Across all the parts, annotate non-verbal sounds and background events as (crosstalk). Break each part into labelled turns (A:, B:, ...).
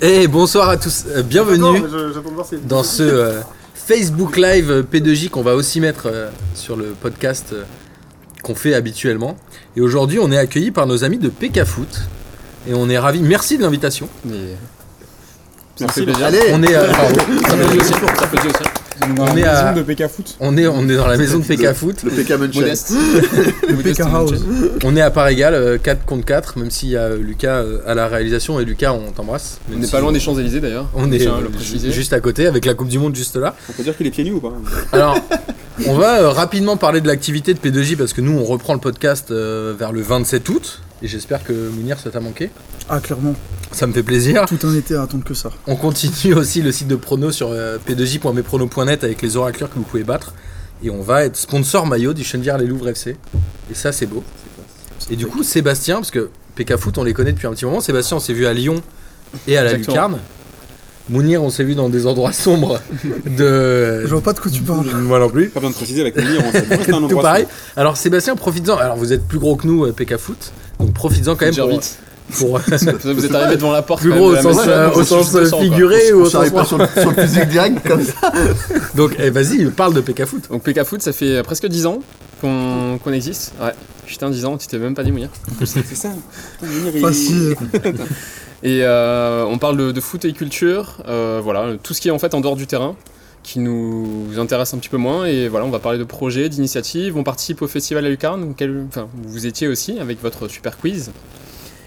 A: Et Eh, bonsoir à tous, euh, bienvenue
B: Attends, je- j'attends de voir si-
A: dans ce euh, Facebook Live euh, P2J qu'on va aussi mettre euh, sur le podcast euh, qu'on fait habituellement. Et aujourd'hui, on est accueilli par nos amis de PK Foot et on est ravis. Merci de l'invitation.
C: Merci,
B: Allez,
A: On est,
D: (laughs)
A: euh, pardon,
C: On
A: est
C: est
A: à-
C: à de PK Foot.
A: on est on est dans la maison de PK Foot.
B: le PK Munchen.
D: (laughs) Modeste. Le PK House.
A: On est à part égale, euh, 4 contre 4, même s'il y a euh, Lucas euh, à la réalisation et Lucas, on t'embrasse.
D: On
A: même
D: n'est
A: si
D: pas loin des Champs-Élysées d'ailleurs.
A: On est
D: Tiens à
A: euh,
D: le préciser.
A: juste à côté avec la Coupe du Monde juste là.
C: On peut dire qu'il est pieds nus ou pas
A: (laughs) Alors, on va euh, rapidement parler de l'activité de P2J parce que nous, on reprend le podcast euh, vers le 27 août. Et j'espère que Mounir, ça t'a manqué.
E: Ah, clairement,
A: Ça me fait plaisir.
E: tout un été à attendre que ça.
A: On continue aussi le site de pronos sur euh, p2j.mespronos.net avec les oracleurs que vous pouvez battre. Et on va être sponsor maillot du Chenvière les Louvres FC. Et ça, c'est beau. Et du coup, Sébastien, parce que PK Foot, on les connaît depuis un petit moment. Sébastien, on s'est vu à Lyon et à la
D: Exactement.
A: Lucarne. Mounir, on s'est vu dans des endroits sombres de.
E: Je vois pas de quoi tu parles.
A: (laughs) Moi non plus.
C: Pas besoin de préciser avec le livre, on sait juste un
A: (laughs) Tout
C: endroit.
A: pareil. Alors Sébastien, profites-en. Alors vous êtes plus gros que nous, euh, PK Foot. Donc profites-en quand même
D: Gère
A: pour, euh,
D: vite. (laughs)
A: pour
D: Vous êtes arrivé devant la porte.
A: plus
D: quand
A: gros au
D: même,
A: sens,
D: la (laughs)
A: euh,
D: maison,
A: au
D: c'est juste
A: sens, euh,
D: 200, quoi.
A: figuré ou au
B: On
A: sens
B: s'arrête pas sur le, sur le physique direct comme ça.
D: (laughs)
A: Donc eh, vas-y, parle de PK Foot.
D: Donc PK Foot, ça fait presque 10 ans qu'on qu'on existe. Ouais. Putain, 10 ans, tu t'es même pas dit mouillard.
C: C'est ça. Putain, Mounir, il-
E: Facile.
D: (laughs) Et euh, on parle de, de foot et culture, euh, voilà, tout ce qui est en fait en dehors du terrain, qui nous intéresse un petit peu moins. Et voilà, on va parler de projets, d'initiatives. On participe au festival à Lucarne, auquel enfin, vous étiez aussi avec votre super quiz.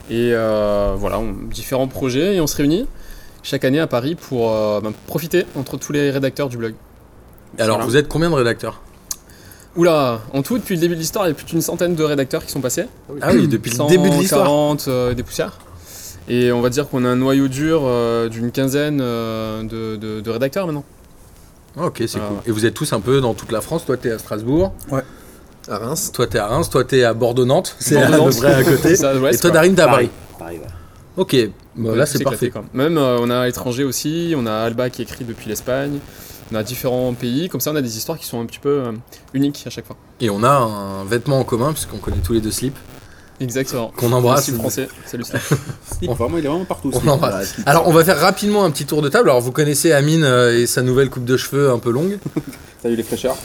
D: Et euh, voilà, on- différents projets et on se réunit chaque année à Paris pour euh, ben, profiter entre tous les rédacteurs du blog.
A: Alors
D: Voilà.
A: vous êtes combien de rédacteurs
D: Oula, en tout, depuis le début de l'histoire, il y a plus d'une centaine de rédacteurs qui sont passés.
A: Ah oui, depuis le début de l'histoire.
D: 140, euh, des poussières. Et on va dire qu'on a un noyau dur euh, d'une quinzaine euh, de, de- de rédacteurs maintenant.
A: Ah, ok, c'est
D: Ah,
A: cool. Et vous êtes tous un peu dans toute la France. Toi t'es à Strasbourg,
B: À Reims.
A: toi t'es à Reims, toi t'es à Bordeaux-Nantes. C'est à peu
D: Bordeaux-Nantes.
A: près à
D: (laughs)
A: côté.
D: Ça, ouais,
A: Et
D: c'est
A: toi
D: quoi.
A: Darine, t'es à Paris.
F: Pareil, ouais.
A: Ok, bah,
D: Ouais,
A: là
D: tout
A: c'est
D: s'est éclaté,
A: parfait.
D: quoi. Même euh, on a à l'étranger aussi, on a Alba qui écrit depuis l'Espagne, on a différents pays, comme ça on a des histoires qui sont un petit peu euh, uniques à chaque fois.
A: Et on a un vêtement en commun puisqu'on connaît tous les deux Slip
D: Exactement.
A: qu'on embrasse.
D: Merci, français, salut
A: (laughs)
D: Stan.
C: Il est vraiment- il est vraiment partout.
A: On embrasse. Alors on va faire rapidement un petit tour de table. Alors vous connaissez Amine euh, et sa nouvelle coupe de cheveux un peu
B: (laughs)
A: longue.
C: Salut les fraîcheurs.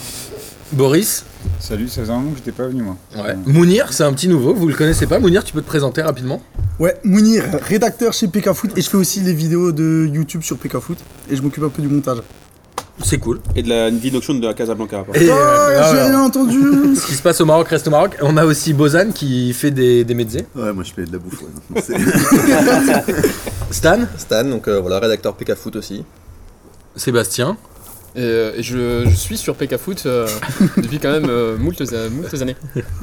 A: Boris,
G: Salut, ça faisait un moment que j'étais pas venu moi.
A: Ouais. Mounir, c'est un petit nouveau, vous le connaissez pas. Mounir, tu peux te présenter rapidement
E: Ouais, Mounir, rédacteur chez PK Foot, et je fais aussi les vidéos de YouTube sur PK Foot, et je m'occupe un peu du montage.
A: C'est cool.
C: Et de la vie nocturne de la Casablanca. à part.
A: Et,
E: Oh,
C: Ah,
A: euh,
E: j'ai
A: alors,
E: rien
C: (laughs)
E: entendu
A: ce qui se passe au Maroc reste au Maroc. On a aussi Bozan qui fait des, des mezzés.
B: Ouais, moi je fais de la bouffe. ouais, maintenant, c'est- (laughs)
A: Stan,
H: (laughs) Stan, donc euh, voilà, rédacteur PK Foot aussi.
A: Sébastien.
D: Et, euh, et je, je suis sur PK Foot
A: (laughs)
D: euh, depuis quand même euh, moult, moult années.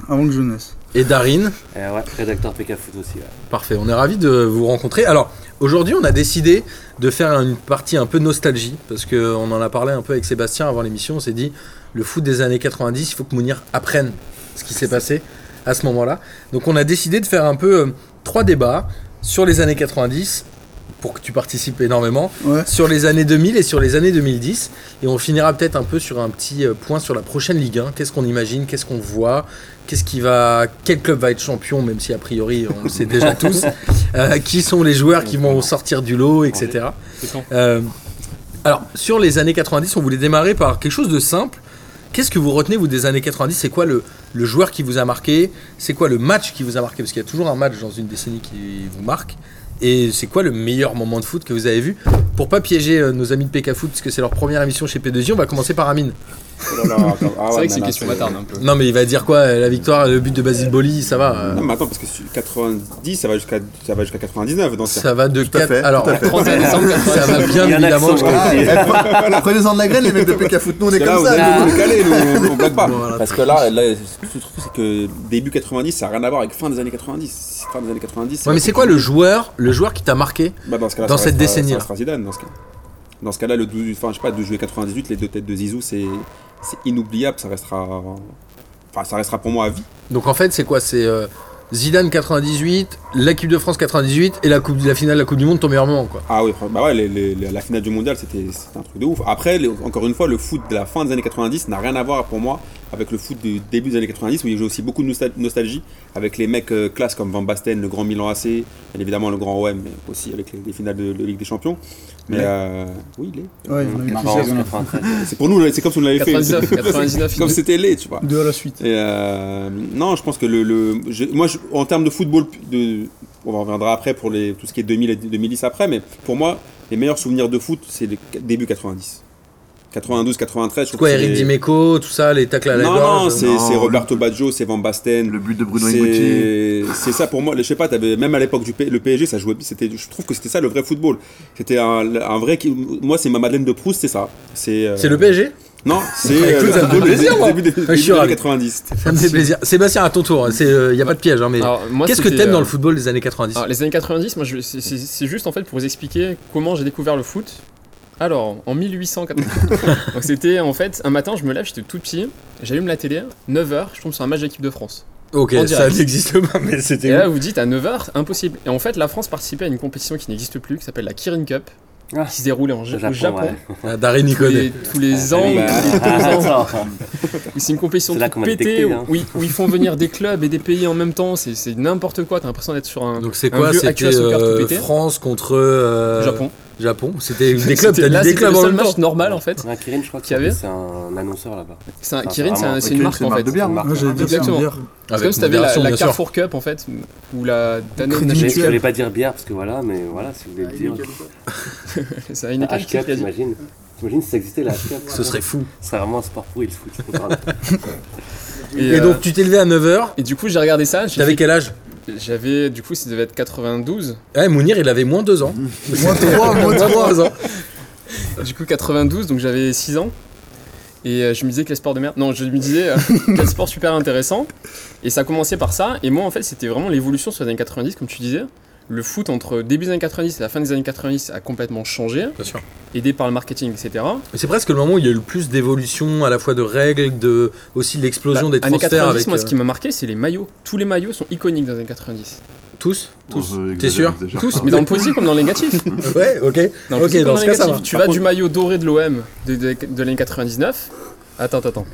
E: Avant que je naisse.
A: Et Darine,
F: Euh, ouais, rédacteur PK Foot aussi. ouais.
A: parfait, on est ravis de vous rencontrer. Alors, aujourd'hui, on a décidé de faire une partie un peu nostalgie, parce qu'on en a parlé un peu avec Sébastien avant l'émission. On s'est dit, le foot des années 90, il faut que Mounir apprenne ce qui s'est passé à ce moment-là. Donc, on a décidé de faire un peu euh, trois débats sur les années 90, pour que tu participes énormément.
E: Ouais.
A: sur les années 2000 et sur les années 2010. Et on finira peut-être un peu sur un petit euh, point sur la prochaine Ligue 1. Qu'est-ce qu'on imagine Qu'est-ce qu'on voit Qu'est-ce qui va Quel club va être champion Même si a priori on le sait déjà tous. Euh, qui sont les joueurs qui vont sortir du lot, etc.
D: C'est quand
A: Euh, alors sur les années 90, on voulait démarrer par quelque chose de simple. Qu'est-ce que vous retenez vous des années 90 C'est quoi le, le joueur qui vous a marqué C'est quoi le match qui vous a marqué Parce qu'il y a toujours un match dans une décennie qui vous marque. Et c'est quoi le meilleur moment de foot que vous avez vu Pour pas piéger euh, nos amis de PK Foot, parce que c'est leur première émission chez P2J, on va commencer par Amine.
C: Oh là là, attends. Ah ouais,
D: C'est vrai que c'est
C: mais
D: une
C: là,
D: question bâtarde un peu.
A: Non mais il va dire quoi euh, La victoire, le but de Basile Boli, ça va euh,
C: Non, mais attends, parce que sur 90, ça va jusqu'à ça va jusqu'à 99 dans ce
A: Ça va de
B: à
A: 4...
B: fait,
A: Alors,
B: tout à fait.
D: 31 décembre,
A: ça va bien
F: Il y a un
A: évidemment.
F: accent,
A: je-
F: ouais.
B: Ah, eh, pre- Prenez-en de la graine, les mecs de PK Foot. Nous on est
C: Parce que là,
B: comme ça.
C: vous
B: nous.
C: êtes calés,
A: (laughs)
C: nous, on blague pas. Parce que là, là ce truc, c'est que début 90, ça n'a rien à voir avec fin des années 90. Fin des années 90.
A: Ouais, mais c'est quoi le joueur, le joueur qui t'a marqué
C: Bah, dans ce cas-là,
A: Dans
C: ça
A: cette
C: restera-
A: décennie-là.
C: ça restera Zidane, dans ce cas. Dans ce cas-là, le 12, enfin, je sais pas, 12 juillet 98, les deux têtes de Zizou, c'est, c'est inoubliable, ça restera, enfin, ça restera pour moi à vie.
A: Donc en fait, c'est quoi C'est euh, Zidane 98, la Coupe de France 98 et la, coupe, la finale de la Coupe du Monde, ton meilleur moment, quoi.
C: Ah oui, bah ouais, les- les- la finale du mondial, c'était c'était un truc de ouf. Après, les- encore une fois, le foot de la fin des années 90 n'a rien à voir pour moi avec le foot du début des années 90 où j'ai aussi beaucoup de nostal- nostalgie avec les mecs euh, classe comme Van Basten, le grand Milan AC, bien évidemment le grand OM, mais aussi avec les, les finales de, de Ligue des Champions. Mais euh, oui, il est.
E: Ouais, on a eu
G: Marrant.
E: tous
G: saison.
F: 93.
C: C'est pour nous, (laughs) c'est comme si on l'avait fait.
D: 99, 99,
C: comme
D: il-
C: c'était laid, tu vois.
E: deux à la suite.
C: Et, euh, non, je pense que le, le- je- moi, je- en termes de football, de, on en reviendra après pour les, tout ce qui est 2000 et 2010 après, mais pour moi, les meilleurs souvenirs de foot, c'est le début 90. 92, 93, je trouve
A: Quoi,
C: que
A: Eric
C: c'est-
A: Dimeco, tout ça, les tacles à la
C: Non,
A: gorge. euh,
C: non, c'est
B: Non,
C: c'est
B: le-
C: Roberto Baggio, c'est Van Basten.
B: Le but de Bruno Guti.
C: C'est c'est ça pour moi. Je sais pas, t'avais- même à l'époque du P- le PSG, ça jouait. C'était, je trouve que c'était ça le vrai football. C'était un, un vrai. qui- Moi, c'est ma Madeleine de Proust, c'est ça. C'est euh,
A: C'est le PSG
C: Non, c'est euh, (laughs) le
A: Écoute, ça me fait
C: football des-
A: plaisir, moi.
C: début des
A: Ah, je suis
C: début des
A: ravi.
C: 90.
A: Ça me fait plaisir. Sébastien, à ton tour, il n'y a pas de piège, hein, mais
D: Alors, moi,
A: qu'est-ce que
D: c'était,
A: t'aimes dans
D: euh,
A: le football des années 90
D: Alors, les années 90, moi, je- c'est- c'est c'est juste en fait pour vous expliquer comment j'ai découvert le foot. Alors, en 1880.
A: (laughs)
D: Donc, c'était en fait un matin, je me lève, j'étais tout petit, j'allume la télé, 9h, je tombe sur un match d'équipe de France.
A: Ok,
D: en
A: ça
D: direct.
A: n'existe pas, mais
D: Et
A: c'était
D: là,
A: ouf.
D: vous vous dites à 9h, impossible. Et en fait, la France participait à une compétition qui n'existe plus, qui s'appelle la Kirin Cup,
F: Ah.
D: qui se déroulait en,
F: Japon,
D: au Japon
F: ouais.
A: Ah, Darry
D: tous les,
A: Nicolet.
D: tous les ans.
F: Ah,
D: tous
F: (laughs)
D: les deux ans.
F: attends.
D: C'est une compétition
F: C'est là
D: toute
F: qu'on m'a
D: pétée
F: détecté,
D: où,
F: hein.
D: où ils- où ils font venir des clubs et des pays en même temps. C'est c'est n'importe quoi. T'as l'impression d'être sur un
A: Donc c'est
D: un
A: quoi
D: vieux
A: C'était
D: Acura Soccer tout
A: euh,
D: pété.
A: France contre euh,
D: Japon.
A: Japon.
D: (laughs)
A: C'était des clubs,
D: C'était-
A: t'as
D: là,
A: dit des
D: c'était
A: clubs
D: le
A: en
D: seul
A: même temps.
D: match normal en fait.
F: Ouais, Kirin, je crois que
D: Qu'il y avait
F: c'est un annonceur là-bas.
D: C'est un
F: Enfin,
D: Kirin, c'est un-
F: vraiment,
D: c'est une marque en fait.
B: de bière. hein.
E: Moi, j'allais dire
D: Exactement.
E: c'est une bière.
D: C'est comme si t'avais la, la Carrefour Cup en
F: (laughs)
D: fait, ou la Danone
F: Mais
E: Crédit
D: National-
F: je
E: Mutuel.
F: voulais pas dire bière parce que voilà, mais voilà, si vous voulez le dire.
D: (laughs) C'est un Heineken qui
F: H4,
D: l'a dit.
F: t'imagines T'imagines si ça existait la H4
A: Ce serait fou.
F: Ce serait vraiment un sport pourri le foot. je comprends.
A: Et,
D: euh,
A: donc tu t'es levé à 9h,
D: et du coup j'ai regardé ça. j'ai
A: t'avais
D: fait-
A: quel âge
D: J'avais du coup ça devait être 92.
A: Ouais, Mounir, il avait moins 2 ans.
E: Moins
A: (laughs)
E: 3, moins 3.
A: ans.
D: hein. Du coup 92 donc j'avais 6 ans. Et euh, je me disais quel sport de merde. Non, je me disais euh, quel sport super intéressant. Et ça commençait par ça. Et moi en fait c'était vraiment l'évolution sur les années 90 comme tu disais. Le foot entre début des années 90 et la fin des années 90 a complètement changé,
A: Bien sûr.
D: aidé par le marketing, etc.
A: C'est presque le moment où il y a eu le plus d'évolution, à la fois de règles, de aussi de l'explosion
D: Bah,
A: des
D: années
A: transferts
D: 90,
A: avec
D: moi,
A: euh,
D: ce qui m'a marqué, c'est les maillots. Tous les maillots sont iconiques dans les années 90.
A: tous.
B: Tous.
A: T'es sûr
B: (laughs)
D: Tous, mais dans le positif comme dans le négatif.
A: Ouais, ok.
D: Dans le positif
A: Ok,
D: comme
A: dans
D: dans
A: ce
D: le
A: cas, ça
D: négatif. Tu
A: va.
D: vas du maillot doré de l'OM de, de, de l'année 99. Attends, attends, attends.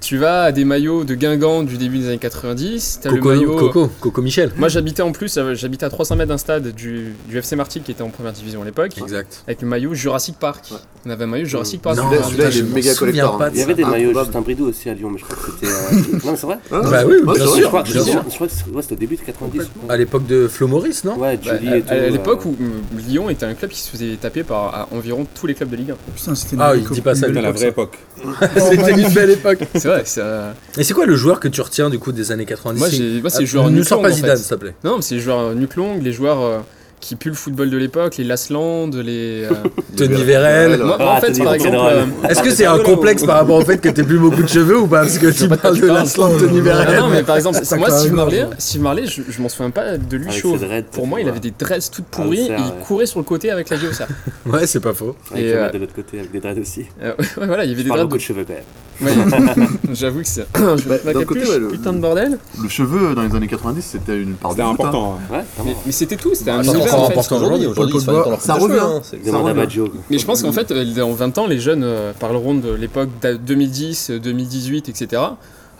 D: Tu vas à des maillots de Guingamp du début des années 90. T'as le
A: Coco,
D: maillot.
A: Coco, Coco Michel.
D: Moi, j'habitais en plus, euh, j'habitais à 300 mètres d'un stade du, du FC Martigues qui était en première division à l'époque,
A: Exact.
D: avec le maillot Jurassic Park. On avait un maillot Jurassic Park.
A: Non,
B: Celui-là,
A: putain,
B: il est
A: je m'en
B: méga
A: souviens
B: collector,
A: pas
B: hein.
A: de
F: Il y
A: ça. Ah,
F: avait des maillots
B: improbable.
F: juste un bridou aussi à Lyon, mais je crois que c'était. euh, Non, mais c'est vrai
A: Bah oui,
B: Ouais,
A: bien
B: c'est
A: sûr,
F: Je crois que
A: bien sûr.
F: je crois que c'est- ouais, c'était au début de 90.
A: À l'époque de Flo Maurice, non
F: Ouais,
D: Bah,
F: Julie
D: à-
F: et tout.
D: à l'époque
F: euh,
D: où euh, Lyon était un club qui se faisait taper par à environ tous les clubs de Ligue 1.
E: Putain, c'était une
A: Ah,
E: belle
A: il
E: coupe,
A: dit pas ça,
C: C'était
E: une belle
C: la
E: coupe,
C: vraie époque.
A: (laughs) C'était une belle époque.
D: C'est vrai, ça.
A: Et c'est quoi le joueur que tu retiens du coup des années 90
D: Moi, j'ai- moi, c'est
A: Ah,
D: le joueur
A: Ne
D: Nuclong,
A: sors pas
D: en fait.
A: Zidane, s'il te plaît.
D: Non, mais c'est les joueurs euh, nuque longue, les joueurs euh, qui puent le football de l'époque, les Lasland, les. euh,
A: (laughs) Tony Vérel.
B: Vérel,
D: Moi, moi, en
F: Ah,
D: fait,
F: Tony
D: par exemple,
F: Vecchiarelli.
D: euh, (laughs)
A: Est-ce que c'est un complexe par (laughs) rapport au fait que t'aies plus beaucoup de cheveux ou pas Parce que tu parles de
D: parles.
A: l'Aslan Tony
D: ah
A: Vérel.
D: non, mais par exemple,
E: Ça
D: moi,
E: claque
D: Steve
E: la
D: Marley,
E: gorge.
D: Steve Marley, je, je m'en souviens pas de lui
A: Ah,
F: avec ses
D: chauve.
F: dreads,
D: Pour moi, il avait des dresses toutes pourries et
F: Ah, le cerf,
D: il
F: ouais.
D: courait sur le côté avec la vie au
A: (laughs)
D: cerf.
A: Ouais, c'est pas faux.
F: Avec
D: Et,
F: le mec
D: euh,
F: de l'autre côté, avec des dreads aussi.
D: (laughs) Euh, ouais, voilà, il y avait
F: Je
D: des
F: parle
D: dreads.
F: beaucoup de cheveux quand
D: de-
F: même. (laughs)
D: Ouais. (laughs) J'avoue que c'est. je
B: Bah,
D: mets ma
B: d'un côté,
D: capuche,
B: ouais, le-
D: putain de bordel.
B: Le cheveu dans les années 90, c'était une part
C: C'était
B: de foot, hein.
C: important. hein.
F: Ouais,
D: Mais,
F: vraiment.
D: mais c'était tout, c'était un
A: c'est
D: univers
A: encore
D: en fait.
A: important.
H: aujourd'hui, aujourd'hui,
E: Paul
H: ils se font
E: Pogba,
H: leur
B: ça
H: coupe de
B: revient.
H: cheveux, hein, c'est-
F: Demande à
B: revient.
F: Baggio. quoi.
D: Mais je pense qu'en fait, euh, en 20 ans, les jeunes euh, parleront de l'époque d'a- 2010, euh, 2018, etc.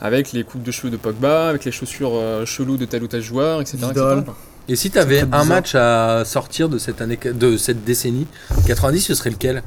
D: Avec les coupes de cheveux de Pogba, avec les chaussures euh, cheloues de tel ou tel joueur, etc. etc.
E: Vidal.
A: Et si t'avais
E: C'est très
A: un
E: bizarre.
A: match à sortir de cette année, de cette décennie 90, ce serait lequel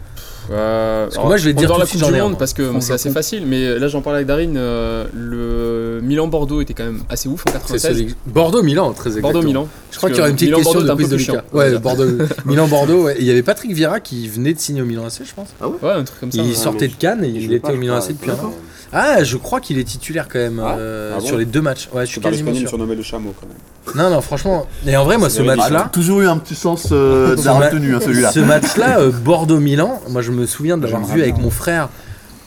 D: Euh,
A: que moi, je vais te
D: on
A: dire
D: dort
A: tout
D: la Coupe
A: de suite,
D: du
A: j'en ai un,
D: Monde
A: moi.
D: parce que bon,
A: France
D: c'est assez
A: Japon.
D: facile, mais là j'en parlais avec Darin, euh, le Milan-Bordeaux était quand même assez ouf en
A: C'est
D: 96.
A: celui Bordeaux-Milan, très exactement.
D: Bordeaux-Milan.
A: Je crois
D: Parce
A: qu'il y aura une
D: que
A: petite question
D: Milan-Bordeaux
A: de
D: est un
A: prise
D: peu
A: de
D: plus
A: Lucas.
D: chiant.
A: Ouais, Bordeaux.
D: (laughs)
A: Milan-Bordeaux. ouais. Il y avait Patrick Vieira qui venait de signer au Milan AC, je pense.
D: Ah Ouais, un truc comme ça.
A: Il
D: ouais.
A: sortait
F: mais
A: de Cannes et
F: Je
A: il
F: sais
A: était
F: pas,
A: au
F: je
A: Milan
F: crois,
A: AC depuis un
F: euh,
A: an. Ah, je crois qu'il est titulaire quand même
F: Ah,
A: euh,
C: ah bon
A: sur les deux matchs. Ouais, je suis
C: Dans
A: quasiment
C: l'Espagne, on
A: sûr.
C: surnommait le chameau quand même.
A: Non, non, franchement. Et en vrai, moi,
C: C'est
A: ce
C: vrai,
A: match-là,
B: Toujours eu un petit sens euh, de
A: Ce
B: la
A: ma-
B: retenue, hein, celui-là.
A: ce match-là, euh, Bordeaux-Milan, moi, je me souviens de l'avoir
G: J'aimerais
A: vu avec
G: bien.
A: mon frère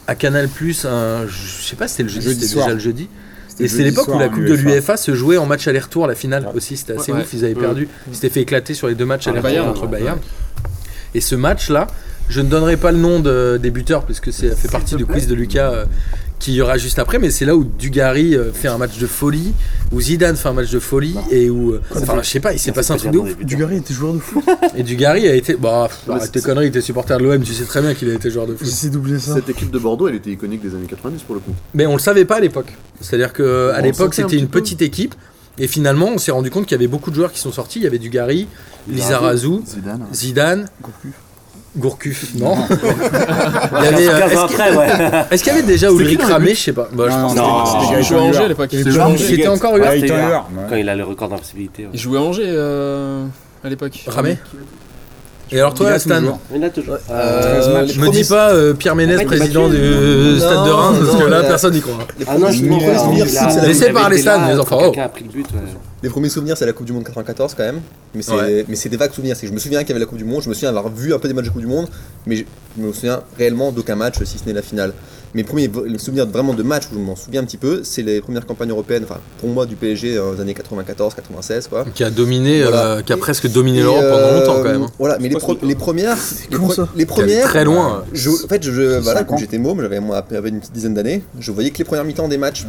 A: à Canal Plus. Je sais pas, si c'était le jeudi,
G: Jeudi
A: c'était
G: soir.
A: déjà le jeudi.
G: C'était
A: Et
G: jeudi
A: c'est l'époque où
G: soir,
A: la
G: hein,
A: Coupe de
G: l'UEFA.
A: l'UEFA se jouait en match aller-retour la finale aussi. C'était assez
D: Ouais.
A: ouf. Ils avaient perdu. Ils s'étaient fait éclater sur les deux matchs
F: Ah,
A: aller-retour
D: Bayern,
A: contre
F: ouais.
A: Bayern. Et ce match-là, je ne donnerai pas le nom de, des buteurs puisque c'est fait partie du quiz de Lucas euh, qu'il y aura juste après, mais c'est là où Dugarry euh, fait un match de folie, où Zidane fait un match de folie, et où. euh, Enfin, je sais pas, il s'est passé un truc de ouf.
E: Dugarry était joueur de foot.
A: Et Dugarry a été. Bah, pff,
B: Ouais,
A: arrête tes
B: c'est-
A: conneries, t'es supporter de l'OM, tu sais très bien qu'il a été joueur de foot.
E: J'essaie d'oublier ça.
B: Cette équipe de Bordeaux, elle était iconique des années 90 pour le coup.
A: Mais on le savait pas à l'époque. C'est-à-dire que euh, à
B: On le
A: l'époque,
B: sentait un
A: c'était une
B: petit peu.
A: petite équipe, et finalement, on s'est rendu compte qu'il y avait beaucoup de joueurs qui sont sortis. Il y avait Dugarry, Lizarazu,
B: Zidane.
A: Zidane,
E: Gourcuff.
A: Gourcuff, non.
B: (laughs)
A: Il y avait, euh,
F: 15
A: Est-ce
F: ans après, ouais.
A: (laughs) est-ce qu'il y avait déjà Ulrich Ramé Je sais pas. Bah, je
G: Non,
A: pense-
G: non,
C: c'était-
G: c'était
D: Il jouait à Angers à
G: Gaëtan
D: l'époque.
B: C'est
D: Il
B: Jean-
A: C'était
F: Gaët.
A: encore
G: Huard.
A: Ulrich
G: Ouais, Gaëtan
F: C'était-
G: Huard, ouais.
F: Quand il a le record d'impassibilité. ouais.
D: jouait à Angers euh, à l'époque.
A: Ramé Et alors toi,
G: Gaëtan
A: Stan
G: Huard.
F: Il y en a toujours. Euh,
A: Euh,
G: treize matchs.
A: me dis pas euh, Pierre Ménès,
F: En fait, il
A: président
F: m'a
A: du
F: tué.
A: euh, Stade de
H: Non,
A: Reims, parce
H: non,
A: que là,
H: mais-
A: personne n'y croit.
H: Les,
F: Ah non, je
H: premiers
F: suis
H: souvenirs, souvenirs,
F: mort.
H: c'est- c'est la-
A: Laissez parler Stan, les enfants. Oh,
D: Oh.
F: Quelqu'un a pris le but. ouais.
H: les premiers souvenirs, c'est la Coupe du Monde 94 quand même. Mais c'est
A: Ouais.
H: mais c'est des vagues souvenirs. C'est que je me souviens qu'il y avait la Coupe du Monde, je me souviens avoir vu un peu des matchs de Coupe du Monde, mais je, je me souviens réellement d'aucun match, si ce n'est la finale. Mes premiers v- les souvenirs vraiment de matchs où je m'en souviens un petit peu, c'est les premières campagnes européennes, enfin pour moi du PSG euh, aux années 94-96 quoi.
A: Qui a dominé,
H: Voilà.
A: euh, qui a
H: Et-
A: presque dominé
H: Et,
A: l'Europe pendant
H: euh,
A: longtemps quand même. hein.
H: Voilà, mais les,
C: pas
H: pro-
C: si-
H: les premières, les,
E: con,
H: pre-
E: ça.
H: les
A: Qui allait
H: premières,
A: très loin. hein.
H: Je, en fait, je, je- voilà,
G: cinq
H: quand
G: ans.
H: j'étais môme, j'avais moi, à peu près une petite dizaine d'années, je voyais que les premières mi-temps des matchs.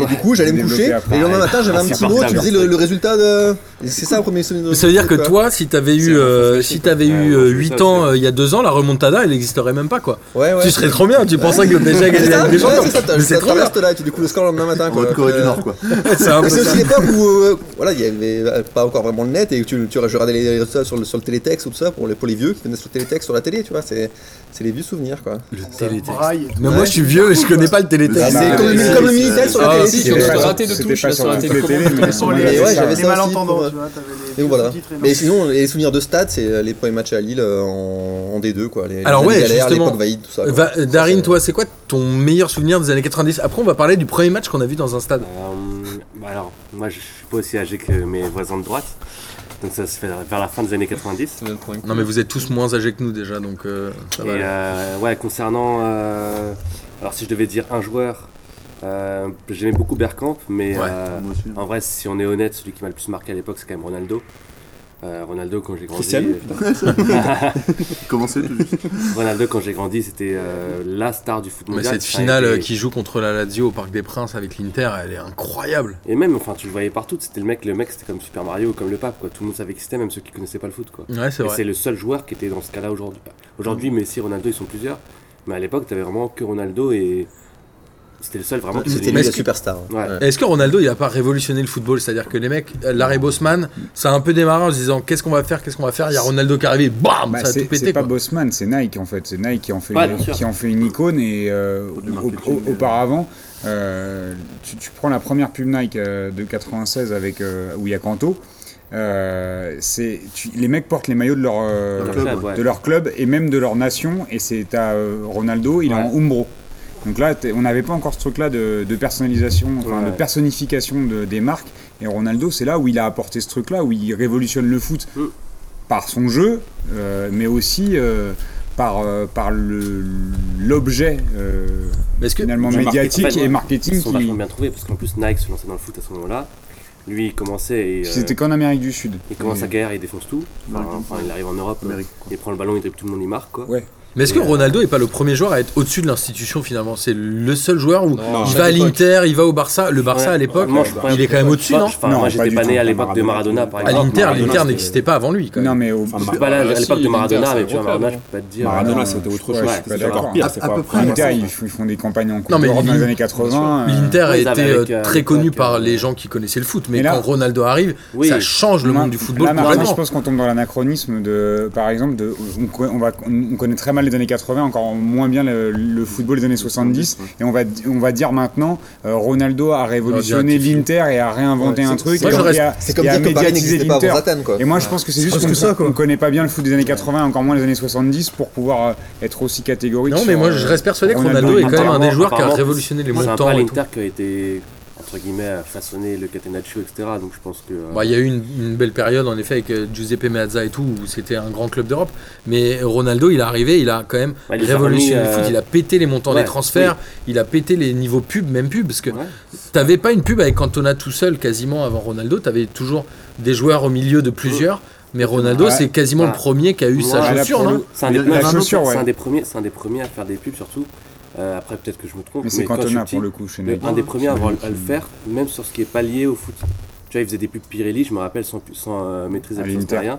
H: Et du coup, j'allais me
G: Développé
H: coucher,
G: après.
H: et le lendemain matin,
C: Ah,
H: j'avais un petit mot, tu me disais le, le résultat de. et C'est ça le premier souvenir.
A: euh. Ça veut dire que
H: quoi.
A: toi, si t'avais
F: C'est
A: eu,
F: un
A: euh,
F: enfant
A: si
F: spécifique,
A: t'avais
F: ouais.
A: eu
F: Ouais,
A: euh,
F: on fait
A: 8
F: ça
A: ans
F: aussi.
A: euh, il y a 2 ans, la remontada, elle n'existerait même pas quoi.
H: Ouais, ouais.
A: Tu serais trop bien, tu pensais que le PSG allait
H: C'est
A: gagner la
H: ça,
A: Ligue des
H: ouais,
A: Champions.
H: c'est ça, t'as-
A: Mais c'est
H: t'as-
A: trop
H: t'as
A: bien.
H: reste là, et tu découvres le score le lendemain matin.
B: En mode
H: quoi.
B: Corée
H: Euh,
B: du Nord quoi.
A: C'est un peu
H: Mais (laughs) c'est
A: ça.
H: aussi l'époque où euh, voilà, il y avait euh, pas encore vraiment le net et tu, tu regardais les résultats sur le, sur le télétexte ou tout ça pour les, pour les vieux qui connaissent le télétexte sur la télé, tu vois, c'est c'est les vieux souvenirs quoi.
A: Le
B: Ça
A: télétexte.
B: braille.
A: Mais moi je suis vieux et je connais pas le télétexte.
G: Ah,
H: C'est
G: bah,
H: comme,
G: ouais,
H: le- comme le
G: c'est-
H: Minitel sur
D: Ah,
H: la
D: si,
H: télé.
D: sur
H: c'est-
D: le-
G: pas-
D: raté de
G: c'était
D: touche,
G: pas
D: là,
G: sur
D: sur la
G: la
D: télé.
G: télé, mais-
D: Comment
B: Sur
G: Ouais,
B: les-
G: c'est
H: ouais,
G: ça.
H: j'avais-
B: les
H: ça
B: malentendants,
H: aussi,
B: tu vois, t'avais les
H: Et voilà.
B: sous-titres énormes.
H: Mais sinon, les souvenirs de stade, c'est euh, les premiers matchs à Lille euh, en, en D2, quoi. Les,
A: Alors
H: les
A: ouais,
H: galères,
A: justement.
H: l'époque Vaïd, tout ça. quoi.
A: Va-
H: Ça,
A: Darine,
H: c'est-
A: toi, c'est quoi ton meilleur souvenir des années 90 Après, on va parler du premier match qu'on a vu dans un stade.
F: Euh, bah alors, moi je suis pas aussi âgé que mes voisins de droite. Donc ça se fait vers la fin des années 90.
A: Non, mais vous êtes tous moins âgés que nous déjà, donc euh, ça
F: Et
A: va. aller.
F: euh, ouais, concernant. euh, alors si je devais dire un joueur, euh, j'aimais beaucoup Bergkamp, mais
A: Ouais.
F: euh,
B: Moi aussi.
F: en vrai, si on est honnête, celui qui m'a le plus marqué à l'époque, c'est quand même Ronaldo. Euh, Ronaldo, quand j'ai grandi. euh,
C: Cristiano,
F: (laughs)
B: Commencez tout juste.
F: Ronaldo, quand j'ai grandi, c'était euh, la star du foot
A: Mais
F: mondial.
A: cette
F: Ça a
A: finale
F: été-
A: euh, qui joue contre la Lazio au Parc des Princes avec l'Inter, elle est incroyable.
F: Et même, enfin, tu le voyais partout. C'était le mec, le mec, c'était comme Super Mario, comme le pape, quoi. Tout le monde savait qui c'était, même ceux qui connaissaient pas le foot, quoi.
A: Ouais, c'est
F: Et
A: vrai. Mm.
F: c'est le seul joueur qui était dans ce cas-là aujourd'hui. Aujourd'hui, Messi, Ronaldo, ils sont plusieurs. Mais à l'époque, t'avais vraiment que Ronaldo et c'était le seul vraiment qui
H: C'était
F: s'est
H: lui la
A: Mais est-ce que-
H: superstar.
F: Ouais.
A: Est-ce que Ronaldo, il a pas révolutionné le football C'est-à-dire que les mecs, euh, l'arrêt Bosman, ça a un peu démarré en se disant qu'est-ce qu'on va faire, qu'est-ce qu'on va faire Il y a Ronaldo qui est arrivé, bam
G: Bah,
A: Ça a
G: c'est
A: tout
G: c'est
A: pété.
G: pas
A: Quoi.
G: Bosman, c'est Nike en fait. C'est Nike qui en fait,
F: Ouais,
G: une,
F: bien sûr.
G: qui en fait une icône et euh,
B: Du
G: au-
B: marketing,
G: au- auparavant, euh, tu, tu prends la première pub Nike euh, de 96 avec euh, où il y a Kanto. euh, c'est tu- les mecs portent les maillots de leur, euh,
F: Leur
B: club,
F: club, ouais.
G: de leur club et même de leur nation et c'est à Ronaldo il est
F: Ouais.
G: en Umbro donc là t'es- on n'avait pas encore ce truc là de, de personnalisation enfin, de
F: Ouais.
G: personnification de- des marques et Ronaldo c'est là où il a apporté ce truc là où il révolutionne le foot
F: Mm.
G: par son jeu euh, mais aussi euh, par, euh, par le- l'objet euh,
A: Mais est-ce que
G: finalement
F: Le
G: médiatique
F: marketing,
G: et
F: Ils
G: marketing
F: sont
G: qui,
F: vachement bien trouvés parce qu'en plus Nike se lançait dans le foot à ce moment-là. Lui, il commençait et
G: qui
F: euh,
G: c'était qu'en Amérique du Sud
F: il commence
G: Et-
F: à guerre, il défonce tout. Enfin,
B: Amérique,
F: enfin, il arrive en Europe,
B: Amérique,
F: il prend le ballon, il dribble tout le monde, il marque quoi.
G: Ouais.
A: Mais est-ce que
F: Et, euh,
A: Ronaldo est pas le premier joueur à être au-dessus de l'institution finalement C'est le seul joueur où
D: Non,
A: il
D: à
A: va à
D: l'époque.
A: l'Inter, il va au Barça. Le Barça
F: Ouais.
A: à l'époque,
F: Moi, je crois-
A: il est quand même au-dessus, non
F: Enfin,
G: Non,
F: moi,
G: pas
F: j'étais
G: du
F: pas
G: tout.
F: né à l'époque de Maradona, par
A: À
F: exemple.
A: l'Inter,
F: Maradona,
A: l'Inter
F: c'était-
A: n'existait pas avant lui. Quand
G: non
A: même.
G: mais au-
C: Enfin,
F: Je suis pas là
D: Maradona,
F: à l'époque
D: si,
F: de
D: l'Inter,
F: Maradona,
D: c'est
F: mais tu vois,
D: un gros
F: Maradona, je
D: club,
F: peux pas te dire.
G: Maradona,
C: Maradona,
F: euh,
C: c'était autre
G: ouais,
C: chose.
G: je
F: Ouais,
G: suis pas
F: c'est
G: d'accord
F: encore
B: pire,
G: Ah,
B: c'est
G: c'est
B: à
G: pas-
B: peu près
G: Inter,
B: la même
G: ils f- ils font des campagnes en Coupe
A: Non, mais
G: d'Europe dans les
A: l'In-
G: années 80 euh,
A: L'Inter a
F: Ouais, ils
A: été
F: avaient
A: euh,
F: avec, euh,
A: très connu
F: avec,
A: par
F: euh,
A: les gens qui connaissaient le foot, mais
G: Et là-
A: quand Ronaldo arrive,
F: Oui.
A: ça change le monde du football
G: Là, maintenant, je
A: complètement.
G: pense qu'on tombe dans l'anachronisme de, par exemple, de, on, co- on va, on connaît très mal les années 80, encore moins bien le, le football des années 70, et on va, di- on va dire maintenant, euh, Ronaldo a révolutionné
A: Ah, dis un petit
G: l'Inter et a réinventé
H: Ouais,
G: un
H: c'est-
G: truc,
H: moi,
G: et,
A: je
G: on-
A: reste-
G: et a,
H: C'est comme
G: et a
H: dire que Paris
G: médiatisé
H: n'existait pas
G: l'Inter.
H: avant Zlatan, quoi.
G: Et moi, je pense que c'est juste
E: Parce
G: qu'on
E: que ça, quoi.
G: on connaît pas bien le foot des années 80, encore moins les années 70, pour pouvoir euh, être aussi catégorique.
A: Non, mais
G: sur,
A: moi
G: euh,
A: je reste persuadé que
G: Ronaldo,
A: Ronaldo est quand même un
F: apparemment-
A: des joueurs qui a
F: apparemment,
A: révolutionné les
F: C'est un peu
A: montants.
F: à
A: et tout.
F: l'Inter qui a été, entre guillemets, façonné le Catenaccio, etc. Donc je pense que. euh,
A: Bah, Il y a eu une, une belle période en effet avec euh, Giuseppe Meazza et tout, où c'était un grand club d'Europe. Mais Ronaldo, il est arrivé, il a quand même
F: bah, il les a
A: révolutionné
F: remis,
A: le foot.
F: euh,
A: Il a pété les montants
F: ouais,
A: des transferts, il a pété les niveaux pub, même pub, parce que
F: Ouais.
A: t'avais pas une pub avec Cantona tout seul quasiment avant Ronaldo. T'avais toujours des joueurs au milieu de plusieurs. Mais Ronaldo,
G: Ouais.
A: c'est quasiment
F: Ouais.
A: le premier qui a eu
F: Ouais,
A: sa
G: là,
A: chaussure, hein.
G: pour
A: non
G: le-
F: C'est un,
B: Il
F: des,
B: y a-
F: non,
G: la
F: c'est un-
G: chaussure, ouais.
F: c'est un des premiers, c'est un des premiers à faire des pubs surtout. Euh, après, peut-être que je me trompe.
G: Mais c'est
F: quand je suis
G: Cantona
F: petit,
G: pour le coup chez Ah,
F: mais
G: nous.
F: un des premiers à, avoir- à le
G: Chez-
F: faire, même sur ce qui est pas lié au foot. Tu vois, il faisait des pubs Pirelli, je me rappelle, sans, pu- sans euh, maîtrise
G: À
F: absolument
G: l'Inter. Mm.
F: rien.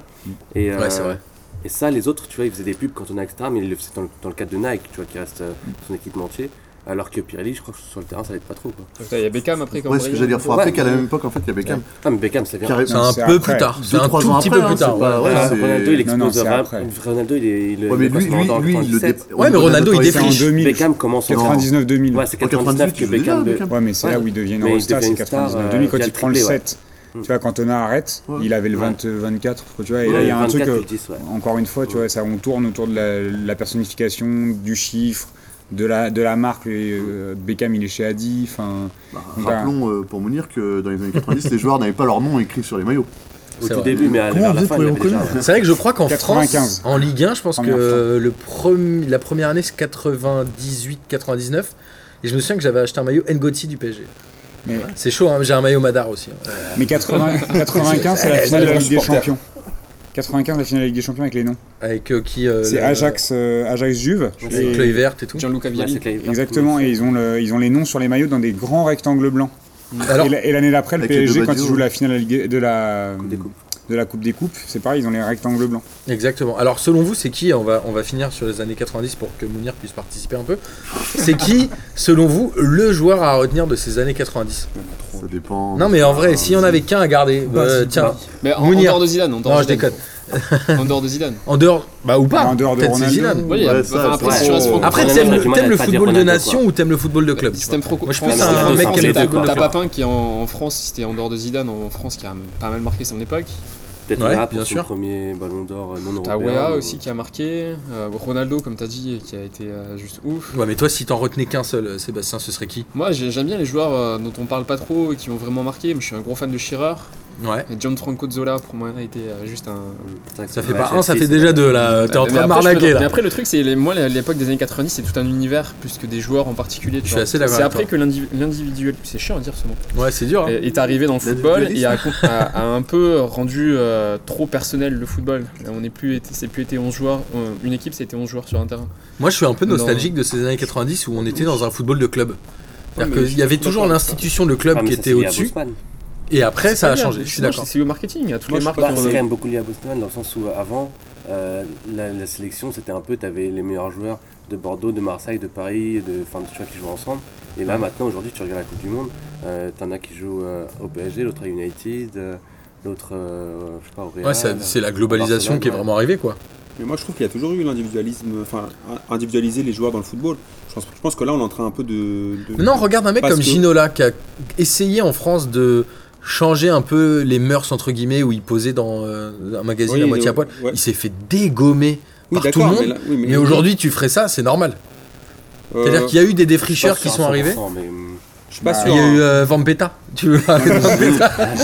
F: Et, euh,
A: Ouais, c'est vrai.
F: et ça, les autres, tu vois, ils faisaient des pubs quand on a etc., mais ils le faisaient dans le, dans le cadre de Nike, tu vois, qui reste euh, son équipementier. Alors que Pirelli, je crois que sur le terrain, ça l'aide pas trop. Quoi.
D: Putain, Il y a Beckham après quand
B: Ouais, ce que j'allais dire, faut rappeler qu'à la même époque, en fait, il y a Beckham.
F: Ah, mais Beckham, c'est bien.
B: Carré-
A: C'est un
G: c'est
A: peu
G: après.
A: plus tard. C'est
B: Deux,
A: un
B: trois
A: tout
B: ans
A: petit
B: après,
A: peu
B: hein,
A: plus tard.
B: c'est pas-
A: ouais.
B: ouais,
F: Ah,
B: c'est-
F: Ronaldo, il
G: Non, non, c'est
F: explose. Ra-
G: après.
F: Ronaldo, il est. il-
B: Ouais, mais
F: il passe
B: lui,
F: en-
B: lui,
F: dans le
B: lui, il le
F: 97.
B: dé-
A: Ouais, mais Ronaldo, il est
G: C'est en
A: friche.
G: 2000.
F: Beckham commence en
G: 99-2000.
F: Ouais, c'est
B: En
F: 99 que
B: tu jouais déjà,
F: Beckham.
B: Beckham
F: de-
G: Ouais, mais c'est
F: Ouais.
G: là où il devient une
F: Mais il
G: rockstar,
F: devient
G: c'est
F: une star,
G: 99 2000
F: euh,
G: quand
F: via
G: il
F: le
G: prend le
F: triplé, ouais.
G: 7. Tu vois, Cantona arrête,
B: Ouais.
G: il avait le
F: Ouais.
G: 20, 24, tu vois, et
F: Ouais,
G: là il y
F: le
G: a un truc.
F: 24,
G: euh,
F: ils disent, ouais.
G: Encore une fois, tu vois, ça, on tourne autour de la, la personnification, du chiffre, de la, de la marque. et, euh, Beckham, il est chez Adi. Enfin,
B: Bah,
G: Ouais.
B: rappelons euh, pour Mounir que dans les années 90,
G: (laughs)
B: les joueurs n'avaient pas leur nom écrit sur les maillots.
F: Au
A: C'est
F: tout
A: vrai.
F: début, mais à
E: Comment
F: vers
E: on
F: la
E: faisait
F: fin,
E: pour
F: il
E: les
F: avait déjà.
E: reconnaître
A: C'est vrai que je crois qu'en
G: 95.
A: France, en Ligue 1, je pense
G: Première
A: que le premi- la première année, c'est 98-99. Et je me souviens que j'avais acheté un maillot Ngoti du PSG.
G: Mais-
A: C'est chaud, hein, j'ai un maillot Madar aussi. hein.
G: mais
A: (laughs)
G: 80 95, c'est la finale de la Ligue des Champions. 95, la finale de la Ligue des Champions avec les noms.
A: Avec euh, qui euh,
G: C'est
A: la-
G: Ajax, euh, Ajax Juve.
A: C'est
G: et-
A: Chloé Verte et tout.
D: Gianluca
F: Ouais,
D: Vialli.
F: c'est clair.
G: Exactement, et ils ont, le- ils ont les noms sur les maillots dans des grands rectangles blancs.
A: Mm. Alors,
G: et la- et l'année d'après, le
B: Avec les
G: PSG,
B: deux
G: quand
B: Badio.
G: ils jouent la finale de la Ligue- de la,
F: des Coupes.
G: de la Coupe des Coupes, c'est pareil, ils ont les rectangles
A: (laughs)
G: blancs.
A: exactement. Alors, selon vous, c'est qui on va, on va finir sur les années 90 pour que Mounir puisse participer un peu. C'est qui, selon vous, le joueur à retenir de ces années 90
B: Ça dépend.
A: Non, mais en vrai, s'il y en avait qu'un à garder,
E: Bah,
A: euh,
E: c'est-
A: tiens,
D: Mais en, en
A: Mounir.
D: dehors de Zidane. En dehors
A: non,
D: de
A: je déconne. (laughs)
D: Zidane. En dehors de Zidane.
A: En dehors, bah ou pas
G: En dehors de
A: peut-être c'est
G: Ronaldo.
A: Zidane.
D: Ouais, il y a-
B: Ouais, ça,
D: enfin, après,
F: c'est
D: si tu
F: trop-
D: restes franco-
A: Après,
F: Ronaldo,
A: t'aimes
F: on a
A: le,
F: du mal à
A: t'aimes le
F: pas dire
A: football de
F: Ronaldo,
A: nation
F: quoi.
A: ou t'aimes le football de club
D: Si t'aimes franco-
A: Moi, je
D: français,
A: pense à un
D: t'as-
A: mec qui aime les
D: t'as-
A: deux,
D: T'as
A: quoi.
D: Papin qui est en, en France, c'était en dehors de Zidane, en France, qui a pas mal marqué son époque.
F: Peut-être
A: Ouais,
F: là
A: bien
F: pour son
A: sûr.
F: premier ballon d'or euh, non
D: T'as
F: européen.
D: Wea
F: mais-
D: aussi qui a marqué. euh, Ronaldo, comme t'as dit, qui a été euh, juste ouf.
A: Ouais, mais toi, si t'en retenais qu'un seul, euh, Sébastien, ce serait qui
D: Moi, j'ai- j'aime bien les joueurs euh, dont on parle pas trop et qui m'ont vraiment marqué. mais Je suis un gros fan de Shearer.
A: Ouais.
D: Et John Franco Zola, pour moi, a été euh, juste un,
F: C'est vrai que
A: Ça
F: c'est
A: fait
F: dommage,
A: pas un, ça
F: Chelsea,
A: fait
F: c'est-
A: déjà deux là. T'es en
D: Mais
A: train de
D: après, je
A: m'arnaquer
D: peux- Mais
A: là.
D: après, le truc, c'est les- moi, la- l'époque des années 90, c'est tout un univers plus que des joueurs en particulier. tu
A: Je suis
D: vois.
A: assez d'accord
D: C'est
A: avec
D: après que l'indiv- l'individuel, c'est chiant à dire ce mot,
A: Ouais, c'est dur. hein.
D: est est arrivé dans le football et a, a- a un peu rendu euh, trop personnel le football. Là, on n'est plus été, c'est plus été 11 joueurs, euh, une équipe, c'était 11 joueurs sur un terrain.
A: Moi, je suis un peu
D: Non.
A: nostalgique de ces années 90 où on était dans un football de club.
D: Ouais, mais
A: C'est-à-dire
D: je
A: qu'il y
D: suis
A: avait
D: pas
A: toujours
D: d'accord avec
A: l'institution de
F: Ah,
A: club
F: mais ça,
A: qui était
F: c'est lié à
A: au-dessus.
F: Bosman.
A: Et après, ça a
D: Bien,
A: changé. Je suis
D: moi,
A: d'accord.
D: C'est au marketing, à toutes
F: Moi,
D: les
F: je
D: marques.
F: pense que
D: ont-
F: c'est quand même beaucoup lié à Bosman dans le sens où avant, euh, la, la sélection c'était un peu, t'avais les meilleurs joueurs de Bordeaux, de Marseille, de Paris, de, enfin, tu vois, qui jouent ensemble. Et là maintenant, aujourd'hui, tu regardes la Coupe du Monde, euh, t'en as qui jouent euh, au PSG, l'autre à United, euh, l'autre, euh, je sais pas, au Real.
A: Ouais, ça- c'est la globalisation
F: Barcelone,
A: qui est
F: ouais.
A: vraiment arrivée quoi.
C: Mais moi, je trouve qu'il y a toujours eu l'individualisme, enfin, individualiser les joueurs dans le football. Je pense, je pense que là, on est en train un peu de. de-
A: Maintenant, regarde un mec
C: Parce
A: comme
C: que-
A: Ginola qui a essayé en France de changer un peu les mœurs entre guillemets où il posait dans euh, un magazine
C: Oui,
A: à moitié
C: le-
A: à poil.
C: ouais.
A: Il s'est fait dégommer
C: Oui,
A: par tout le
C: d'accord,
A: monde.
C: mais là- oui, mais-
A: Mais aujourd'hui, tu ferais ça, c'est normal.
C: euh,
A: C'est-à-dire qu'il y a eu des
F: Je suis pas
A: défricheurs qui
F: sûr à
A: sont arrivés.
F: 100%, mais, hum,
C: Je suis pas
G: Bah,
A: Il
C: sûr.
A: y a
C: hein.
A: eu euh, Vampeta, tu vois.
G: Ah,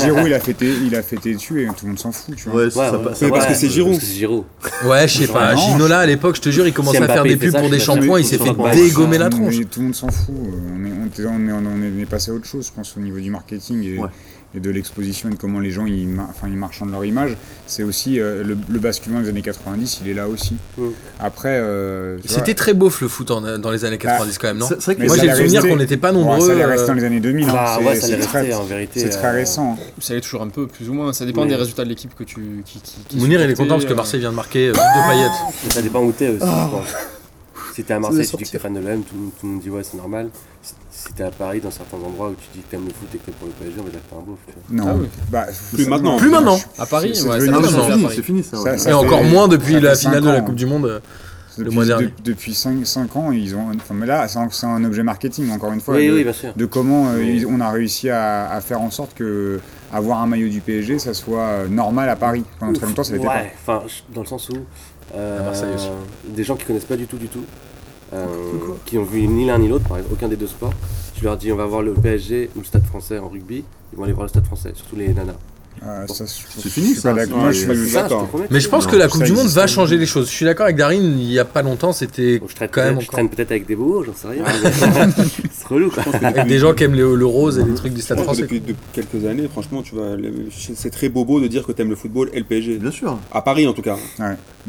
G: Giroud, il a fêté, il a fêté dessus et tout le monde s'en fout, tu vois.
B: Ouais, ça,
F: ouais,
B: pa-
F: ouais,
B: ça
F: ouais,
C: parce que
B: passe.
C: c'est Giroud.
F: parce que c'est Giroud.
A: Ouais, je sais pas.
G: Vraiment.
A: Ginola, à l'époque, je te jure, il commençait à
F: Mbappé
A: faire des
F: fait
A: pubs
F: ça,
A: pour
F: je
A: des
F: suis
A: shampoings, il s'est
F: sûr
A: fait
F: que Mbappé
A: dégommer
F: fait
A: la
G: Tout le monde-
A: tronche.
G: Tout le monde s'en fout. euh, On est, on, était- on est, on est- on est passé à autre chose, je pense, au niveau du marketing et,
B: Ouais.
G: et de l'exposition et de comment les gens ils, mar- enfin, ils marchandent leur image. C'est aussi euh, le, le basculement des années 90, il est là aussi.
F: Ouais.
G: Après, euh, tu vois,
A: C'était très beauf le foot en- dans les années
G: Bah,
A: 90 quand même, non
B: C'est c'est vrai
G: Mais
A: Moi,
G: ça
A: j'ai le
G: allait
A: souvenir
G: rester.
A: qu'on n'était pas
G: ouais,
A: nombreux.
G: ça allait
A: euh,
G: rester dans les années 2000. hein.
F: Bah
G: C'est-
F: ouais, ça
G: c'est
F: allait
G: très-
F: rester en vérité.
G: C'est très
F: euh,
G: récent. hein.
D: Ça l'est toujours un peu, plus ou moins. Ça dépend
F: Mais-
D: des résultats de l'équipe que tu. Qui, qui- qui
A: Mounir, il est
D: supportait,
A: content parce que
D: euh,
A: Marseille vient de marquer euh, deux paillettes.
F: Mais Ah ça dépend où t'es aussi, je pense.
D: Ah.
F: Si t'es à
H: devait
F: Marseille, tu dis
H: sortir.
F: que t'es fan de l'OM, tout, le monde- tout le monde dit ouais, c'est normal. Si- Si t'es à Paris, dans certains endroits où tu dis que t'aimes le foot et que t'es pour le PSG, on va dire que t'es un beauf. tu vois.
G: Non.
D: Ah oui.
G: Bah,
C: Plus
G: ça-
C: maintenant.
G: non,
A: Plus maintenant.
G: je-
D: À Paris,
G: c'est
D: ouais,
G: devenu-
D: ça
B: Non,
D: l'a
B: mais
D: changé à
B: c'est fini,
D: Paris.
B: c'est fini ça.
G: Ça-
B: ouais.
G: ça-
A: Et encore
G: fait-
A: moins depuis
G: ça
A: la
G: fait cinq
A: finale de la
G: ans,
A: Coupe
G: hein.
A: du Monde.
G: depuis,
A: mois
G: de-
A: dernier.
G: depuis 5, ans, ils ont. Enfin, mais là, c'est un, c'est un objet marketing, encore une fois.
F: oui,
G: de-
F: oui, bien sûr.
G: de comment euh,
F: Mais-
G: ils- on a réussi à, à faire en sorte que avoir un maillot du PSG ça soit euh, normal à Paris. Pendant très longtemps, ça l'était
F: Ouais, enfin, je- dans le sens où. euh,
A: À Marseille aussi.
F: Des gens qui connaissent pas du tout, du tout, euh, qui ont vu ni l'un ni l'autre, par exemple, aucun des deux sports, tu leur dis on va voir le PSG ou le Stade français en rugby, ils vont aller voir le Stade français, surtout les nanas.
G: Euh, ça, je-
B: C'est fini,
G: je suis pas
B: ça,
G: d'accord.
B: c'est-
G: Moi, je suis pas
B: c'est
G: du tout
F: Ça, je te
G: d'accord.
F: promets
A: Mais je pense
B: Non,
A: que la
G: ça
A: Coupe du Monde
G: existe.
A: va changer les choses. Je suis d'accord avec Darin, il n'y a pas longtemps, c'était
F: Bon, je traîne
A: quand
F: peut-être-
A: même
F: je
A: encore-
F: traîne peut-être avec des beaux, j'en sais rien.
A: (laughs)
F: mais- c'est relou quoi.
A: avec des gens qui aiment le, le rose et les trucs du
C: Je
A: stade
C: pense que
A: français.
C: depuis de- quelques années, franchement, tu vas, le- c'est très bobo de dire que t'aimes le football et le PSG.
B: Bien sûr.
C: À Paris, en tout cas.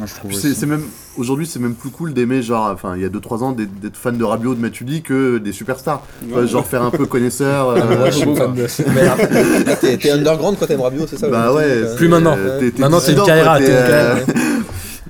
G: Moi, je trouve
B: Puis
G: aussi.
B: C'est c'est même aujourd'hui c'est même plus cool d'aimer genre enfin il y a 2-3 ans d'être d'être fan de Rabiot de Matuidi que des superstars Enfin, genre faire un peu connaisseur euh,
A: Moi, je suis fan
B: (laughs)
A: de- Merde.
H: Ah, T'es t'es underground quand t'aimes Rabiot, c'est ça le
B: bah
H: truc,
B: ouais
H: euh,
A: Plus maintenant.
H: euh,
B: t'es- t'es
A: Maintenant, c'est une
B: dissident,
A: carrière
B: quoi,
A: à
B: t'es,
A: ton
B: (laughs) euh,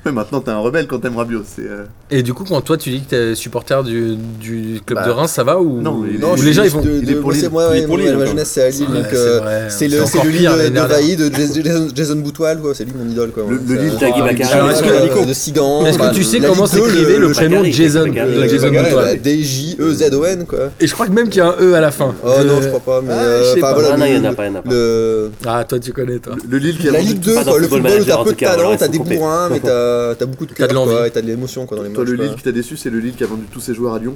B: ouais, maintenant t'es un rebelle quand t'aimes Rabiot c'est euh,
A: Et du coup, quand toi tu dis que t'es supporter du, du club
B: Bah,
A: de Reims, ça va ou,
B: non, mais-
A: ou
H: Non, je
A: les
H: suis
A: gens ils
H: juste
A: vont.
H: de-
B: il
H: de-
B: est pour
H: moi,
B: Lille.
H: c'est- moi,
C: Il est
H: ouais,
C: pour
H: moi,
C: Lille,
H: ma
C: encore.
H: jeunesse c'est à Lille,
A: Ouais,
H: donc
A: c'est
H: euh,
A: vrai.
H: c'est le, c'est
A: encore
H: le
A: pire
H: Lille
A: l'année
H: de
A: dernière.
H: Vailly, de Jason- Jason- Jason Boutwal, quoi, c'est lui mon idole, quoi. euh,
B: Le- le
H: Ça-
B: Lille-
F: Jackie Baccarat.
H: Alors, est-ce que-
A: Nico,
H: de Sigan,
A: Est-ce que
H: bah,
A: tu sais
H: la
A: comment
H: Ligue 2,
A: s'écrivait
H: le-
A: le prénom de
F: Baccarat,
A: Jason
F: Baccarat.
A: de Jason
H: Baccarat,
A: Antoine
H: bah, D-J-E-Z-O-N, quoi.
A: Et je crois que même qu'il y a un E à la fin.
H: Oh non,
A: Euh,
H: je crois pas, mais.
A: ah,
H: euh,
A: je sais
H: enfin,
A: pas.
H: voilà,
F: non, non, il y en a
H: le-
F: pas, il y en a pas.
H: le-
A: Ah, toi tu connais toi.
B: le Lille qui a
H: La
B: vendu-
H: Ligue 2,
F: pas dans
H: quoi, le
F: Football
H: football où
F: Manager,
H: t'as
F: en
H: peu
F: tout
H: de
F: cas,
H: talent,
F: voilà,
H: t'as
F: ils
H: des
F: sont complets.
H: bourrins, mais t'as t'as beaucoup de
A: T'as de
H: cœur, quoi,
A: l'envie.
H: et t'as de l'émotion, quoi, dans les
B: toi le
H: matchs,
B: Lille
H: quoi.
B: qui t'a déçu c'est le Lille qui a vendu tous ses joueurs à Lyon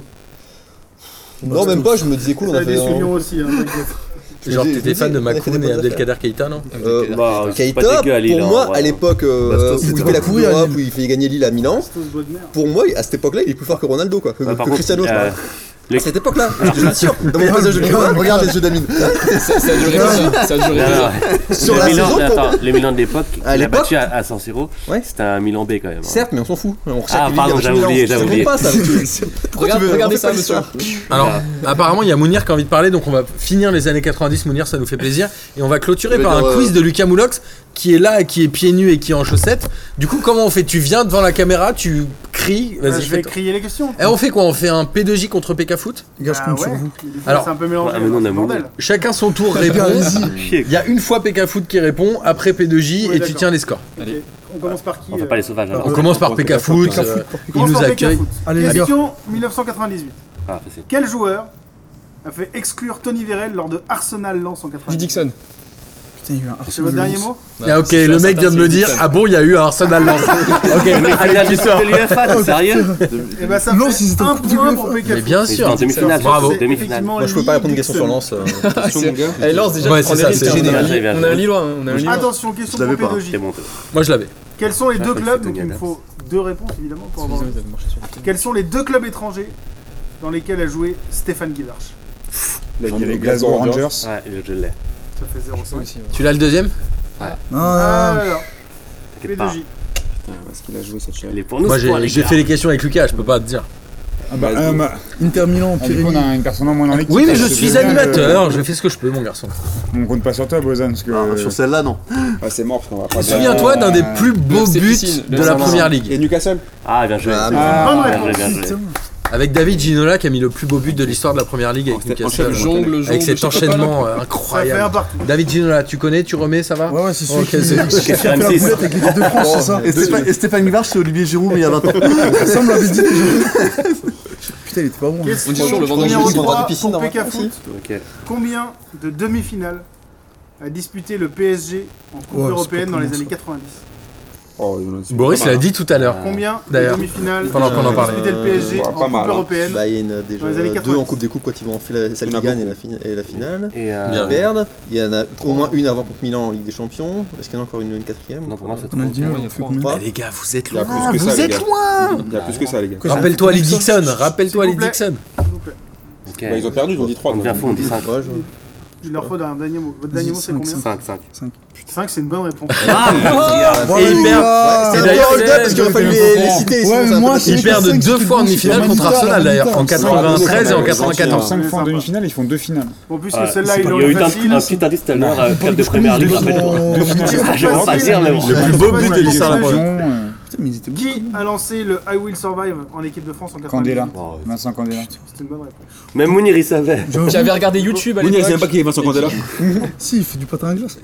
H: Non, même pas, je me disais cool, on a
I: Ça
H: fait.
I: des
H: un-
I: souillons aussi. hein, t'inquiète.
A: Genre
H: Je me dis-
A: t'étais
H: je
A: fan
H: me
A: de
H: dis, on a fait (laughs) des
A: Macron et
H: bonnes
A: Abdelkader Keita, non
H: Euh,
F: Bah, c'est
H: Keita,
F: pas dégueu à Lille,
H: pour
F: hein, en
H: moi,
F: vrai,
H: à
F: hein.
H: l'époque, euh,
B: Bastos,
H: où il
B: c'était
H: fait la
B: un
H: Coupe
B: fou,
H: d'Europe, où il fait gagner Lille à Milan,
I: C'est une bonne merde.
H: pour moi, à cette époque-là, il est plus fort que Ronaldo, quoi. Que,
F: Ouais, par
H: que
F: contre,
H: Cristiano, je
F: euh,
H: parle. À cette époque-là, je
F: (laughs)
H: suis sûr. Dans mon passage de
E: mais
H: Ligue 1,
E: non,
H: regarde les yeux d'Amine.
D: Ça a duré deux heures, ça a duré
F: Non,
D: deux
F: non,
D: heures.
H: (laughs) Sur
F: le
H: la
F: Milan,
H: saison,
F: mais
H: pour-
F: attends, le Milan de l'époque, il
H: À
F: a
H: l'époque-
F: battu à, à San Siro,
H: Ouais.
F: c'était un Milan B quand même. hein.
H: Certes, mais on s'en fout. On recherche
F: Ah,
H: les
F: pardon,
H: leaders
F: j'avais
H: du Milan,
F: oublié,
H: ça
F: j'avais
H: compte
F: oublié. (laughs)
H: pas, ça. Regarde- tu veux-
D: regardez
H: on
D: ça,
H: fait pas
D: monsieur.
H: l'histoire.
A: Alors, apparemment, il y a Mounir qui a envie de parler, donc on va finir les années 90. Mounir, ça nous fait plaisir. Et on va clôturer
B: Je vais
A: par
B: dire,
A: un
B: euh,
A: quiz de Lucas Moulox qui est là, et qui est pieds nus et qui est en chaussettes. Du coup, comment on fait Tu viens devant la caméra, tu cries.
I: Ah,
A: Vas-y,
I: je vais
A: fais.
I: crier les questions.
A: Eh, on fait quoi On fait un P2J contre PK Foot
E: Les gars, je
I: Ah
E: compte sur
I: ouais.
E: vous.
I: Des fois,
A: Alors-
I: c'est un peu mélangé. hein,
F: Ah, mais non, on a
I: c'est bordel.
A: Chacun son tour
E: Les gars,
A: répond.
E: allez-y.
F: Chier,
A: Il y a une fois PK Foot qui répond, après P2J,
I: Ouais,
A: et tu
I: d'accord.
A: tiens les scores.
D: Allez.
I: Ok, On commence par qui euh,
F: On fait pas les sauvages. hein. alors.
A: On commence par PK Foot.
E: PK Foot.
A: euh,
I: On
A: Il
I: commence
A: nous
I: par
A: accueille.
I: Becafoot.
E: Allez, les gars.
I: Question 1998.
F: Ah, facile.
I: Quel joueur a fait exclure Tony Vérel lors de Arsenal Lens en 98
D: Du Dixon.
E: Putain, il y a eu un
I: C'est votre
E: harcèlement.
I: dernier mot
A: Ah, ok, le mec vient de me dire Ah bon, il y a eu un
F: (laughs)
A: Arsenal Lens. ok, allez,
F: Finale du Coupe de l'UEFA, t'es
A: (laughs)
F: sérieux
I: Eh ben, ça
E: Lens,
I: fait
E: ils étaient
I: un
E: en Coupe du
I: point
E: Monde.
I: pour Becafoot.
A: Mais bien
F: C'est en
A: sûr.
F: demi-finale.
A: Bravo.
I: C'est
H: (laughs)
F: Demi-finale.
I: effectivement
H: Moi, je peux pas répondre
I: Lille,
H: à une question sur
I: Dixon.
H: Lance. euh.
D: Allez, lance déjà,
A: Ouais,
D: prends
A: c'est
D: des
A: ça,
D: risques,
A: c'est
D: hein, on a un Lille-
F: génial.
D: On a un Lillois, hein, on a un Lillois.
I: Attention, question
B: Je
I: pour
B: l'avais pas.
I: P2J.
F: C'est bon, t'es bon.
A: Moi, je l'avais.
I: Quels sont les
F: Ah, je
I: deux clubs
F: crois
I: Donc
F: que
I: il me
F: c'était
I: faut deux réponses évidemment pour avoir.
D: Ils avaient marché sur le pied.
I: Quels sont les deux clubs étrangers dans lesquels a joué Stéphane Guidarch
C: La-
G: Il y avait
C: les
G: Glasgow Rangers.
F: Ouais, je- je l'ai.
I: Ça fait 0,5.
D: Aussi, ouais.
A: Tu l'as le deuxième
E: Ah,
I: Alors,
F: T'inquiète pas.
I: P2J.
C: Est-ce qu'il a joué cette chaîne
F: Elle est pour nous,
A: Moi,
F: ce point, les
A: j'ai j'ai
F: gars.
A: fait les questions avec Lucas, je peux pas te dire.
G: Ah bah,
C: Glasgow.
G: euh, bah,
E: Inter Milan,
G: ah, du coup, on
E: Pyrénées.
G: a une personne en moins dans l'équipe.
A: Oui, mais
G: Ça,
A: je
G: c'est
A: suis
G: bien,
A: animateur, je fais ce que je peux, mon garçon.
G: euh, On compte pas sur toi, Bozan, parce que.
B: Ah, sur celle-là euh, non
C: Ah, c'est mort parce qu'on va pas.
A: Souviens-toi d'un des
G: Euh,
A: plus beaux
D: FC
A: buts
D: Piscine,
A: de
D: le
A: la
D: Saint-Laurent.
A: première ligue.
C: Et Newcastle
F: Ah, bien joué.
H: Ah,
F: c'est
H: mais-
F: bon.
I: Bonne
F: Bien joué,
I: réponse.
F: bien joué.
E: Putain.
A: Avec David Ginola qui a mis le plus beau but de l'histoire de la première ligue avec
C: En tête- en
A: Newcastle.
C: tête-
D: Jongle, jongle.
A: Avec
D: je sais
A: cet
D: pas, là.
A: enchaînement euh,
I: Ça fait un
A: incroyable.
I: partout.
A: David Ginola, tu connais, tu remets, ça va
E: Ouais, ouais, c'est celui
A: (laughs) Ok,
E: qui
A: c'est-
E: qui a fait la
F: M6.
E: boulette avec l'équipe de France, c'est ça
B: et Stéphane, et Stéphane Guivarch, c'est Olivier Giroud mais il y a 20 ans
H: euh.
E: Ça, on me l'avait dit déjà. Putain, il était pas bon. lui.
I: Question
D: dit toujours le vendredi,
I: numéro
H: ils vont voir
I: trois
H: des piscines,
I: pour
H: normalement,
I: Becafoot.
F: Ok.
I: Combien de demi-finales a disputé le PSG en Coupe
E: Ouais, c'est
I: européenne
E: pas
I: dans les
E: comment,
I: années
E: ça.
I: 90
C: Oh, il y en a- c'est
A: Boris
C: pas mal,
A: l'a dit tout à l'heure.
I: Combien de
A: D'ailleurs,
I: demi-finales
A: pendant qu'on en
I: a
A: parle.
I: disputé le PSG
C: Euh,
I: en
C: pas mal,
I: Coupe
C: hein.
I: européenne
H: Bayern, euh, déjà
I: Dans les années
H: deux
I: 90.
H: en Coupe des Coupes quand ils vont fait la, celle
C: Il y en
H: qui
C: a
H: gagne et la, fin- et la finale.
F: Et euh,
A: Bien.
H: Berne, il y en a au moins une avant contre Milan en Ligue des Champions. Est-ce qu'il y en a encore une, une quatrième
F: Non, pour moi, c'est trop.
E: On a le dit,
D: il y
E: on
D: a
E: fait
D: trois.
E: combien
A: Eh, les gars, vous êtes
C: Il y a
A: loin.
C: plus que
A: vous
C: ça, les
A: êtes
C: gars.
A: loin.
C: Il y a plus que ça, les gars.
A: Rappelle-toi les Dixon, rappelle-toi
I: S'il
A: les
I: vous plaît.
A: Dixon.
I: S'il vous plaît.
F: Ok.
C: Bah, ils ont perdu, ils ont dit 3.
F: On devient fou, on dit 5.
H: Ouais,
C: (laughs)
H: je-
I: Il leur faut un dernier mot. Votre dernier mot, c'est
E: Cinq,
I: combien
E: cinq. Ah,
F: 5, 5.
I: 5, c'est une bonne réponse.
E: Voilà,
A: Et Berne-
E: les gars.
H: C'est
A: Et
H: d'ailleurs
A: d'ailleurs,
H: le gars, parce qu'il aurait fallu les, les citer.
E: Ouais,
H: sinon
E: mais
H: c'est un
E: moi,
H: peu
E: c'est-
A: Ils
E: Cinq,
A: perdent
E: cinq,
A: deux
E: cinq,
A: fois en
E: cinq,
A: demi-finale
E: cinq,
A: contre
E: cinq,
A: Arsenal
E: cinq,
A: d'ailleurs,
E: cinq,
A: en
E: cinq,
A: 93 et en
C: cinq,
G: Sur
A: 94.
I: cinq.
G: 5 fois en
I: sympa.
G: demi-finale, ils font deux finales.
I: En plus
F: Ah,
I: que celle-là, ils
F: Il y a
I: l'ont
F: eu un
I: facile.
F: un petit indice tout à l'heure, euh, club de
E: Ils
F: première ligue,
E: sont-
F: rappelle-toi. Ah, j'ai
I: Ils
F: pas
I: sont-
F: à dire, mais bon.
I: Ils sont-
A: plus beau but de
I: Ils sont-
A: l'histoire, la
I: Ils sont-
A: première.
G: Champion, euh,
E: Putain, mais ils étaient bons.
I: Qui a lancé le I Will Survive en équipe de France en 98
G: Candela.
F: Wow.
G: Vincent Candela.
I: C'est une bonne réponse.
F: Même Mounir, il savait.
D: Qui avait regardé YouTube à
C: Oui,
D: l'époque.
C: ils savent pas qui est Vincent Candela.
E: (laughs) Si, il fait du patin à glace.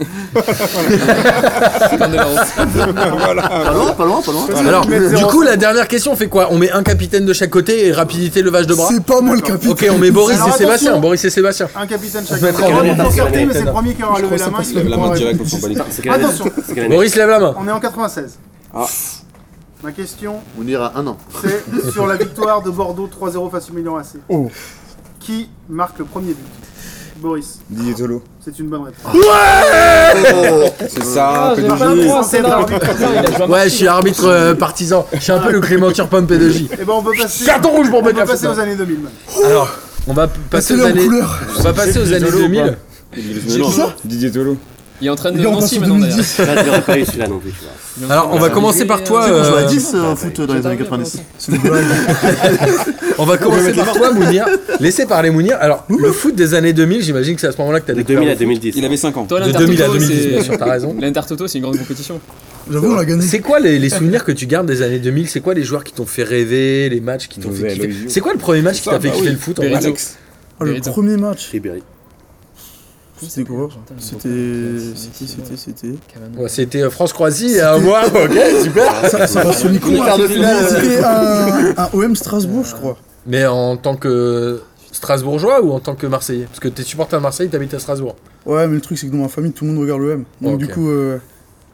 B: pas loin pas loin pas loin
A: Alors, du coup, la dernière question, on fait quoi On met un capitaine de chaque côté et rapidité, levage de bras
E: C'est pas moi le capitaine.
A: Ok, on met Boris
I: Alors,
A: et
I: attention.
A: Sébastien. Boris et Sébastien.
I: Un capitaine
A: On
I: chacun.
A: se mettra en
I: On
F: relais,
I: est
F: parce
I: sorti,
F: qu'il y en a
I: mais c'est le
F: une.
I: premier qui aura levé la main.
C: Lève la main direct, on s'en bat
I: (laughs)
C: les couilles.
F: C'est quelle année
I: euh,
C: (laughs)
I: Attention,
F: C'est quelle année
A: Boris, lève la main.
I: on est en 96.
C: Ah.
I: Ma question,
B: on ira un an
I: c'est sur (laughs)
E: Oh.
I: la victoire de Bordeaux 3-0 face au Milan AC. Qui marque le premier but Boris,
G: Didier Tolo.
I: c'est une bonne réponse.
C: C'est ça,
I: Ah, j'ai pas
C: P2J.
I: le droit, c'est là.
A: (laughs) Ouais, je suis arbitre euh, partisan. Je suis un peu le Clément Turpin de P2J.
I: Et ben on peut passer,
A: Carton rouge pour
I: on peut
A: Beckham.
I: passer aux années 2000. maintenant.
A: Alors, on va p- passer aux
E: Passez-le en
A: années,
E: couleur.
A: on va passer aux années 2000.
C: Non,
E: ça
G: Didier Tolo.
D: Il est en train de
E: Il est en
D: Nancy
E: passe en
D: maintenant d'ailleurs.
E: 2010.
F: Là, j'aurais pas eu celui-là non plus, tu vois.
D: Il est en
A: Alors,
D: train de
A: on va
D: Nancy,
A: commencer par
D: euh,
A: toi,
B: On jouait à
A: euh,
B: 10 euh, en foot dans les années 90.
A: On va commencer par toi, Mounir. Laissez parler Mounir. Alors, le foot des années 2000, j'imagine que c'est à ce moment-là que t'as
F: De
A: découvert
F: 2000 à
A: le foot.
F: 2010.
C: Il avait 5 ans.
D: Toi,
A: De 2000 à
D: l'Intertoto,
A: 2010,
D: c'est-
A: bien sûr, t'as raison.
D: L'Intertoto, c'est une grande compétition.
E: J'avoue, on l'a gagné.
A: C'est quoi les, les souvenirs que tu gardes des années 2000 C'est quoi les joueurs qui t'ont fait rêver, les matchs qui t'ont
G: José
A: fait kiffer
G: Aloisio.
A: C'est quoi le premier match qui
C: Ça,
A: t'a fait
C: bah
A: kiffer
C: oui.
A: le foot en
D: Perito.
A: vrai
C: Alex.
E: Ah, le
D: Mérito.
E: premier match.
F: Ribéry.
E: C'était quoi C'était. C'était, c'était, c'était.
A: Ouais, C'était euh, France-Croatie il y a un mois, ok, super.
E: (laughs) Ça, ça va sur micro. hein.
B: Quart de finale.
E: C'était un, un OM Strasbourg, je crois.
A: euh. Mais en tant que Strasbourgeois ou en tant que Marseillais Parce que t'es supporter de Marseille, t'habites à Strasbourg.
E: Ouais, mais le truc, c'est que dans ma famille, tout le monde regarde l'OM. Donc,
A: Ok.
E: du coup, euh,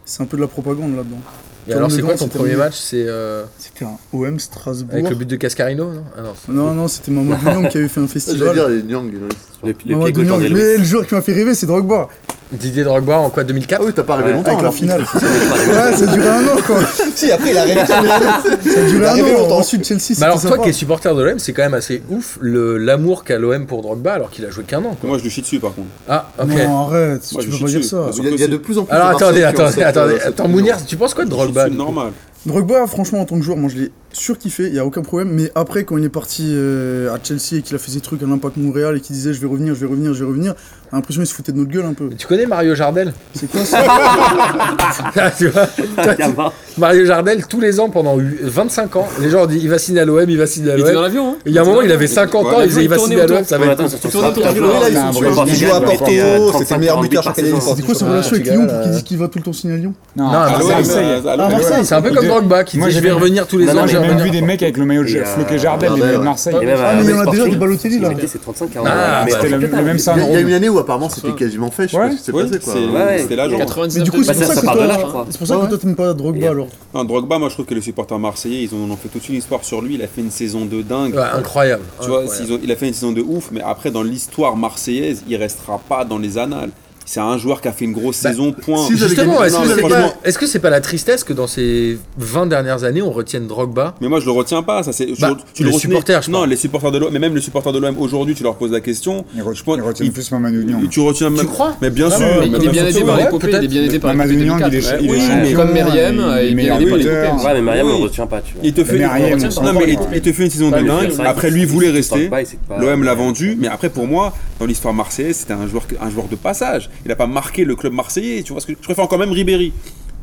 E: c'est un peu de la propagande là-dedans.
A: Et alors, c'est quoi
E: Tourne
A: ton
E: dedans, c'est
A: premier
E: terminé.
A: match C'est euh,
E: C'était un OM Strasbourg.
A: avec le but de Cascarino non Ah non, c'est-
E: Non, non,
A: (laughs)
E: c'était Mamadou Niang qui
B: (laughs)
E: avait fait un
B: Ah, J'allais
E: festival.
B: dire les Nyang. les Nyang.
F: Le, le pied
E: Mamadou
F: gauche
E: Niang.
F: d'André Louis.
E: Mais le joueur qui m'a fait rêver,
B: (laughs)
E: c'est Drogba.
A: Didier Drogba en quoi 2004
B: Ah oui, t'as pas rêvé
F: Ouais,
B: longtemps
E: Avec la
B: alors. (laughs)
E: finale.
B: Ah,
E: ouais, ça a duré un an, quoi.
H: Si, après, il a arrêté.
E: Ça a duré
H: Il a
E: un
H: rêvé
E: an. hein.
H: longtemps.
E: Ensuite, Chelsea,
A: Mais
E: c'était
A: alors, toi
E: sympa.
A: qui es supporter de l'OM, c'est quand même assez ouf le- l'amour qu'a l'OM pour Drogba alors qu'il a joué qu'un an. quoi.
C: Moi, je lui chie dessus, par contre.
A: Ah, ok.
E: Non,
C: Moi,
E: arrête, tu
C: je
E: peux
C: suis
E: pas dire
C: dessus.
E: ça.
B: Il y a- il y a de plus en plus.
A: Alors
B: de
A: attendez,
B: Marseillais qui ont
A: attendez,
B: cette,
A: attendez.
B: euh, cette
A: Attends,
B: opinion.
A: Mounir, tu penses quoi de Drogba
C: C'est
A: du coup
C: normal.
E: Drogba, franchement, en tant que joueur, moi je l'ai surkiffé, il n'y a aucun problème. Mais après, quand il est parti euh, à Chelsea et qu'il a fait ses trucs à l'impact Montréal et qu'il disait je vais revenir, je vais revenir, je vais revenir, on a l'impression qu'il se foutait de notre gueule un peu.
A: Mais Tu connais Mario Jardel
E: C'est quoi ça
G: (laughs)
A: Ah, (laughs) Tu vois Toi, tu-
F: Gamin.
A: Mario Jardel, tous les ans pendant 25 ans, les gens ont dit il va signer à l'OM, il va signer à
D: Il était dans
A: l'OM.
D: l'avion, hein
A: Il y a un moment, il avait 50 ans,
C: Ouais,
A: il disait il va
D: il
A: signer à
D: tournait
A: l'OM, ça
F: Ouais,
A: va être.
F: attends, ça se trouve
D: Sur
F: pas.
D: le tour du
F: Là,
D: monde,
F: ils
H: là,
F: sont
H: ils
F: sur le
H: sont-
F: bord
H: ils
F: du
H: jouent à
F: gap, il était, euh,
H: Porto, c'était le meilleur
F: 35,
H: buteur chaque année de
F: 40,
H: France.
E: C'est quoi son relation avec Lyon pour qu'il dise qu'il va tout le temps signer à Lyon
G: Non,
A: à
G: à
A: Marseille.
G: Marseille.
C: à
E: Ah,
A: Ouais,
E: Marseille.
A: C'est un peu comme
G: Deux-
A: Drogba qui
G: Moi,
A: dit je
G: j'ai
A: vais
G: même-
A: revenir tous les
F: Non,
A: ans,
F: non,
A: je
G: J'ai
A: vais
G: même vu
A: revenir.
G: des mecs avec le maillot
F: Et,
G: de
F: euh,
G: Floquet Jardel, les
B: Jardel,
G: mecs de
B: ouais.
G: Marseille.
F: Et même
E: Ah,
F: à
E: mais il y en a
F: Sporting,
E: déjà des Balotelli là.
F: C'était, c'est 35
A: Ah,
F: mais
A: bah,
G: C'était le, le même
B: Il y a- il y a une
G: syndrome.
B: année où apparemment c'était quasiment fait, je sais
G: Ouais.
B: pas ce qui s'est
C: Oui,
B: passé quoi.
C: c'est-
B: Ouais.
F: Ouais,
C: C'était là, genre.
D: 99
E: Mais du coup, c'est
F: Bah,
E: pour
F: ça,
E: ça que
F: part de là, je
E: toi,
F: crois.
E: c'est pour ça que toi t'aimes pas Drogba alors.
C: Non, Drogba, moi je trouve que les supporters marseillais, ils en ont fait toute une histoire sur lui. Il a fait une saison de dingue.
A: Ouais, Incroyable.
C: Tu vois,
A: Incroyable.
C: s'ils ont- il a fait une saison de ouf, mais après, dans l'histoire marseillaise, il restera pas dans les annales. C'est un joueur qui a fait une grosse
A: Bah,
C: saison, point.
B: si j'avais
A: Justement,
B: gagné-
A: est-ce que
C: Non,
A: c'est
C: mais
A: pas,
C: franchement-
A: est-ce que c'est pas la tristesse que dans ces 20 dernières années, on retienne Drogba
C: Mais moi, je le retiens pas. Ça, c'est. je-
A: Bah, les
C: retenais-
A: supporters, je
C: Non,
A: parle.
C: les supporters de l'OM, mais même les supporters de l'OM aujourd'hui, tu leur poses la question.
G: Ils re-
C: Je pense-
G: ils retiennent
C: il-
G: plus Mamadou Niang.
C: Tu retiens même.
A: Tu crois
C: Mais bien
A: Ah,
C: sûr.
A: ouais,
C: mais
D: Il est
C: bien
D: bien
C: sûr.
D: aidé par
A: ouais,
D: l'épopée, il est bien aidé par
G: Mamadou
D: l'épopée
G: Niang, il
D: 2004.
G: est, il
C: Ouais,
G: est
C: oui,
G: champion.
D: comme Meriem, il est
G: il est
D: bien
G: meilleur
D: aidé par
G: buteur.
D: l'épopée.
F: Ouais, mais Mariam, on
C: Oui.
F: le retient pas, tu vois.
C: Il te fait,
G: Mais Meriem, on
C: non, mais il,
G: s'entend,
C: il te fait une saison
F: Ouais,
C: de
F: mais
C: dingue.
F: c'est vrai
C: Après,
F: que
C: lui
F: si
C: voulait
F: tu sortes
C: rester.
F: pas, c'est que pas-
C: L'OM l'a vendu, mais après pour moi, dans l'histoire marseillaise, c'était un joueur, que- un joueur de passage. Il n'a pas marqué le club marseillais. Tu vois, ce que je préfère quand même Ribéry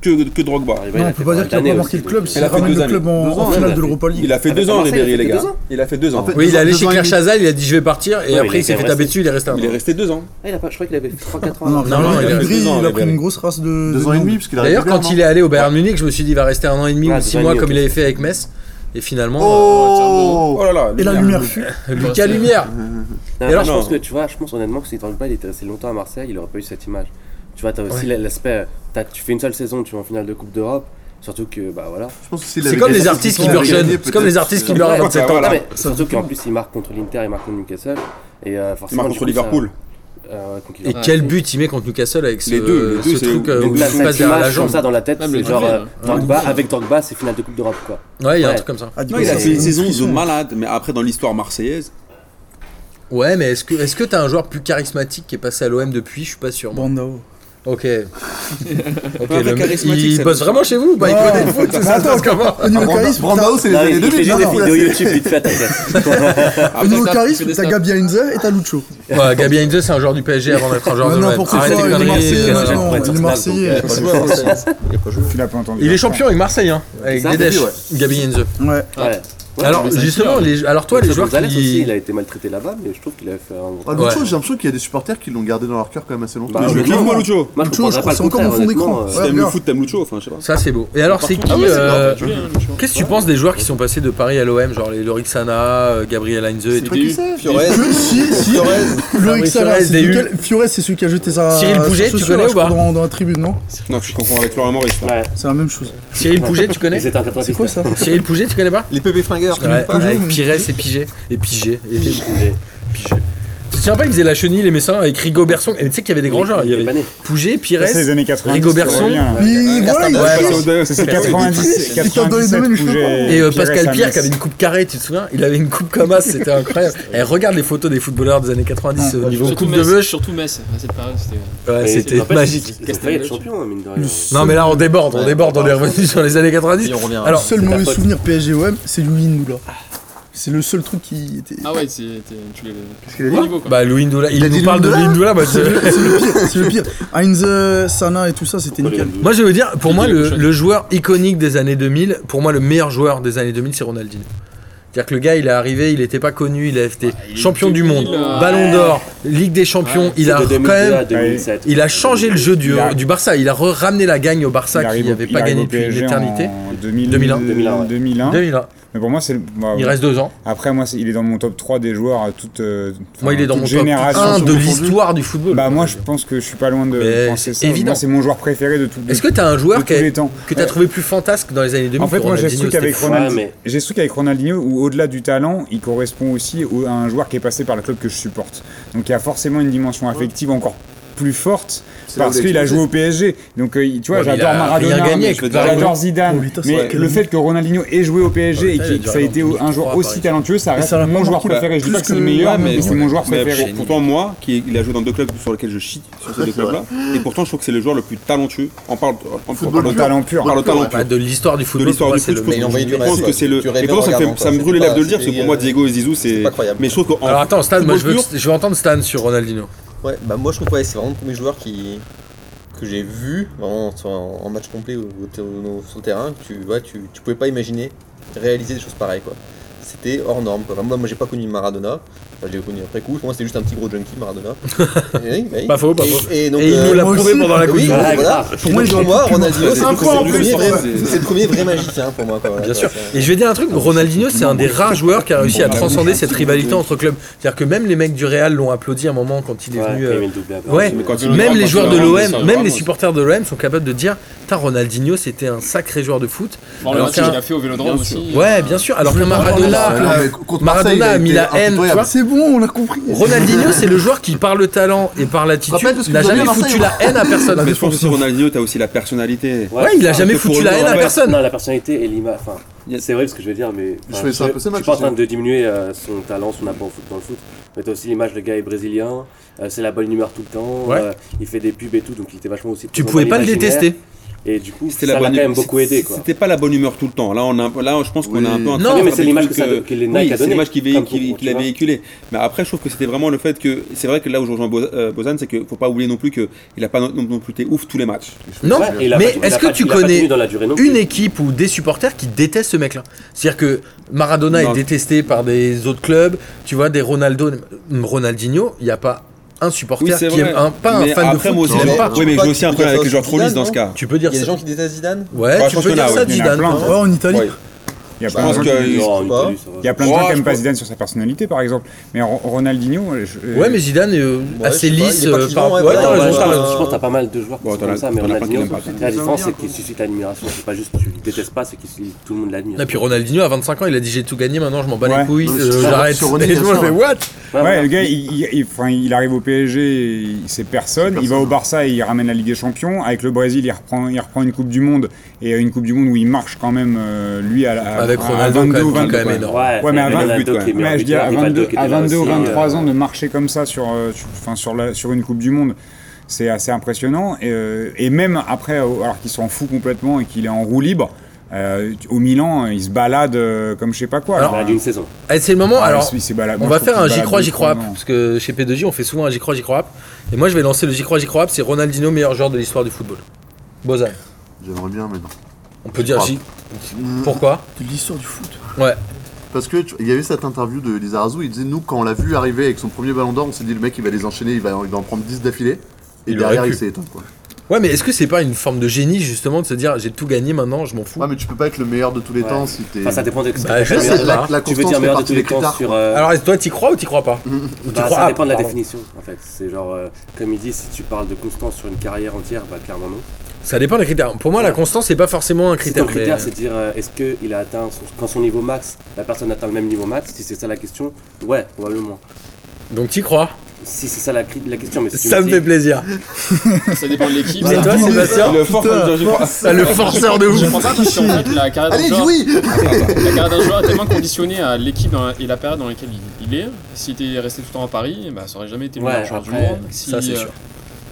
C: que, que Drogba.
F: Arrivé, il
E: Non,
F: a
E: on peut
F: fait
E: pas dire
F: une
E: qu'il a
F: année
E: pas marqué
F: aussi,
E: le club
F: donc,
E: s'il
C: a fait
E: ramène
C: deux
E: le
C: années.
E: club en
B: Deux
E: en
B: ans,
E: finale
F: ouais.
E: de l'Europa League. Ah,
C: Il a fait
F: Avec
C: deux ans,
F: Marseille,
C: Ribéry,
F: il a
C: les
F: fait
C: gars.
F: deux ans.
C: Il a fait deux ans.
B: En fait,
A: Oui, il
B: deux-
A: allait
B: deux
A: chez
B: ans et
A: Claire
B: demi.
A: Chazal, il a dit je vais partir, et
F: Ouais,
A: après
F: il
A: il s'est
F: était resté-
A: fait taper dessus, il est resté un
C: Il est
A: an.
C: resté deux ans.
F: Ah, il a pas, je crois qu'il avait 3-4 ans.
E: Non,
A: non, il a fait
E: Ribéry,
C: deux ans,
E: il a pris
C: Ribéry.
E: une grosse race de.
B: Deux
E: de
B: ans et
E: monde.
B: demi, parce qu'il a
A: D'ailleurs,
B: récupéré,
A: quand
B: non
A: il est allé au Bayern Munich, je me suis dit il va rester un an et demi
F: Ouais,
A: ou six
F: c'est
A: mois
F: vrai,
A: comme
F: ok.
A: il avait fait avec Metz. Et finalement,
B: Oh
C: Oh là là.
E: Et la
F: (laughs)
E: lumière fut.
A: euh, Lucas Lumière.
F: Non,
A: Et
F: mais
A: alors,
F: je
C: non.
F: pense que tu vois, je pense honnêtement que si Drogba il était resté longtemps à Marseille, il aurait pas eu cette image. Tu vois, t'as aussi l'aspect, t'as- tu fais une seule saison, tu vas en finale de Coupe d'Europe, surtout que bah voilà.
B: Je pense que s'il
A: C'est
B: avait
A: comme
B: gagné
A: les
B: cette
A: artistes qui
B: saison, il
A: meurent
B: avait
A: jeunes.
B: gagné
A: C'est comme les
B: peut-être,
A: artistes qui
B: euh,
A: meurent à
C: Ouais,
A: 27 ans.
C: voilà.
F: Non, mais surtout qu'en plus il marque contre l'Inter, il marque contre Newcastle et euh,
C: Il
F: forcément.
C: marque contre
F: du coup, ça-
C: Liverpool.
F: Euh, contre
A: Et
F: Liverpool.
A: quel but il met contre Newcastle avec ce,
C: Les deux, les
A: ce
C: deux, c'est-
A: truc euh,
C: les
A: où
F: Donc
A: il
F: là,
A: se
F: cette
A: passe derrière la
F: image comme
A: jambe.
F: ça dans la tête,
D: Même
F: c'est
D: le
F: genre
D: trophée,
F: euh,
C: hein.
D: là.
F: Drogba avec Drogba, c'est finale de Coupe d'Europe quoi.
A: Ouais, il y a un
F: Ouais.
A: truc comme ça.
E: Ah, du
C: Non,
E: coup,
C: il a
E: ça,
C: fait une hein.
E: c'est
C: saison de
E: frisson.
C: malade, mais après dans l'histoire marseillaise,
A: Ouais, mais est-ce que est-ce que t'as un joueur plus charismatique qui est passé à l'OM depuis Je suis pas sûr. moi.
E: Bandao.
A: Ok. Ok,
C: Ouais,
A: le mec,
C: charismatique,
A: il
C: ça
A: bosse
C: nous-
A: vraiment chez vous Bah, il
E: Non.
A: connaît le foot, ça se passe comment
E: Au niveau
B: Brandao-
E: charisme,
B: Brandao, c'est les
F: Non, il il
B: années
F: fait
B: 2000.
F: juste des
B: non, non,
F: vidéos YouTube vite fait,
B: (laughs)
A: (laughs)
F: t'inquiète.
A: Ah,
E: Au niveau
D: Fais des
E: charisme,
D: snaps.
E: t'as Gabi Heinzer et t'as Lucho.
A: Ouais, Gabi Heinze, c'est un joueur du PSG avant d'être un joueur de
E: Ouais,
A: l'OM.
E: n'importe quoi,
A: Arrêtez
E: il est
A: de
E: Marseillais,
A: conneries,
E: maintenant,
A: euh,
E: non, il est Marseillais.
G: C'est
H: Il a pas joué. hein. Il a pas joué.
G: Tu l'as pas entendu.
A: Il est champion avec Marseille, hein, avec
F: C'est ça,
A: Dedesh,
B: ouais.
A: Gabi Heinze.
E: Ouais.
F: Ouais. Ouais,
A: alors,
F: mais ça-
A: justement, les, alors toi, les
F: Gonzalez
A: joueurs
F: aussi,
A: qui.
F: il a été maltraité là-bas, mais je trouve qu'il a fait un.
B: Ah, Lucho,
A: Ouais.
B: j'ai l'impression qu'il y a des supporters qui l'ont gardé dans leur cœur quand même assez longtemps.
F: Bah,
C: je le
F: mais
C: kiffe
F: non.
C: moi Lucho.
F: Moi, je
E: Lucho, je
F: comprendrais
E: crois
F: pas
E: que
F: le
E: c'est encore mon
F: contraire,
E: fond d'écran.
F: honnêtement, euh,
C: Si
E: Ouais,
C: t'aimes le
E: bien.
C: foot, t'aimes Lucho, enfin je sais pas.
A: Ça, c'est beau. Et alors, c'est qui.
D: Ah ouais, c'est
A: euh,
D: grave, tu l'as, Lucho.
A: Qu'est-ce que tu penses des joueurs qui sont passés de Paris à l'OM, genre les Lorixana, euh, Gabriel Heinze et
D: C'est
A: tout
D: des-
H: Fiorez.
E: Que- Si, si. Loïc Salah,
A: Fiorez,
E: c'est
A: DU.
E: lequel- Fiorez, c'est celui qui a jeté sa.
A: Cyril
E: sa
A: Bouget, tu
E: chaussure,
A: connais
E: là,
A: ou
E: je crois,
A: pas
E: dans, dans la tribune, non
C: Non, je confonds avec Florian Maurice. là.
F: Ouais.
E: C'est la même chose.
A: Cyril Pouget, tu connais
F: Ils étaient en
E: C'est quoi
F: 86.
E: ça
A: Cyril Pouget, tu connais pas
H: Les pépés fringueurs.
A: Ouais,
E: pas.
A: avec Pires et Piget. Et Piget. Et Piget.
F: Ils étaient-
A: Piget. te souviens pas, ils faisaient la chenille, les Messins, avec Rigaud Berson. Et tu sais qu'il y avait des grands genres. Il y avait
F: Dépanné.
A: Pouget, Pires.
G: Ça, c'est les années 90.
A: Rigaud
G: ça
A: Berson.
G: revient, là.
E: Mais voilà, il
H: Ouais,
E: triche.
H: parce que-
G: Ça, c'est
A: Ouais,
G: 90,
E: il tape dans les
G: 97
E: domaines, je
G: où
E: sais pas.
G: j'ai-
A: Et euh,
G: j'ai
A: Pascal
G: resté à
A: Pierre qui
G: Metz.
A: avait une coupe carrée, tu te souviens Il avait une coupe comme as, c'était
G: (laughs)
A: incroyable. Et regarde les photos des footballeurs des années 90 au niveau
D: Ah Surtout
A: coupe de
D: Metz,
A: veuche.
D: surtout Metz, à cette période, c'était.
A: Ouais,
F: Et
A: c'était
F: en fait,
A: magique.
F: Il fallait être champion, hein, mine de rien.
A: Non mais là on déborde, on
H: Ouais,
A: déborde, on est revenu sur les années 90.
H: on revient.
E: Le
A: Alors,
E: seul
F: ta
E: mauvais
F: faute.
E: souvenir PSG-OM, c'est Louis Ndoula. C'est le seul truc qui était.
D: Ah ouais, c'est- t'es- tu l'es.
E: Qu'est-ce qu'il a dit
D: au niveau, quoi.
A: bah Louis Ndoula, il
E: a dit
A: nous parle de Louis Ndoula,
E: Ndoula
A: bah,
E: C'est
A: je-
E: le c'est le pire, c'est le pire. Heinz, euh, Sana et tout ça, c'était nickel.
A: Moi je veux dire, pour moi le,
D: Ndoula.
A: le joueur iconique des années 2000, pour moi le meilleur joueur des années 2000 c'est Ronaldinho. C'est-à-dire que le gars il est arrivé, il n'était pas connu, il a été
G: Ah,
D: il est
A: champion du monde,
D: débile, euh,
A: ballon d'or, Ligue des champions,
D: Ouais,
A: il a
F: De
A: quand
F: 2002
A: même...
F: à 2007.
A: Il a changé le jeu du,
G: Il a-
A: du Barça, il a re- ramené la gagne au Barça
G: Il
A: qui
G: arrive au-
A: n'avait
G: il
A: pas
G: arrive
A: gagné
G: au
A: depuis
G: PSG
A: une éternité.
G: en 2000,
A: 2001.
G: 2001.
A: 2001.
G: Mais pour moi, c'est. le- bah,
A: Il reste deux ans.
G: Après, moi, c'est- il est dans mon top 3 des joueurs à toute. euh,
A: Moi,
G: enfin,
A: il est dans
G: toute
A: mon top
G: génération
A: 1 de
G: confondue.
A: l'histoire du football.
G: Bah, moi, je pense que je suis pas loin de
A: Mais
G: penser
A: c'est
G: ça.
A: évident.
G: Moi, c'est mon joueur préféré de tout de-
A: Est-ce que t'as un
G: de
A: joueur
G: tous
A: qui a-
G: les temps. Euh,
A: que t'as
G: Ouais.
A: trouvé plus fantasque dans les années 2000
G: En fait,
A: que
G: moi, j'ai ce
A: Ronaldinho,
G: truc avec
A: c'était fou.
G: Ronaldinho.
F: Ouais,
G: J'ai ce truc avec Ronaldinho où, au-delà du talent, il correspond aussi au- à un joueur qui est passé par le club que je supporte. Donc, il y a forcément une dimension affective encore plus forte
B: là où
G: parce
B: il a
G: qu'il a
B: explosé.
G: joué au PSG. Donc, euh, il- tu vois,
A: Ouais, mais il
G: j'adore
A: a
G: Maradona.
A: rien gagné
G: mais
A: avec
G: je veux
A: le
G: dire,
A: Paris.
G: J'adore Zidane.
E: Oh, putain, c'est
G: mais
E: vrai.
G: le fait que Ronaldinho ait joué au
A: Ah,
G: PSG
A: ouais,
G: et
A: il a
G: que
A: dû
G: ça a été
A: arriver en 2003
G: un joueur
A: à
G: aussi
A: Paris.
G: talentueux, ça reste
E: ça l'a pas
G: mon joueur
E: marqué
G: préféré. Je dis
E: plus
G: pas que c'est
E: que-
G: le meilleur,
E: ouais, mais
G: mais c'est
A: bon.
G: mon joueur
C: Mais
G: préféré.
C: pourtant moi, qui il a joué dans deux cluls sur lesquels je chie sur ces deux clubs-là, et pourtant je trouve que c'est le joueur le plus talentueux. On parle, on
B: Football
C: parle
G: Au
C: de
B: pur.
G: talent pur.
C: on parle de talent
A: Bah, de l'histoire du
C: de
A: football, pour
C: l'histoire
A: moi,
C: du
A: c'est
C: foot.
A: le
C: Je pense,
A: meilleur.
H: meilleur.
C: je pense que c'est le.
H: Tu rêvais
C: Et pourtant,
H: en
C: ça me
H: regardant
C: fait- ça me
H: ça,
C: brûle les
H: c'est
C: lèvres de le
H: pas-
C: dire, parce que pour moi,
H: c'était, euh,
C: Diego et Zizou, c'est.
H: pas croyable.
C: Mais je trouve qu'en.
A: Alors attends, Stan, moi,
C: football
A: je veux,
C: pur,
A: que- je veux entendre Stan sur Ronaldinho.
H: Ouais, bah moi je trouve que ouais, c'est vraiment le premier joueur qui que j'ai vu vraiment sur- en, en match complet au- au- au- sur le terrain, que tu vois, tu, tu pouvais pas imaginer réaliser des choses pareilles quoi. C'était hors norme quoi. Moi, moi j'ai pas connu Maradona, Enfin, je l'ai connu après coup. Pour moi c'était juste un petit gros junkie Maradona. Et oui, bah oui.
A: Pas faux, pas
H: Et-
A: faux.
H: Et, donc,
A: Et il
H: euh,
A: nous l'a
E: moi
A: prouvé
E: aussi.
A: pendant la Coupe
H: oui,
A: du Monde.
H: voilà. Et donc,
E: moi, il
H: Ah, pour
E: aurait
H: moi
E: pu
H: Ronaldinho,
C: prendre
H: c'est
C: ça. Un
H: le
C: point en
H: premier
C: plus,
H: vrai-
C: ouais.
H: c'est le premier vrai magicien pour moi. Quoi. Voilà,
A: Bien
H: ça,
A: sûr.
H: c'est-
A: Et je vais dire un truc, Ronaldinho, c'est un des rares joueurs qui a réussi à transcender cette rivalité entre clubs. C'est-à-dire que même les mecs du Real l'ont applaudi à un moment quand il est
F: Ouais,
A: venu.
F: après, il
A: euh,
F: met le doublé après.
A: Ouais,
C: quand il
A: même
C: rentre,
A: les
C: quand
A: joueurs
C: il rentre,
A: de
D: c'est
A: l'OM, même
D: vraiment-
A: les supporters de l'OM sont capables de dire Putain, Ronaldinho, c'était un sacré joueur de foot.
D: Bon, le
A: Alors
D: match
A: qu'un-
D: qu'il a fait au Vélodrome aussi.
A: Ouais, bien sûr. Alors que Maradona,
B: mais contre Marseille,
A: Maradona
B: il
A: a mis
B: été
A: la haine. tu vois.
B: impitoyable.
E: C'est bon, on l'a compris.
A: Ronaldinho, c'est le joueur qui, par le talent et par
B: Rappelle tout
A: l'attitude,
B: ce que
A: n'a
B: vous avez
A: jamais
B: à
A: foutu
B: Marseille,
A: la haine à personne.
C: Mais je pense que Ronaldinho, t'as aussi la personnalité.
A: Ouais, il a
F: ça,
A: jamais
C: que
A: foutu
C: pour
A: la
C: le
A: haine à
C: moment,
A: personne.
F: Non, la personnalité et l'image. Enfin,
C: Il y a-
F: c'est vrai ce que je veux dire, mais. enfin,
B: trouvais ça un peu
F: je
B: dommage,
F: suis pas en train
B: aussi.
F: de diminuer euh, son talent, son apport au foot- dans le foot. Mais t'as aussi l'image, le gars est brésilien, euh, c'est la bonne humeur tout le temps,
A: Ouais.
F: euh, il fait des pubs et tout, donc il était vachement aussi.
A: Tu
F: présent
A: pouvais
F: dans
A: pas le
F: l'imaginaire.
A: détester.
F: Et du coup,
C: C'était
F: ça
C: la
F: l'a quand
C: bonne
F: même beaucoup aidé, quoi.
C: C'était pas la bonne humeur tout le temps. Là, on a, là, je pense qu'on
B: Oui.
C: a un peu. en
A: Non,
C: train de
A: mais
C: faire
F: c'est
C: des
F: l'image
C: trucs
F: que ça- que les Nike
C: oui, c'est
F: a donnée,
C: l'image qu'il
F: comme
C: véhicule- qu'il
F: concours, tu
C: qu'il a
F: vois.
C: véhiculé. Mais après, je trouve que c'était vraiment le fait que c'est vrai que là où je rejoins Bo- euh, Bozan, c'est qu'il faut pas oublier non plus que il a pas non, non plus été ouf tous les matchs.
A: Non,
F: Ouais, et il a
A: mais
F: pas- il a
A: est-ce que
F: pas-
A: tu
F: il a pas
A: connais
F: tenu dans la durée non plus.
A: une équipe ou des supporters qui détestent ce mec-là. C'est-à-dire que Maradona
C: Non.
A: est détesté par des autres clubs, tu vois, des Ronaldo, Ronaldinho, il n'y a pas un supporter qui aime, un, pas
C: mais
A: un fan
C: après,
A: de
C: moi
A: foot
C: aussi,
A: qui
H: mais-
A: l'aime pas.
C: Oui, mais j'ai aussi un
H: Tu
C: problème avec
H: peux
C: les joueurs
H: dire
C: trop lisses dans ce
H: ça,
C: cas.
A: Tu
H: Il
A: peux
H: y
A: dire
H: a des
A: ça.
H: gens qui détestent Zidane
A: Ouais,
G: Bah,
C: Ouais, je
A: tu
C: pense
A: peux
C: qu'on
A: dire
C: a,
A: ça,
C: ouais,
G: il y en a
A: Zidane.
G: plein.
A: hein.
E: Ouais, en Italie.
C: Ouais.
G: Il y a
H: Je
G: plein de
C: pense
G: gens
C: que-
G: qui-
C: euh,
F: Non,
H: je sais pas.
F: Italie, ça va.
G: Il y a plein de
C: Ouais,
G: gens qui
C: je
G: aiment pas
C: pense-
G: Zidane sur sa personnalité, par exemple. Mais Ro- Ronaldinho. je- je-
A: Ouais, mais Zidane est euh,
H: Ouais,
A: assez
H: je sais pas,
A: lisse
H: il est pas
A: euh,
H: clivant,
A: par
H: ouais,
A: Ouais,
H: voilà,
A: t'as
H: ouais,
A: raison,
H: ouais,
A: t'as
H: ouais.
A: raison.
F: je pense que t'as pas mal de joueurs qui
C: Bon,
F: sont
C: t'en as-
F: comme ça, mais
C: t'en as plein qui
F: Ronaldinho,
C: l'aiment pas, quoi.
F: la différence
I: Ils aiment
F: c'est
I: bien,
F: qu'il
I: quoi.
F: suscite l'admiration, c'est pas juste tu détestes pas, c'est que tout le monde l'admire.
A: Et puis Ronaldinho, à 25 ans, il a dit j'ai tout gagné, maintenant je m'en bats
G: Ouais.
A: les couilles,
B: Non, mais
A: euh,
B: c'est ça,
A: j'arrête.
B: sur
A: (laughs)
B: Ronaldinho,
A: Et moi, je fais,
B: c'est
A: what
G: hein. Ouais,
F: voilà.
G: le gars, il, il- il- enfin, il arrive au PSG, il- c'est personne. Il va au Barça et il ramène la Ligue des Champions. Avec le Brésil, il reprend, il reprend une Coupe du Monde. Et euh, une Coupe du Monde où il marche quand même, euh, lui, à, la- à-
A: Avec
G: à
A: Ronaldo, quand
G: 22,
A: même, qui est
G: 22,
A: quand même
G: quoi.
A: énorme.
G: Ouais, mais à
C: 28,
F: Ronaldo
C: ouais.
F: qui est meilleur
G: Ouais, je dis à
F: buteur, Rivaldo
G: 22,
F: qui est
G: à
F: meilleur
G: 22 ou
F: aussi,
G: 23
F: euh,
G: ans de marcher comme ça sur, euh, sur- enfin, sur, la, sur une Coupe du Monde, c'est assez impressionnant. Et, euh, et même après, euh, alors qu'il s'en fout complètement et qu'il est en roue libre, euh, au Milan, euh, il se balade euh, comme je sais pas quoi.
A: Alors,
F: bah,
G: Alors,
F: D'une saison.
A: Et Eh, c'est le moment,
G: ah,
A: alors,
G: il se balade-
A: On
G: moi,
A: va
G: je trouve
A: faire un
G: qu'il se
A: J'y
G: balade
A: crois, j'y
G: beaucoup,
A: crois,
G: non.
A: parce que chez P2J on fait souvent un J'y crois, j'y crois. Et moi je vais lancer le J'y crois, j'y crois, c'est Ronaldinho, meilleur joueur de l'histoire du football. Bozan.
B: J'aimerais bien, mais non.
A: On peut dire J. Pourquoi
E: De Mmh. l'histoire du foot.
A: Ouais.
B: Parce que tu- il y avait cette interview de Lizarazu, il disait nous quand on l'a vu arriver avec son premier ballon d'or, on s'est dit le mec il va les enchaîner, il va, il va en prendre 10 d'affilée. Et
A: Il
B: derrière
A: aurait
B: il
A: pu.
B: s'est éteint quoi.
A: Ouais, mais est-ce que c'est pas une forme de génie justement de se dire j'ai tout gagné maintenant, je m'en fous
B: Ouais mais tu peux pas être le meilleur de tous les
F: Ouais.
B: temps si t'es.
F: Enfin, ça dépend de
A: Bah, je
B: La-
A: sais
B: la,
A: pas.
B: la
F: Tu veux
B: constance
F: dire meilleur de
B: fait
F: tous
B: partie
F: les
B: des
F: temps
B: critères.
F: sur.
B: quoi.
F: euh,
A: Alors toi t'y crois ou t'y crois pas Ou tu
F: bah,
A: crois
F: ça
A: ah,
F: dépend de la
A: pardon.
F: définition en fait. C'est genre, euh, comme il dit, si tu parles de constance sur une carrière entière, bah clairement non.
A: Ça dépend des critères. Pour moi la constance c'est pas forcément un
F: Si ton
A: critère.
F: critère
A: mais-
F: c'est de dire euh, est-ce qu'il a atteint, son- quand son niveau max, la personne atteint le même niveau max, si c'est ça la question, ouais, probablement.
A: Donc t'y crois
F: Si c'est ça la, cri- la question, mais si tu
A: Ça me fait
F: dis-
E: (laughs)
A: plaisir.
D: Ça dépend de l'équipe.
A: Et
E: Bah,
A: toi, Sébastien
C: Le fort, je- je-
A: Ah, Le forceur de ouf
D: Je pense pas parce qu'en fait, la carrière d'un
B: Allez,
D: joueur,
B: jouis
D: la carrière d'un joueur est tellement conditionnée à l'équipe dans la- et la période dans laquelle il, il est. S'il était resté tout le temps à Paris, bah, ça aurait jamais été le
F: Ouais,
D: meilleur joueur du
F: après,
D: monde. Si,
A: ça, c'est
D: euh,
A: sûr.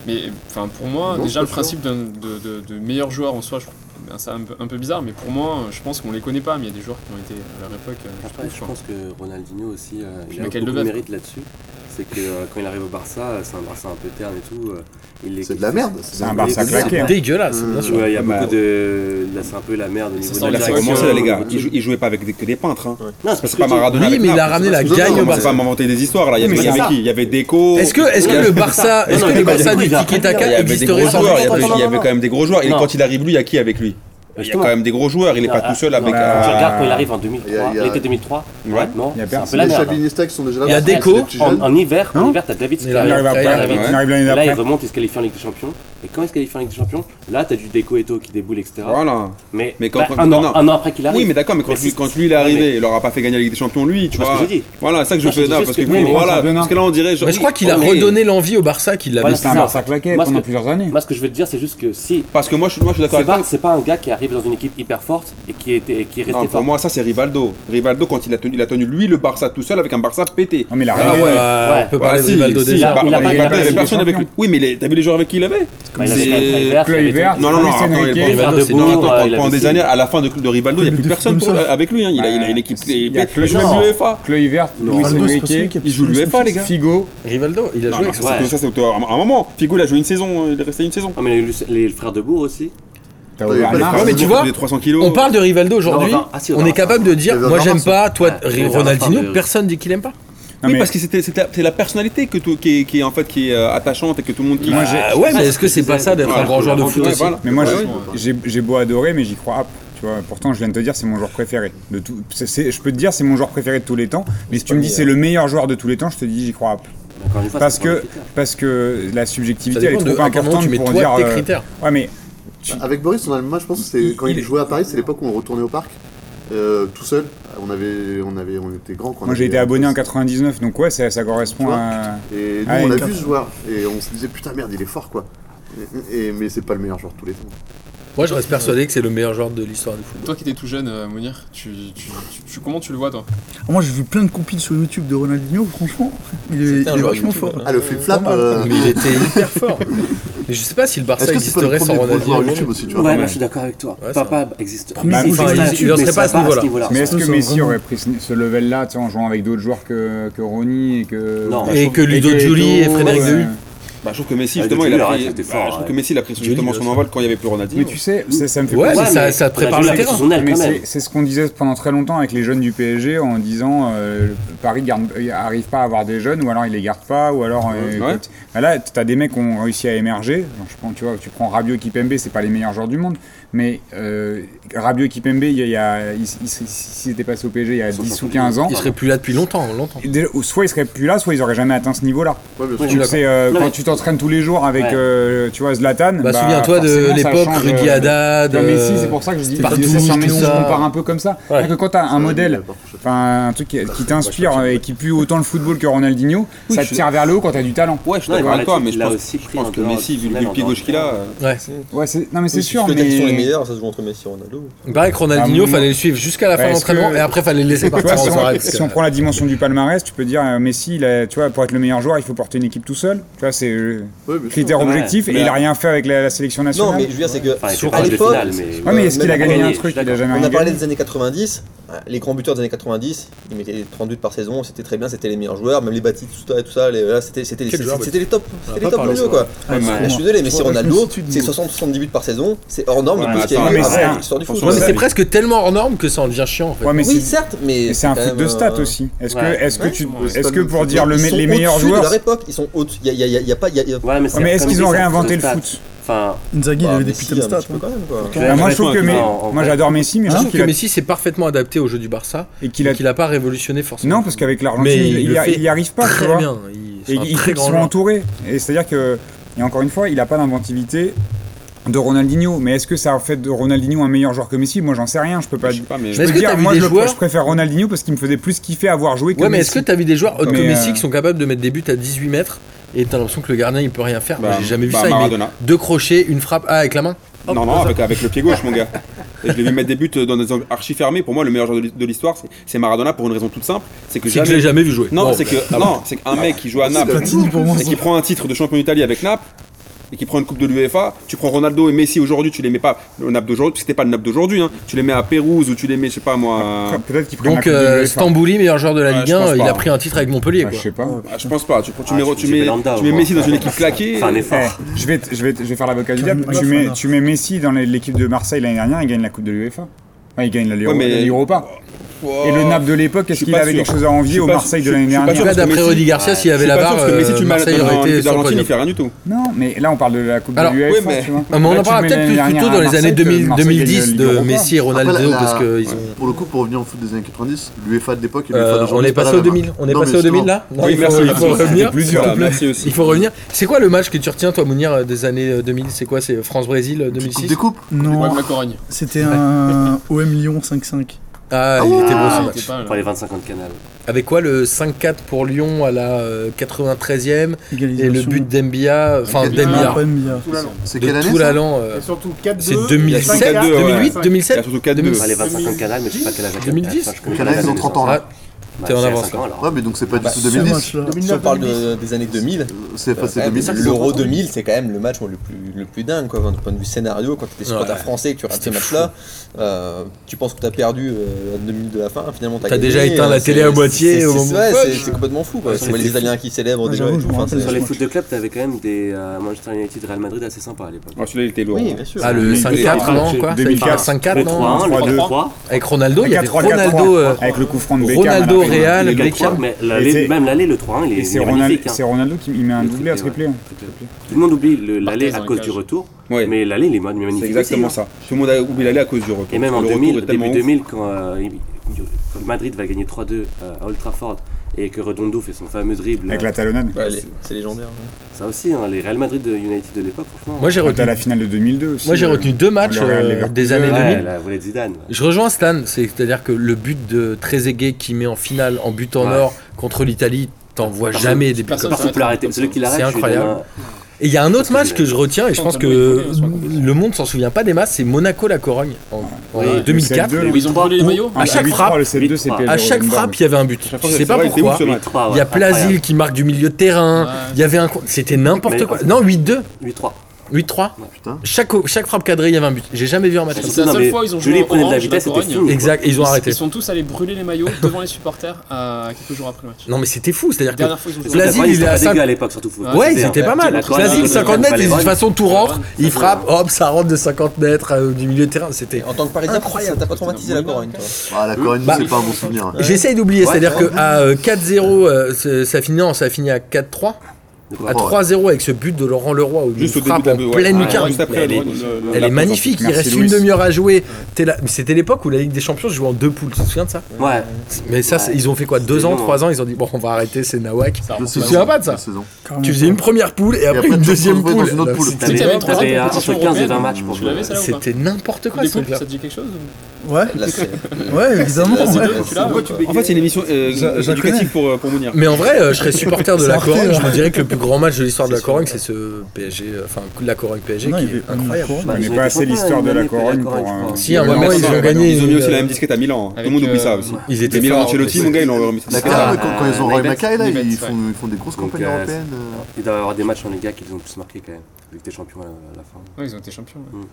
D: Mais enfin, pour moi,
B: Non,
D: déjà
B: c'est
D: le
B: sûr.
D: principe d'un- de, de- de meilleur joueur en soi, je trouve ben, c'est un peu, un peu bizarre, mais pour moi, je pense qu'on les connaît pas. Mais il y a des joueurs qui ont été à leur époque. euh,
F: Après,
D: je
F: je
D: trouve,
F: pense que Ronaldinho aussi, euh,
D: Puis
F: il a
D: Michael
F: beaucoup de
D: Levesque.
F: mérite là-dessus. C'est que euh, quand il arrive au Barça, euh, c'est un Barça un peu terne et tout. euh, il est-
B: C'est de la merde.
G: C'est un Barça
F: C'est-
G: claqué. hein.
A: Dégueulasse, bien sûr.
F: Ouais, il y a
C: Bah,
F: beaucoup de. Là, c'est un peu la merde au niveau
D: sent
F: de
D: la
F: la
C: Là, ça a
D: direction.
C: commencé, là, les gars.
F: Non,
C: Ils jou- ils jouaient pas avec des- que des peintres. hein.
F: c'est
C: C'est
F: pas
C: pas Maradona.
A: Oui,
C: avec
A: mais il a
C: Naples.
A: ramené la
C: Non,
A: gagne au
C: commencez
A: Barça.
C: pas à m'inventer des histoires là. Il y avait,
G: Oui, mais
C: il y avait
G: c'est
C: qui Il y avait Deco.
A: Est-ce que, est-ce que le Barça, est-ce
F: non,
A: que
F: mais
A: le
F: pas
A: Barça
F: du
A: du
F: tout, il a
A: Tiki
C: Il
F: rien
C: y
A: Taka
C: avait des gros
A: existerait sans
C: joueurs. Il y avait,
A: Ronaldo
C: il y avait quand même des gros joueurs. Et
F: Non.
C: quand il arrive, lui, il y a qui avec lui Il y a
F: Justement.
C: quand même des gros joueurs. Il est pas
F: Ah,
C: tout seul avec.
G: bah,
C: euh,
F: Tu regardes quand il arrive en
B: Il y a-
F: 2003,
B: il y a-
F: l'été 2003,
C: Ouais.
F: maintenant,
G: Il y a
F: c'est un peu
G: personne.
F: la
B: Les
F: merde. hein.
B: Chavinistas qui sont déjà là.
A: Il y a
B: parce que
A: Deco.
B: les petits
F: En,
B: jeunes.
F: en hiver, en
G: Hein
F: hiver, t'as David
A: Il arrive
G: On
F: Scarlett.
G: arrive
A: après,
F: t'as
A: il
G: après,
F: David-
G: on arrive
F: Là,
G: l'année
F: il
G: d'après.
F: remonte, il se qualifie en Ligue des Champions. Et quand il se qualifie en Ligue des Champions, là, t'as du Deco et tout qui déboule, etc.
C: Voilà.
F: Mais,
C: Mais quand-
F: bah,
C: quand-
F: un, an,
C: non.
F: un an après qu'il arrive.
C: Oui, mais d'accord, mais quand,
F: Mais
C: lui,
F: c'est-
C: quand lui il est
F: Non,
C: arrivé,
F: mais-
C: il aura pas fait gagner la Ligue des Champions, lui, tu
F: C'est pas
C: vois.
F: ce que j'ai dit.
C: Voilà, c'est ça que je
F: Moi, je
C: fais.
F: dis
C: Non,
F: juste
C: parce
F: que-
C: que
F: Oui, mais
C: voilà,
G: on s'en
C: parce que là on dirait. genre,
A: Mais je crois qu'il a
C: oui,
A: redonné l'envie au Barça qu'il l'avait
F: Voilà,
G: C'est un Barça claqué
F: Moi, ce
G: pendant
F: que-
G: plusieurs années.
F: Moi, ce que je veux te dire, c'est juste que si.
C: Parce que moi, je, moi, je suis d'accord
F: C'est
C: avec
F: pas,
C: toi.
F: c'est pas un gars qui arrive dans une équipe hyper forte et qui, était, et qui est resté
C: Non,
F: fort.
C: pour moi, ça c'est Rivaldo. Rivaldo, quand il a tenu, il a tenu lui le Barça tout seul avec un Barça pété.
G: Non, mais il a rien.
A: Ah ouais, on peut
C: Bah,
A: parler de
C: si,
A: Rivaldo
C: si,
A: déjà.
C: bah,
F: Il a
C: bah,
F: pas-
C: Rivaldo,
F: il a pas
C: il avait
G: été
C: personne avec lui.
G: champion.
C: Oui, mais les- t'as vu les joueurs avec qui il avait
F: Bah, il avait
C: C'est-
F: Fred Kluivert, il
G: Kluivert,
F: avait-
G: Kluivert,
C: Non, non, non, attends,
G: Enrique.
C: il-
F: Rivaldo
C: attends, attends,
F: Bourg, euh, il
C: pendant
F: avait
C: des
F: signé.
C: années, à la fin de, de Rivaldo, il n'y a plus personne pour- avec lui. hein. Il, a, il a une équipe.
G: Il y a
C: il
G: Kluivert.
C: joue même l'UEFA.
G: Kluivert, Luis
E: Ronaldo, c'est pas celui
G: Enrique,
E: qui a-
C: Il joue l'UEFA, les gars.
G: Figo.
A: Rivaldo, il a
C: Non,
A: joué.
C: non, ça, c'est-
F: Ouais.
C: ça, c'est au- à un moment. Figo, il a joué une saison, euh, il est resté une saison.
F: Ah, mais il y a eu le- les, frères de Bourg aussi.
G: T'as
B: Ouais,
G: ouvert
B: mais
G: Nars.
A: Ouais, mais tu
C: Il
A: vois,
C: faisait 300 kilos.
A: On parle de Rivaldo aujourd'hui,
F: Non, enfin, ah, si,
A: on
F: non,
A: est capable de dire
B: Les
A: moi j'aime
B: Vincent.
A: pas, toi
F: Ouais, les Vincent
A: Ronaldinho,
F: de-
A: personne dit qu'il aime pas.
G: Non,
C: oui,
G: mais-
C: parce que c'était- c'était- c'est la personnalité que tout- qui, est, qui est en fait qui est euh, attachante et que tout le monde kiffe.
G: Moi, j'ai-
A: Ah ouais, mais
F: c'est
A: est-ce que c'est pas ça d'être un
C: Ouais,
A: grand joueur de
F: ouais,
A: foot
C: Ouais,
A: aussi
C: voilà.
G: Mais moi,
C: Ouais,
G: j'ai-
C: ouais.
G: j'ai j'ai beau adorer, mais j'y crois. pas. tu vois, pourtant, je viens de te dire, c'est mon joueur préféré. De tout, c'est- c'est- je peux te dire, c'est mon joueur préféré de tous les temps. Mais si tu me dis, c'est le meilleur joueur de tous les temps, je te dis, j'y crois. pas.
F: Encore une fois,
G: Parce
F: c'est pas un
G: que,
F: critère.
G: parce que la
A: Ça
G: subjectivité, elle est
A: dépend de
G: trop
A: à quel moment
G: importante
A: tu mets
G: pour dire.
A: toi tes
G: euh,
A: critères.
G: Ouais, mais
B: Avec Boris, on a le moi, je pense que c'est quand
A: Il-
B: il, jouait à Paris, c'est l'époque où on retournait au parc. euh, tout seul, on avait, on avait, on était grand quand on
G: moi, j'ai
B: avait-
G: été abonné en 99, donc ouais, ça, ça
B: Tu
G: correspond
B: vois
G: à.
B: Et nous,
G: Ah,
B: on
G: et
B: a
G: quatre.
B: vu ce joueur et on se disait putain merde, il est fort quoi. Et, et- mais c'est pas le meilleur joueur de tous les temps.
A: Moi je reste persuadé que c'est le meilleur joueur de l'histoire du football.
D: Toi qui étais tout jeune, euh, Mounir, tu, tu- tu- tu- comment tu le vois toi
E: Ah, Moi, j'ai vu plein de compiles sur YouTube de Ronaldinho, franchement. Il est,
A: C'était un
E: il est
A: joueur
E: vachement
A: YouTube,
E: fort.
A: hein.
B: Ah le flip flap.
E: pas mal.
A: Mais il était hyper fort. Mais je sais pas si le Barça
B: Est-ce que c'est pas le
A: existerait sans
B: premier gros joueur
A: Ronaldinho.
B: YouTube aussi tu vois
F: Ouais, bah, je suis d'accord avec toi.
A: Ouais,
F: Papa existe.
E: Premier
G: Bah,
E: gros
G: enfin,
E: joueur
A: il- il
E: YouTube.
A: en serait pas à ce niveau-là.
G: Mais est-ce
E: ça,
G: que
E: ça,
G: Messi
E: vraiment.
G: aurait pris ce ce level-là tu sais, en jouant avec d'autres joueurs que, que Ronnie et que.
F: Non.
A: Et que Ludo Giuli et Frédéric
G: Dehu.
A: Dehulle.
C: Bah, je trouve que Messi
F: Ah,
C: justement,
F: le
C: il a
F: Tudor,
C: pris.
F: ouais, c'était
C: bah,
F: fort,
C: je trouve
F: ouais.
C: que Messi il a pris
A: Joli,
C: justement son
A: aussi.
C: envol quand il y avait plus Ronaldinho.
G: Mais tu sais, ça, ça me fait
A: Ouais,
G: penser-
A: mais ça, ça prépare le terrain.
G: Mais
F: quand même.
G: c'est- c'est ce qu'on disait pendant très longtemps avec les jeunes du PSG en disant euh, Paris garde- euh, arrive pas à avoir des jeunes ou alors il les garde pas ou alors euh,
C: Ouais.
G: quand- Bah là t'as des mecs qui ont réussi à émerger Genre, je prends tu vois tu prends Rabiot Kipembe c'est pas les meilleurs joueurs du monde mais euh, Rabiot Kipembe il y a, il y a- il s- il s- s'il était passé au PSG il y a 10 ou 15 ans
A: Il serait plus là depuis longtemps, longtemps.
G: déjà, soit ils seraient plus là soit ils auraient jamais atteint ce niveau là
B: Ouais, bien sûr.
F: Oui,
G: donc c'est euh,
F: Non,
G: quand
F: mais-
G: tu t'entraînes tous les jours avec
F: Ouais.
G: euh, tu vois Zlatan bah,
A: Bah, souviens-toi de
G: forcément, ça
A: l'époque
G: change,
A: Rudy
G: euh,
A: Haddad.
G: non, mais si,
A: euh,
G: c'est pour ça que je dis
A: Partout,
G: je sais, mais
A: tout
G: on se
A: ça.
G: compare un peu comme ça.
A: Ouais.
G: C'est-à-dire que quand t'as un modèle, enfin, un truc qui, qui t'inspire et qui pue autant le football que Ronaldinho,
C: Oui,
G: ça
C: je
G: te
C: suis-
G: tire vers le haut quand t'as du talent.
C: Ouais, Ah, je suis
F: Non,
C: d'accord
F: mais
C: avec toi,
F: Ronaldinho,
C: mais je
F: il a
C: pense,
F: aussi
C: je
F: pris
C: pense
F: en
C: que
F: dehors
C: Messi,
F: du
C: vu
F: tunnel,
C: le
F: en
C: pied
F: dehors
C: gauche
F: du
C: qu'il a. euh,
A: Ouais.
G: Ouais, c'est- non mais c'est
H: Si
G: sûr,
H: tu fais qui sont les
G: mais
H: meilleurs, ça se joue entre Messi et Ronaldo.
A: Il paraît que Ronaldinho,
G: Ah,
A: fallait le suivre jusqu'à la fin
G: Ouais,
A: de
G: est-ce
A: l'entraînement
G: que-
A: et après fallait le laisser
G: tu vois,
A: partir
G: si,
A: en
G: on,
A: soirée.
G: si on prend la dimension du palmarès, tu peux dire euh, Messi, il a- tu vois, pour être le meilleur joueur, il faut porter une équipe tout seul. Tu vois, c'est euh,
B: Ouais, bien sûr.
G: critère
F: Ouais.
G: objectif et
C: Mais
G: il a
C: là-
G: rien fait avec la, la sélection nationale.
H: Non, mais je veux dire, c'est que.
F: Enfin, il fait
H: à
F: pas de
H: l'époque,
F: finale, mais.
G: Ouais, mais
H: Euh,
G: est-ce qu'il
H: même
G: a gagné
F: Ronaldo,
G: un
F: je
G: truc
F: suis
G: Il a
F: d'accord.
G: jamais
H: On
G: rien
H: a parlé
G: gagné.
H: des années 90, euh, les grands buteurs des années 90, ils mettaient 30 buts par saison, c'était très bien, c'était les meilleurs joueurs, même les Batista tout ça et tout ça, les- là, c'était c'était les,
A: Quel
H: c'était-
A: joueur,
H: c'était les top,
A: On a
H: c'était
A: pas
H: les top
A: parlé de
H: mondiaux,
A: ça.
H: quoi.
E: Ah,
C: Ouais,
H: Mais je
E: excuse-moi.
H: suis désolé, mais c'est
E: Ouais,
H: Ronaldo,
E: je me suis dit-
H: c'est 60-70 buts par saison, c'est hors norme
C: Ouais,
H: de tout
C: mais
H: ce qu'il y a
C: attends,
H: eu
G: mais
H: avant
G: c'est un-
H: l'histoire du foot.
C: attention,
A: Ouais, mais
H: quoi.
A: c'est presque tellement hors norme que ça en devient chiant en fait.
G: Ouais, mais
H: Oui,
G: c'est-
H: certes, mais.
G: mais c'est un
H: quand
G: foot de
H: même,
G: stats
H: euh,
G: aussi. Est-ce que,
F: Ouais.
G: est-ce que
H: Ouais.
G: tu,
B: Ouais.
G: est-ce que pour dire le
H: ils
G: me-
H: sont
G: les meilleurs
H: au-dessus
G: joueurs,
H: de leur époque, ils sont au Il y a, il y a- il y a- il y a pas. il Y a- il y a-
F: Ouais, mais c'est
G: Ouais, mais est-ce
F: comme
G: qu'ils
F: dit,
G: ont
F: c'est un
G: réinventé le
F: foot de
G: foot
F: stats. Enfin,
E: Inzaghi, il
H: Bah,
E: avait des
H: Messi,
E: putains de
H: un petit
E: stats.
H: peu
E: hein.
H: quand même, quoi.
G: Bah, moi je trouve que
C: Ouais,
G: mais-
F: non, en
G: moi
F: vrai.
G: j'adore Messi mais je
A: Je
G: trouve
A: trouve
G: qu'il
A: Hein que
G: a-
A: Messi s'est parfaitement adapté au jeu du Barça
G: et qu'il a
A: et qu'il n'a pas révolutionné forcément.
G: Non, parce qu'avec
A: Mais
G: l'Argentine, il,
A: il
G: il,
A: le
G: y a-
A: fait
G: il y arrive pas, tu
A: très
G: vois.
A: bien. Il,
G: Et
A: c'est un
G: il
A: très
G: faut qu'ils
A: grand
G: soient
A: joueur.
G: entourés. Et c'est-à-dire que, et encore une fois, il a pas d'inventivité de Ronaldinho. Mais est-ce que ça a fait de Ronaldinho un meilleur joueur que Messi Moi, j'en sais rien. Je peux pas.
C: Je sais pas, mais.
G: Je
A: Mais est-ce
G: peux
A: que t'as
G: dire,
A: vu
G: moi,
A: des
G: je, le-
A: joueurs-
G: je préfère Ronaldinho parce qu'il me faisait plus kiffer à avoir joué que
A: Ouais, mais est-ce
G: Messi.
A: que tu as vu des joueurs autres que
G: Mais,
A: Messi
G: euh,
A: qui sont capables de mettre des buts à 18 mètres et t'as l'impression que le gardien il peut rien faire. Moi,
C: Bah,
A: J'ai jamais vu
C: bah,
A: ça. Il met
C: Maradona.
A: deux crochets, une frappe ah, avec la main. Hop,
C: non,
A: comme
C: non,
A: ça.
C: avec, avec le pied gauche,
A: (laughs)
C: mon gars. Et je l'ai vu mettre des buts dans des angles archi fermés. Pour moi, le meilleur joueur de l'hi- de l'histoire, c'est- c'est Maradona pour une raison toute simple. C'est que
A: C'est que je l'ai
C: jamais.
A: jamais vu jouer.
C: Non,
A: Bon.
C: c'est que non, c'est qu'un mec qui joue à Naples
E: Platini pour moi,
C: et qui
E: ça.
C: prend un titre de champion d'Italie avec Naples et qui prend une coupe de l'UEFA, tu prends Ronaldo et Messi aujourd'hui, tu les mets pas au Naples d'aujourd'hui, parce que c'était pas le Naples d'aujourd'hui, hein. tu les mets à Pérouse ou tu les mets, je sais pas moi. à-
G: Peut-être qu'il prend
A: Donc euh, Stambouli, meilleur joueur de la
C: Ouais,
A: Ligue
C: je
A: 1,
C: pense
A: il
C: pas.
A: a pris un titre avec Montpellier.
G: je
A: quoi.
G: sais pas.
C: Ah, je pense pas, tu, prends- tu
F: Ah,
C: mets,
F: tu-
C: tu
F: tu
C: mets,
F: fais Landa,
C: tu
F: au
C: mets
F: moins.
C: Messi dans une équipe claquée. Eh,
F: Enfin, un effort.
G: Je vais, te- je, vais, te- je vais faire l'avocat du diable.
E: Calme-toi,
G: Tu mets,
E: Fana.
G: tu mets Messi dans les- l'équipe de Marseille l'année dernière, il gagne la Coupe de l'UEFA. Enfin, il gagne la Ligue
C: Ouais, mais-
G: l'Europa. Et le Naples de l'époque,
C: Je
G: est-ce
C: suis
G: qu'il
C: pas
G: avait
C: sûr.
G: quelque chose à
C: Je
G: envier
C: suis
G: au
C: pas-
G: Marseille
C: je-
G: de l'année
C: je suis pas
G: dernière
A: En tout cas,
C: parce que
A: d'après
C: Messi-
A: Rudy Garcia,
F: Ouais.
A: s'il y
C: Je
A: avait
C: suis
A: la
C: pas sûr,
A: barre,
C: parce que Messi, tu
A: euh,
C: le mets
A: Marseille
C: dans-
A: aurait
C: dans
A: été
C: l'équipe
A: sur le
C: d'Argentine, il
A: podium.
C: fait rien du tout.
G: Non, mais là, on parle de la Coupe
A: Alors,
G: de l'UEFA.
C: ouais, mais-
G: tu vois.
A: Ah, mais on
G: Là,
A: en
G: tu
A: parlera
G: mets
A: peut-être
G: l'année
A: plus, plutôt
G: dernière à
A: dans les années
G: Marseille que
A: 2000,
G: Marseille gagne la
A: 2010
G: Ligue
A: de
G: Europa.
A: Messi et
B: Après, la-
A: Ronaldo
B: la-
A: parce que ils ont-
B: Pour le coup, pour revenir au foot des années 90, l'UEFA de l'époque et l'UEFA
A: Euh, on
B: d'aujourd'hui,
A: est
B: c'est pas
A: passé
B: la
A: au
B: même, hein.
A: 2000. On est
B: Non, mais
A: passé au 2000
B: justement,
A: là Non,
C: Oui,
A: il faut-
C: merci.
A: il faut
C: C'était
A: revenir.
C: plusieurs, là, merci aussi.
A: Il faut revenir. C'est quoi le match que tu retiens, toi, Mounir, euh, des années euh, 2000 C'est quoi C'est France-Brésil euh,
B: Coupe
A: 2006
B: des coupes
D: Ouais,
E: Non,
D: la Corogne.
E: c'était un OM Lyon 5-5.
A: Ah, il était beau ce
D: Ah,
A: match.
D: c'était pas mal.
F: Pour les 25 ans de canal.
A: Avec quoi le 5-4 pour Lyon à la euh, 93e et
E: Égalisation.
A: le but d'Embia, enfin
B: Embia.
A: d'Embia,
E: Ah, OM,
I: Tout la longue.
B: C'est quelle
A: de
B: année
A: tout
B: ça
A: l'allant. euh,
I: Et surtout 4-2.
A: C'est 2007,
C: 4-2,
A: 2008,
I: ouais.
C: Il y a
A: 2007
C: surtout 4-2.
A: 2006.
F: Enfin, les 25 ans de canal, mais je sais pas quel âge a Canal.
A: 2010.
F: Enfin, je connais
B: Canal,
F: pas
B: ils ont
F: la
B: 30 ans là.
A: Ah,
F: Bah,
A: T'es en
F: c'est à
A: avance,
F: 5 ans, alors.
B: Ouais, mais donc c'est pas du
F: Bah,
B: tout
E: Ce
B: 2010.
E: match-là.
H: Si on parle de- des années 2000,
B: C'est enfin, c'est
H: Ouais, mais
B: 2010.
H: L'Euro 2000, c'est quand même le match moi, le, plus, le plus dingue, quoi, du point de vue scénario. Quand tu étais supporter
A: Ouais.
H: français et que tu regardes ce match-là, euh, tu penses que tu as perdu euh, 2000 de la fin, finalement tu
A: T'as déjà éteint la télé à moitié au moment
H: Ouais,
A: du
H: c'est-
A: match.
H: c'est complètement fou. Quoi.
A: Ouais,
H: Tu vois les
A: c'était
H: Italiens qui célèbrent
E: Ah,
H: déjà
E: j'avoue,
H: et
E: je
H: tout.
E: me
H: enfin,
E: rappelle
H: c'est-
F: Sur les
E: Ouais.
F: foot de club, t'avais quand même des euh, Manchester United, Real Madrid assez sympa à l'époque. E
C: Ah, celui-là, il était lourd.
H: Oui, bien sûr.
A: Ah, le
G: Oui,
A: 5-4, non
F: 2004,
A: quoi
G: 2004.
A: 5-4, non
F: 3-1,
G: non,
F: le
G: 3-2.
F: 3
A: Avec Ronaldo, il y avait
G: 4-3, 4-3,
A: Ronaldo. euh,
G: Avec le coup franc de Beckham. à la
A: Ronaldo,
G: fin.
A: Real,
F: Le 4-3,
A: Beckham.
F: mais
G: Et
F: l'aller-
G: c'est-
F: même l'aller, le 3-1, il est,
G: Et
F: il
G: c'est
F: est
G: Ronaldo,
F: magnifique. hein.
G: c'est Ronaldo qui il met un doublé à ce triplé. hein.
F: Tout le monde oublie le- l'aller à
D: Barthez,
F: cause
D: hein,
F: du retour,
C: Ouais.
F: mais l'aller, il est magnifique.
C: C'est exactement
F: aussi, hein.
C: ça. Tout le monde a oublié l'aller à cause du retour.
F: Et même en
C: Le retour
F: 2000,
C: est tellement
F: début
C: ouf. (laughs)
F: 2000, quand, euh, il- quand Madrid va gagner 3-2 euh, à Old Trafford et que Redondo fait son fameux dribble,
G: Avec
F: euh,
G: la talonnade.
H: Ouais, les- C'est légendaire. ouais.
F: ça aussi, hein, les Real Madrid de United de l'époque, franchement.
A: Moi, j'ai
G: Quand t'as
A: retenu,
G: la finale de 2002 aussi.
A: moi, j'ai
G: euh,
A: retenu deux matchs
G: le Real
A: euh,
G: Leverkusen.
A: des années
F: ouais,
A: 2000.
F: la volée de Zidane. ouais.
A: Je rejoins Stan, c'est-à-dire que le but de Trezeguet qui met en finale en but en
F: Ouais.
A: or contre l'Italie, t'en vois
F: Personne-
A: jamais des buts
D: personne
A: comme ça.
F: Personne ne peut l'arrêter, celui qui l'arrête,
A: C'est
F: je lui donne
A: incroyable.
F: un-
A: Et il y a un autre
F: Parce que
A: match
F: j'ai-
A: que je retiens, et je
D: Tant
A: pense
D: qu'on doit y
A: que
D: trouver, on sera content.
A: le monde s'en souvient pas des masses, c'est Monaco-la-Corogne en, en
F: Ouais, le
A: 2004.
G: 7-2,
D: Où ils ont brûlé les maillots
A: à chaque frappe,
G: Ah, le 7-2, c'est
F: à
G: Pedro
A: À chaque
G: Rodenborg.
A: frappe, il y avait un but.
C: Chaque
A: Je
C: fois,
A: sais
C: c'est
A: pas
C: vrai, il était
A: pourquoi.
C: ouf, ce match.
F: 8-3,
A: Il y a
F: ouais, incroyable.
A: Plasil qui marque du milieu de terrain.
D: Ah Ouais.
A: Il y avait un. co- C'était n'importe
F: Mais-
A: quoi. Non, 8-2.
F: 8-3.
A: 8-3.
B: Putain.
A: Chaque, chaque frappe cadrée, il y avait un but. J'ai jamais vu un match
F: Ils
A: comme
F: sont
A: ça.
D: Bah, C'est la
F: Non,
D: seule
F: mais
D: fois où ils ont
F: Julie
D: joué en
F: prenait de la
D: orange,
F: vitesse,
D: la
F: c'était
D: Corogne.
F: fou.
A: Exact, et ils ont arrêté.
D: Ils sont tous allés brûler les maillots devant les supporters euh, quelques jours après le match.
A: Non, mais c'était fou,
D: La
A: c'est-à-dire que.
D: dernière fois, ils ont joué.
A: Plasil,
F: Plasil,
A: il
F: il
A: est à
F: a
A: cinq-
F: dégueu à l'époque, surtout. faut le
A: Ouais,
F: préciser,
A: ils
F: hein.
A: étaient pas mal.
F: La Corogne,
A: Plasil,
F: euh,
A: 50 mètres,
F: Valérie,
A: ils- de toute façon, tout rentre.
D: Valérie,
A: Il
D: Valérie.
A: frappe, hop, ça rentre de 50 mètres euh, du milieu de terrain. C'était.
H: En tant que Parisien,
A: Incroyable.
H: ça t'a pas traumatisé la Corogne. toi.
B: Ah, la Corogne,
A: Bah-
B: c'est pas un bon souvenir. hein.
A: J'essaye d'oublier, c'est-à-dire
B: ouais.
A: qu'à 4-0, euh, c'est- ça finit, non, ça finit à 4-3. À
B: Ouais.
A: 3-0 avec ce but de Laurent Leroy où il
C: Juste au
A: nous
C: début
A: frappe
C: de la
A: en
C: ouais,
A: pleine
C: ouais,
A: lucarne.
C: juste après,
A: Elle
C: le-
A: est-
C: le- le- la
A: Elle est
C: présence.
A: magnifique, il
G: Merci,
A: reste
G: Louis.
A: une demi-heure à jouer. T'es là- mais C'était l'époque où la Ligue des Champions se jouait en deux poules, tu te souviens de ça
F: Ouais,
A: Mais ça, c'est-
F: Ouais.
A: ils ont fait quoi Deux
F: C'était
A: ans,
F: long,
A: trois ans Ils ont dit bon, on va arrêter, c'est Nawak.
D: Ça
B: Deux
D: remonte.
A: te
B: saisons.
A: souviens pas de ça
B: Deux saisons.
E: Carrément.
A: Tu faisais une première poule et après
B: après,
A: une
B: tu te
A: deuxième
B: retrouvais
A: poule.
B: dans une autre
A: Là,
B: poule.
A: c'était-
D: Tu sais qu'il y
F: t'avais
D: avait trois
F: t'avais, euh,
D: compétitions
F: entre 15 et 20
D: européennes.
F: matchs pour
D: Tu l'avais
F: jouer.
D: celle-là ou pas
A: C'était n'importe quoi
D: Des
A: ce
D: coupes,
A: truc-là.
D: ça te dit quelque chose ou-
E: Ouais,
H: Là, c'est-
E: ouais, évidemment.
D: Là, c'est
E: ouais.
D: deux que tu l'as, ouais.
C: En fait, c'est une émission euh,
E: Je- je connais.
C: éducative pour, euh, pour Mounir.
A: Mais en vrai, euh, je serais supporter
C: (laughs)
A: de
E: C'est
A: la
E: Arte,
A: Corogne. Je
E: là.
A: me dirais que le plus grand match de l'histoire de la Corogne, c'est ce PSG, euh, enfin la Corogne PSG
E: Non,
A: qui
E: il y
A: est
E: avait
A: incroyable.
E: un
F: Bah,
G: connais
F: ils
G: pas
F: ont été
G: assez
F: sympas,
G: l'histoire de
F: une
G: la
F: année,
G: Corogne
F: je
G: pour,
F: crois.
G: euh,
A: Si, à un
G: Ouais,
A: moment,
G: ouais,
A: ils
G: ouais.
A: ont gagné.
C: Ils ont mis
A: une- euh,
C: aussi la même disquette à Milan. hein. Tout le
D: Avec,
C: monde oublie
D: euh,
C: ça aussi.
A: Ils
C: Et
A: étaient
C: Milan
A: forts.
C: Ancelotti, mon gars, ils l'ont remis.
B: La
C: ça.
B: Corogne, quand quand ils ont Roy
F: Nivelles,
B: Mackay, là,
D: Nivelles,
B: ils
D: ouais.
B: font ils font des grosses
F: Donc,
B: campagnes
F: euh,
B: européennes. euh.
F: Il doit y avoir des matchs en Liga qui les ont le plus marqués quand même. Avec des champions à la- à la fin.
D: Ouais, ils ont été champions. ouais.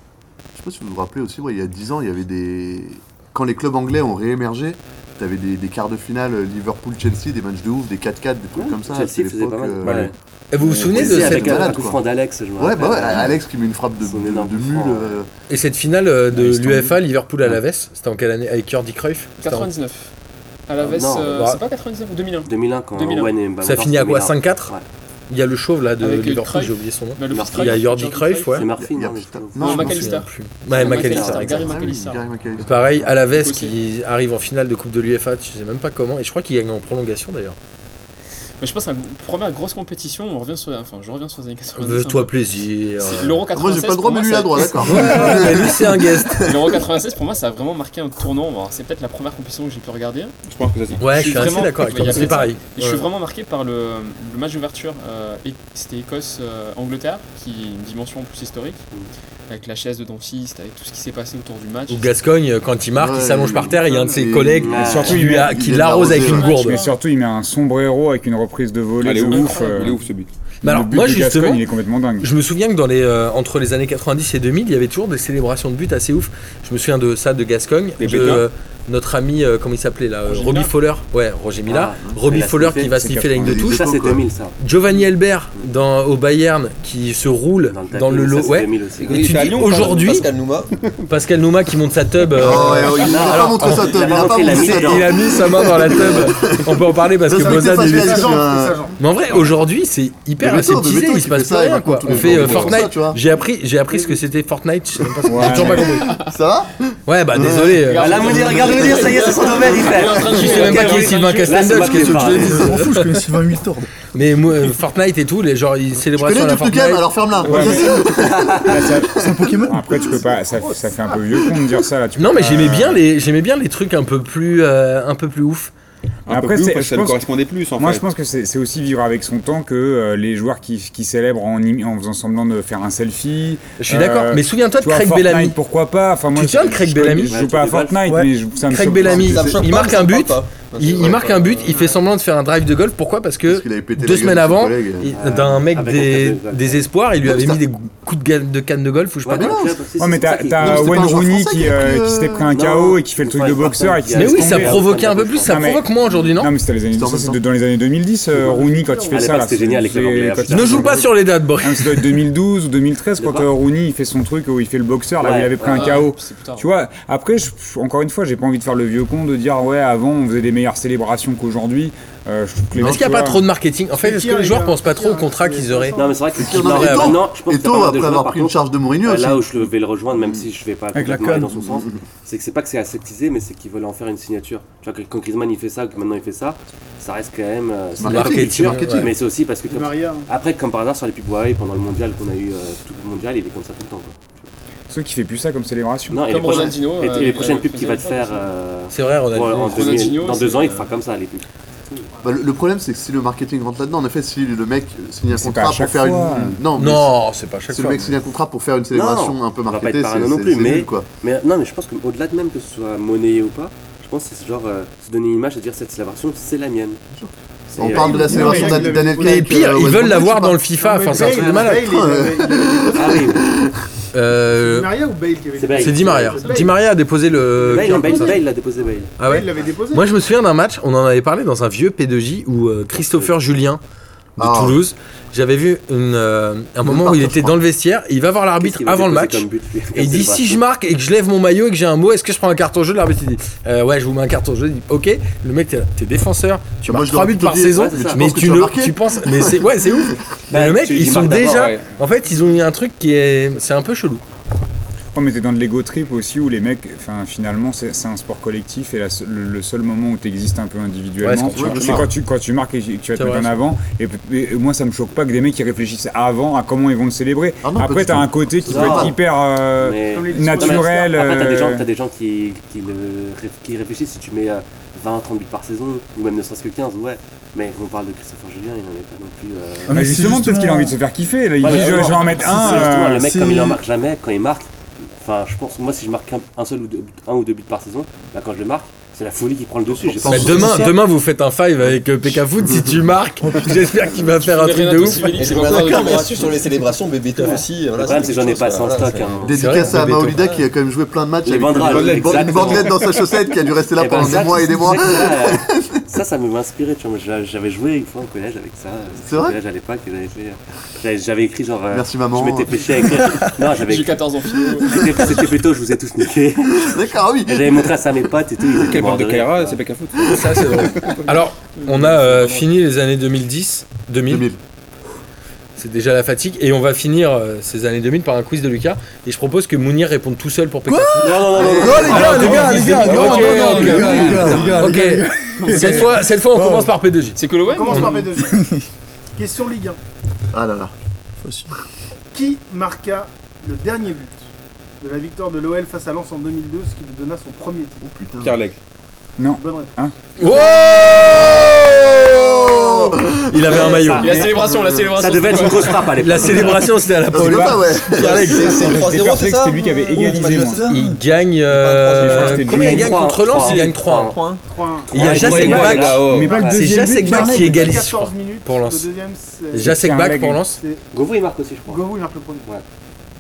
B: Je sais pas si vous vous rappelez aussi, ouais, il y a 10 ans, il y avait des. Quand les clubs anglais ont réémergé, t'avais des, des quarts de finale euh, Liverpool-Chelsea, des matchs de ouf, des 4-4, des trucs comme ça.
F: Chelsea
B: C'était
F: faisait pas
B: l'époque,
F: mal.
B: euh,
F: Ouais.
A: Et Vous vous souvenez de
F: Chelsea
A: cette
F: avec un
B: malade,
F: coup
B: quoi.
F: franc d'Alex, je me
B: Ouais, bah ouais,
F: rappelle.
B: Alex qui met une frappe de,
F: Son
B: de,
F: énorme
B: de mule.
F: franc, ouais.
B: euh,
A: Et cette finale euh, de
G: Ouais, Istanbul.
A: l'UEFA, Liverpool à la veste, c'était en quelle année Avec Jordi Cruyff C'était en-
D: 99. À la veste,
F: Non,
D: euh,
A: bah-
D: c'est pas 99 ou 2001
F: 2001 quand
D: 2001.
F: Owen et Ballon
A: Ça
F: d'Or,
A: finit à
F: c'était
A: quoi
F: Bah, Miller.
A: 5-4
F: Ouais.
A: Il y a le chauve là de
D: Avec, euh,
A: Liverpool,
D: Cruyff.
A: j'ai oublié son nom.
D: Bah, le
F: Merci.
D: Cruyff,
A: Il y a Jordi Cruyff, ouais.
F: C'est Murphy,
B: Il y a-
F: non, mais
B: putain,
F: c'est-
B: non,
F: Ouais,
B: je m'en
D: McAllister.
A: souviens plus. Ouais, McAllister.
D: McAllister,
A: exact.
D: Gary
B: ah oui,
D: McAllister.
B: Gary McAllister.
A: Pareil, à la veste
D: Aussi.
A: qui arrive en finale de Coupe de l'UEFA, tu sais même pas comment, et je crois qu'il gagne en prolongation d'ailleurs.
D: Mais je pense que la première grosse compétition, on revient sur, enfin, je reviens sur les années 90. hein.
A: Fais-toi plaisir.
D: C'est- L'Euro
B: Moi,
D: 96.
B: j'ai pas le
D: pour
B: droit,
D: moi,
B: mais lui, il
D: ça
B: a le droit, d'accord.
A: Ouais, lui, c'est un guest.
D: (laughs) L'Euro 96, pour moi, ça a vraiment marqué un tournant. Bon, C'est peut-être la première compétition que j'ai pu regarder.
C: Je pense que ça, c'est-
D: Je
A: Ouais, je
D: suis
A: suis assez
D: vraiment-
A: d'accord avec toi.
D: Ouais,
A: C'est pareil.
D: Et je suis
A: Ouais.
D: vraiment marqué par le, le match d'ouverture. euh, et- c'était Écosse-Angleterre, qui est une dimension plus historique, avec la chaise de Dentiste, avec tout ce qui s'est passé autour du match.
A: Ou Gascogne, euh, quand il marque, il
B: Ouais,
A: s'allonge
B: il-
A: par terre et il y a un de ses collègues
B: Ah,
A: qui
G: surtout, il
A: lui a-
G: met-
B: il
A: qui
B: vient
A: l'arrose
B: de
A: avec une
B: l'arroser,
A: gourde.
G: Mais surtout, il met un sombrero avec une reprise de volée.
C: Ah, il est
G: de
C: ouf,
G: ouf. euh,
C: il est ouf ce but.
G: le
A: Mais alors,
G: but
A: moi,
G: de Gascogne,
A: justement,
G: il est complètement dingue.
A: Je me souviens que dans les, euh, entre les années 90 et 2000, il y avait toujours des célébrations de buts assez ouf. Je me souviens de ça de Gascogne,
C: Des
A: de
C: Pétins.
A: euh, notre ami, euh, comment il s'appelait là, euh,
D: Roger
A: Robbie
D: Mila.
A: Fowler. Ouais, Roger Mila.
F: Ah,
A: Robbie
F: il a
A: Fowler
F: sniffé,
A: qui va
G: c'est
A: sniffer la ligne de
B: 90.
A: touche.
B: Touche,
F: Ça, c'est
B: quoi.
F: 2000, ça.
A: Giovanni Elbert dans, au Bayern qui se roule
F: Dans le
A: dans,
F: tapis,
A: le
F: mais ça,
A: lot.
F: c'est
A: Ouais.
F: 2000 aussi.
A: Et tu dis
H: Lyon,
A: aujourd'hui-
H: Pascal Nouma,
A: Pascal Nouma qui monte sa tub. euh,
B: Oh, ouais, ouais, il a pas
F: Alors,
B: montré ça,
F: on-
B: Tom.
F: il
B: Il
F: a
B: a pas
F: montré la
B: montré ça,
F: mise,
B: Tom.
A: il a mis sa main dans la tub. On peut en parler parce
B: Ça,
A: que
B: ça,
A: Mozart
B: ça,
A: est
B: ça,
A: déçu.
B: ça, ça, ça, ça,
A: Mais en vrai, aujourd'hui, c'est hyper
B: Mais Beto,
A: aseptisé,
B: Beto,
A: il
B: il
A: se
B: fait
A: passe
B: ça,
A: pas
B: il
A: rien
B: raconte
A: quoi.
B: tous
A: On
B: les
A: fait
B: jours,
A: euh,
B: il fait ça,
A: Fortnite.
B: tu vois.
A: J'ai appris, j'ai appris ce que c'était Fortnite. je sais même pas ce que-
G: Ouais.
A: J'ai toujours pas compris.
B: Ça va
A: Ouais, bah désolé. euh,
F: Ah, là, Mounir, regarde Mounir, ça y est, c'est son domaine, il fait.
A: Je sais même pas qui est Sylvain Castelnutt,
F: Là, c'est
A: ce que tu
F: Martin
A: veux
E: Je
A: dire.
E: m'en fous, je connais Sylvain 8 ordres.
A: Mais moi, euh, Fortnite et tout, les genre ils
B: Je
A: célébrations
B: connais
A: à la
B: du
A: Fortnite.
B: Toucan, alors ferme-la.
G: Ouais, mais- Là, ça-
E: C'est un Pokémon
G: Après, tu peux pas. Ça, ça fait un peu vieux con de dire ça là. Tu peux
A: Non mais
G: pas-
A: j'aimais bien les j'aimais bien les trucs un peu plus euh, un peu plus ouf.
C: Un
G: Après,
C: peu plus,
G: c'est-
C: parce que
G: je
C: ça ne
G: pense-
C: correspondait plus en
G: Moi,
C: fait.
G: je pense que c'est c'est aussi vivre avec son temps que euh, les joueurs qui, qui célèbrent en, im- en faisant semblant de faire un selfie.
A: Je suis d'accord,
G: Euh,
A: mais souviens-toi de
G: Tu vois,
A: Craig
G: Fortnite,
A: Bellamy.
G: pourquoi pas enfin, moi,
A: Tu te souviens de
G: je-
A: Craig
G: je connais-
A: Bellamy
G: Je joue pas à Fortnite,
A: Ouais.
G: mais je- ça me
A: Craig
G: choque pas.
A: Bellamy.
H: ça me choque
A: Il
H: pas,
A: marque
H: ça
A: un
H: me parle
A: but,
H: pas.
A: Il, il marque un but, il fait semblant de faire un drive de golf. Pourquoi Parce que
B: Parce qu'il avait pété la
A: deux
B: gueule
A: semaines
B: de son
A: avant,
B: collègue.
A: il- d'un mec
F: Avec
A: des,
F: un cap de golf.
A: des espoirs, il lui
B: Ouais,
A: avait
B: mais
A: mis des coups de, gueule- de canne de golf ou je sais pas
F: Ouais,
A: quoi.
F: non, c'est- c'est-
G: Ouais, Oh, mais
F: c'est
G: t'as
F: ça qui est-
G: t'as
B: Non, c'était pas
G: Wayne
B: un joueur
G: Rooney
B: français
G: qui,
B: qui a
G: euh,
B: pris, euh,
G: qui s'était pris un
F: non,
G: KO et qui fait le
F: c'est
G: truc
F: pas
G: de
F: un
G: boxeur et qui
F: sportif.
G: se
A: Mais
G: laisse
A: oui, ça
G: tomber.
A: provoquait un peu plus, ça
G: Non, mais-
A: provoque moins aujourd'hui, non
G: Non, mais c'était les années,
B: C'était en
G: ça,
B: même
G: c'était dans les années 2010, euh, Rooney, quand tu fais
F: À
G: ça.
F: l'époque,
G: là,
F: c'était
G: c'est-
F: génial avec les
G: c'est-
F: Anglais,
G: quand
F: hein,
G: tu-
A: Ne joue pas sur les dates, boy.
G: Non, Ah, mais ça doit être 2012 ou
A: (laughs)
G: 2013 quand
F: pas
G: euh, Rooney il fait son truc où il fait le boxeur, là où
F: Ouais. Ah,
G: il avait pris un KO. Tu vois, après, je- je- encore une fois, j'ai pas envie de faire le vieux con de dire ouais, avant on faisait des meilleures célébrations qu'aujourd'hui. Euh, je trouve que les gens,
A: Est-ce qu'il
G: tu
A: n'y a pas
G: vois,
A: trop de marketing En fait,
I: C'est
A: est-ce que
I: pire,
A: les joueurs
I: les
A: pensent
I: gars.
A: pas trop au contrat qu'ils auraient
F: Non, mais c'est vrai que c'est
B: Non, mais
F: marrant.
B: Eto-
F: Maintenant, je pense que
B: Eto,
F: ça parle de
B: après
F: joueurs,
B: avoir
F: par
B: pris une
F: contre, Bah,
B: charge de Mourinho aussi.
F: Là où je vais le rejoindre, même si je vais pas
E: Avec la
F: complètement aller dans
E: canne.
F: son sens, c'est que c'est pas que c'est aseptisé, mais c'est qu'ils veulent en faire une signature. Tu vois, que quand Griezmann il fait ça, que maintenant il fait ça, ça reste quand même. euh, c'est de la
A: marketing,
F: culture,
A: marketing.
F: Mais c'est aussi parce que.
I: Et Maria, hein.
F: Après, comme par hasard, sur les pubs Huawei pendant le mondial qu'on a eu, euh, tout le mondial, il est comme ça tout le temps. quoi.
G: Ceux qui fait plus ça comme célébration.
F: Non, et les
D: Comme
F: prochaines,
D: Ronaldinho,
F: et- et
D: euh,
F: les
D: il
F: prochaines
D: a-
F: pubs qu'il va te
D: faisait pas
F: faire
D: ça.
F: euh,
A: C'est vrai,
F: pour- en
A: Ronaldo.
F: deux mille-
D: Ronaldinho,
F: dans deux
D: c'est,
F: ans, il
D: euh,
F: fera comme ça les pubs.
B: Bah, le, le problème, c'est que si le marketing rentre là-dedans, en effet, si le mec signe un
G: c'est pas à
B: contrat pour
G: chaque
B: faire
G: fois.
B: une. Non, mais
A: Non, c'est pas à
B: si-
A: chaque
B: si
A: fois.
B: le mec signe un contrat pour faire une célébration
F: Non,
B: un peu
F: on va pas être
B: marketée, c'est
F: parano non
B: c'est-
F: plus,
B: c'est
F: mais-
B: nul, quoi.
F: Mais non, mais je pense qu'au-delà de même que ce soit monnayé ou pas, je pense que c'est genre euh, se donner une image et dire cette célébration, c'est la mienne. C'est-
B: On parle de la
I: Non,
B: célébration
I: mais-
B: d'A- Daniel Craig.
I: Et
A: Et pire,
B: euh,
A: ils
B: Wes
A: veulent
B: Bond,
A: l'avoir
B: je sais
A: dans
B: pas.
A: le FIFA.
I: Non, mais
A: Enfin, c'est un
I: Bale,
A: truc de malade.
I: Bale, il avait- il avait-
F: Ah oui,
A: Euh,
I: Maria ou Bale qui avait
F: C'est Bale.
A: C'est Di Maria.
I: C'est Bale.
A: Di Maria a déposé le.
F: Bale,
A: carton,
F: Bale,
A: ça.
F: Bale l'a déposé Bale.
A: Ah ouais
I: Il l'avait déposé.
A: Moi, je me souviens d'un match, on en avait parlé dans un vieux P2J où euh, Christopher Julien de
B: Ah.
A: Toulouse, j'avais vu une, euh, un moment où il
B: partir, je
A: était
B: crois.
A: dans le vestiaire, il va voir l'arbitre avant le match. Et il dit si je marque et que je lève mon maillot et que j'ai un mot, est-ce que je prends un carton jaune L'arbitre il dit Euh, ouais, je vous mets un carton jaune. Il dit ok. Le mec, t'es- t'es défenseur, tu
B: Moi,
A: marques
B: je
A: 3
B: dois
A: buts
B: te
A: par
B: dire,
A: saison,
F: ouais, c'est ça.
A: mais
B: Tu penses que
A: tu
B: tu vas
A: le,
B: marquer
A: tu penses, mais c'est ouais, c'est ouf.
G: Bah,
A: Mais le
F: Bah,
A: mec,
C: tu- il
A: ils sont
C: marque d'abord,
A: déjà.
C: ouais.
A: En fait, ils ont mis un truc qui est, c'est un peu chelou.
G: On était dans de l'ego trip aussi où les mecs, enfin finalement c'est c'est un sport collectif et la se- le, le seul moment où tu existes un peu individuellement,
A: Ouais, c'est quand tu marques.
G: c'est quand tu, quand tu marques et que tu vas
A: C'est
G: te mettre
A: vrai,
G: en
A: ça.
G: avant. Et, peut- et moi ça me choque pas que des mecs qui réfléchissent avant à comment ils vont le célébrer.
B: Ah non, pas
G: Après
B: du
G: t'as
B: tout.
G: un côté qui
F: Non.
G: peut être hyper euh,
I: Comme les-
G: naturel.
F: Après, t'as des gens,
G: euh,
F: t'as des gens qui, qui, le- qui réfléchissent si tu mets euh, 20, 30 buts par saison, ou même ne serait-ce que 15, ouais. Mais quand on parle de Christopher Julien, il n'en est pas non plus. euh,
E: Ah,
G: Mais
E: mais
G: justement,
E: c'est
G: peut-être qu'il a
E: justement-
G: envie de se faire kiffer. Là, il
F: Ouais,
G: dit je,
F: mais
G: je vais en
F: justement,
G: mettre
F: c'est- c'est justement,
G: un. euh,
F: le mec,
E: c'est-
F: comme il en marque jamais, quand il marque, enfin, je pense, moi, si je marque un, un seul ou deux, un ou deux buts par saison, bah, quand je le marque, c'est la folie qui prend le dessus. J'ai
B: Bah,
A: Bah,
F: pas-
B: c'est
A: demain,
B: ça.
A: demain, vous faites un five avec euh, PK Foot si tu
E: (laughs)
A: marques. J'espère qu'il va faire un truc de ouf.
H: Et je suis pas d'accord, mais sur les célébrations, Bébéto aussi.
F: Le problème, c'est que j'en ai pas 100 stock. hein.
B: Dédicace
A: vrai,
B: à
A: Bebeto.
B: Maolida qui a quand même joué plein de matchs
F: Les
B: avec
F: banderoles,
B: une bandelette- une
F: exactement.
B: bandelette dans sa chaussette qui a dû rester là
F: Eh ben,
B: pendant des
F: ça,
B: mois et des mois.
F: tu
B: (laughs)
F: sais que ça, euh, Ça, ça m'avait inspiré, tu vois. moi, j'a- J'avais joué une fois au collège avec ça. euh,
B: C'est vrai
F: Au collège à l'époque, et j'avais fait, euh, j'avais- J'avais écrit genre. euh,
B: Merci, maman.
F: Je m'étais péché à écrire. Non, j'avais
D: J'ai
F: écrit.
D: 14 ans. philo.
F: (laughs) C'était c'était plutôt, je vous ai tous niqué.
B: D'accord, oui.
F: Et J'avais montré ça à mes potes et tout. Ils étaient
C: Quel
F: morts
C: bord
F: de
C: de
F: rire.
C: Kaira, c'est pas qu'un foot.
A: Ça, c'est vrai. Alors, on a euh, fini les années 2010, 2000.
B: 2000.
A: C'est déjà la fatigue. Et on va finir euh, ces années 2000 par un quiz de Lucas. Et je propose que Mounir réponde tout seul pour PK. Ah,
F: Non, non, non, non, non.
E: Non, les gars, les gars, les gars, non,
A: Ok,
E: non, non,
A: ok,
E: les gars,
A: ok.
E: les gars, les gars, les
A: ok,
E: gars, les gars.
A: Cette fois, cette fois, on
E: Oh.
A: commence par P2J.
D: C'est Coloway
I: On commence par B2. (laughs) Question Ligue 1.
B: Ah là là.
I: Qui marqua le dernier but de la victoire de l'OL face à Lens en 2002, ce qui lui donna son premier titre
B: Oh putain.
C: Kerleg.
I: Bonne réponse.
G: Hein
A: Wow Il avait un maillot.
D: La célébration, la célébration.
F: Ça devait être une grosse frappe à l'époque.
A: La célébration, c'était à la
B: Ah, c'est
A: Paolo.
B: pas, ouais.
J: C'est c'est 3-0,
G: J'étais persuadé
J: c'est
G: que
J: ça
G: c'était lui qui avait égalisé. moi.
A: Il gagne.
J: Je
G: crois que
A: Euh,
G: c'était
A: combien il
G: lui.
A: gagne
F: Trois,
A: contre Lens
F: Ah, trois.
A: Il gagne hein. 3.
J: 3-1.
I: 3
A: Il y a
F: Ouais,
A: Jacek
F: ouais, ouais,
A: Back.
C: là-haut.
G: Mais pas le
A: C'est
G: deuxième. but,
A: Jacek Back
G: Kerleg.
A: qui égalise, je crois.
I: 14 minutes.
A: pour Lens.
I: Le deuxième, c'est.
A: Jacek Back
G: Kerleg.
A: pour Lens.
F: Govou, il marque aussi, je crois.
I: Govou, il marque le premier.
F: Ouais.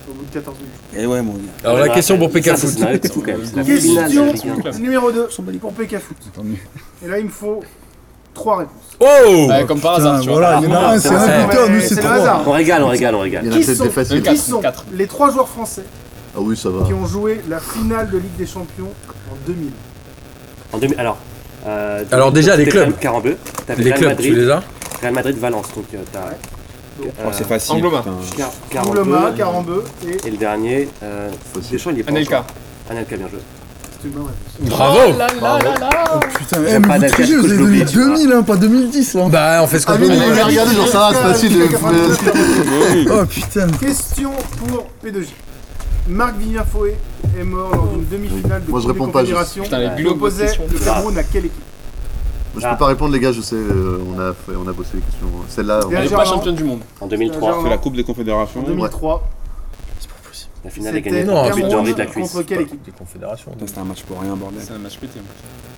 I: Au bout de 14 minutes.
C: Et Eh ouais, mon gars.
A: Alors la question pour PK
F: Ça, c'est
A: Foot.
F: scénario, c'est fou, quand même. C'est la finale de la Ligue
I: Question numéro 2 pour PK Foot. Et là, il me faut 3 réponses.
A: Oh
D: Ouais, comme par hasard, tu vois.
E: Voilà, il y en a un, c'est un
A: Ouais,
E: buteur, nous
I: c'est
E: c'est
I: le
E: trois.
I: hasard.
F: 1. On régale, on régale, on régale.
B: Il y en a
I: Qui
B: peut-être
I: sont,
B: des faciles.
I: qui sont
D: Quatre.
I: les trois joueurs français
B: Ah oui, ça va.
I: qui ont joué la finale de Ligue des Champions en 2000
F: En 2000, alors. euh,
A: Alors déjà, les
F: t'es
A: clubs.
F: quand même 42. T'avais
A: Les
F: Real
A: clubs, tu
F: Madrid,
A: les as
F: Real Madrid, Valence. Donc euh, t'as. euh,
C: Oh, c'est facile.
D: Angloma.
C: putain.
F: Car- 42,
I: Mouloma, Carambeu et.
F: Et le dernier, euh, Deschamps, il est pas
D: Anelka.
F: encore. Anelka, bien joué.
I: C'est une bonne réponse.
F: Oh
A: Bravo
E: Putain, eh,
F: J'aime
E: mais
F: pas
E: vous
F: Dalgas,
E: trichez, vous
F: je
E: avez
F: l'oublie,
E: donné
F: tu vois.
E: 2000, hein, pas 2010 là.
A: Bah, on fait ce qu'on
B: Ah, mais
A: peut.
B: il m'a regardé, genre ça va, c'est facile.
I: Jusqu'à 92.
B: euh,
E: Oh putain.
I: Question pour P2J. Marc Vignafoué est mort lors d'une demi-finale de
B: Moi, je
I: Coupe des
B: réponds pas, je-
I: Confédérations.
D: Putain, les
F: Ouais.
I: Il
D: globes, votre
I: opposait
D: question.
I: le Cameroun à quelle équipe
A: Ah.
B: Je peux pas répondre, les gars, je sais, euh, on a fait- on a bossé les questions. Celle-là, Ah, on-
D: Elle est
I: Déjà,
D: pas
A: hein.
I: non.
D: championne du monde.
F: En 2003,
C: C'est la Coupe des
I: En
C: Confédérations.
I: 2003,
F: la finale est
I: c'était
F: gagnée
A: non,
F: par un but
A: c'est-
F: de
I: Cameroun
F: Henri de la cuisse.
I: contre quelle équipe
A: Confédération.
C: Putain, C'était un match pour rien, bordel.
D: C'est un match pété.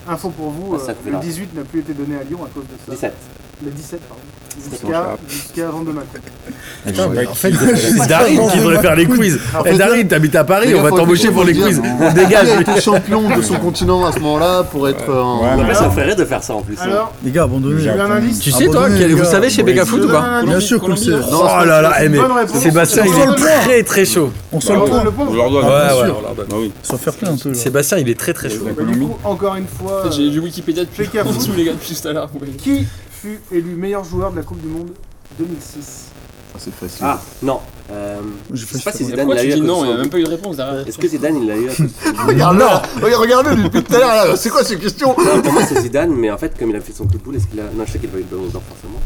I: Info pour vous,
F: Ah, ça
I: euh,
F: coûte
I: le
F: là.
I: 18 n'a plus été donné à Lyon à cause de ça.
F: 17.
I: Le 17, pardon.
C: bon, je
I: Jusqu'à
C: rappelle.
I: jusqu'à Vendemac.
A: En fait, c'est Darin qui devrait faire les quiz. Eh, Darin, t'habites à Paris,
B: Les gars,
A: on va
B: faut
A: t'embaucher pour les
B: dire,
A: quiz.
B: non.
A: On dégage.
B: Qui a été champion de son continent à ce moment-là pour être euh, en.
G: Ouais,
F: Non,
G: mais-
F: mais ça me ferait de faire ça en plus.
I: Alors,
E: Les gars, abandonnez.
I: j'ai
G: J'ai
I: eu un
G: appris.
I: indice.
A: Tu sais, toi,
E: Abandonnez,
A: quel-
E: les
A: vous
E: gars.
A: savez chez
G: Brésil.
A: Bécafoot
I: Je
A: ou
I: donne
A: pas
I: un
E: Bien
I: indice.
E: sûr qu'on le sait.
A: Oh là là, eh, mais
I: Bonne réponse.
A: Sébastien, il
I: On leur
A: est
I: donne-
A: très très chaud.
E: On sent
I: on
E: le
I: leur
E: point.
I: donne le point.
C: On leur doit.
A: Ouais,
C: bien
A: ouais,
C: sûr.
A: on leur donne.
C: Bah oui.
E: Soit faire plein un peu. là.
A: Sébastien, il est très très chaud.
I: Bah, du coup, encore une fois, euh,
D: J'ai du Wikipédia depuis
I: Fais gaffe.
D: en dessous, les gars, depuis tout à l'heure. ouais.
I: qui fut élu meilleur joueur de la Coupe du Monde 2006
B: Ah, C'est facile.
F: Ah, non. euh,
E: J'ai
F: Je sais
E: fait
F: pas si
D: Et
F: Zidane
D: Pourquoi
F: l'a
D: tu
F: eu à
D: dis non
F: cause
D: Il n'y a
F: de
D: même pas eu de réponse derrière.
F: son- Est-ce que Zidane il l'a eu à cause de son-
B: (laughs) Regarde-le Regarde-le depuis tout à l'heure, là, c'est quoi ces questions
F: Non, pour moi c'est Zidane, mais en fait, comme il a fait son coup de boule, est-ce qu'il a. Non, je sais qu'il a pas eu le ballon d'or forcément.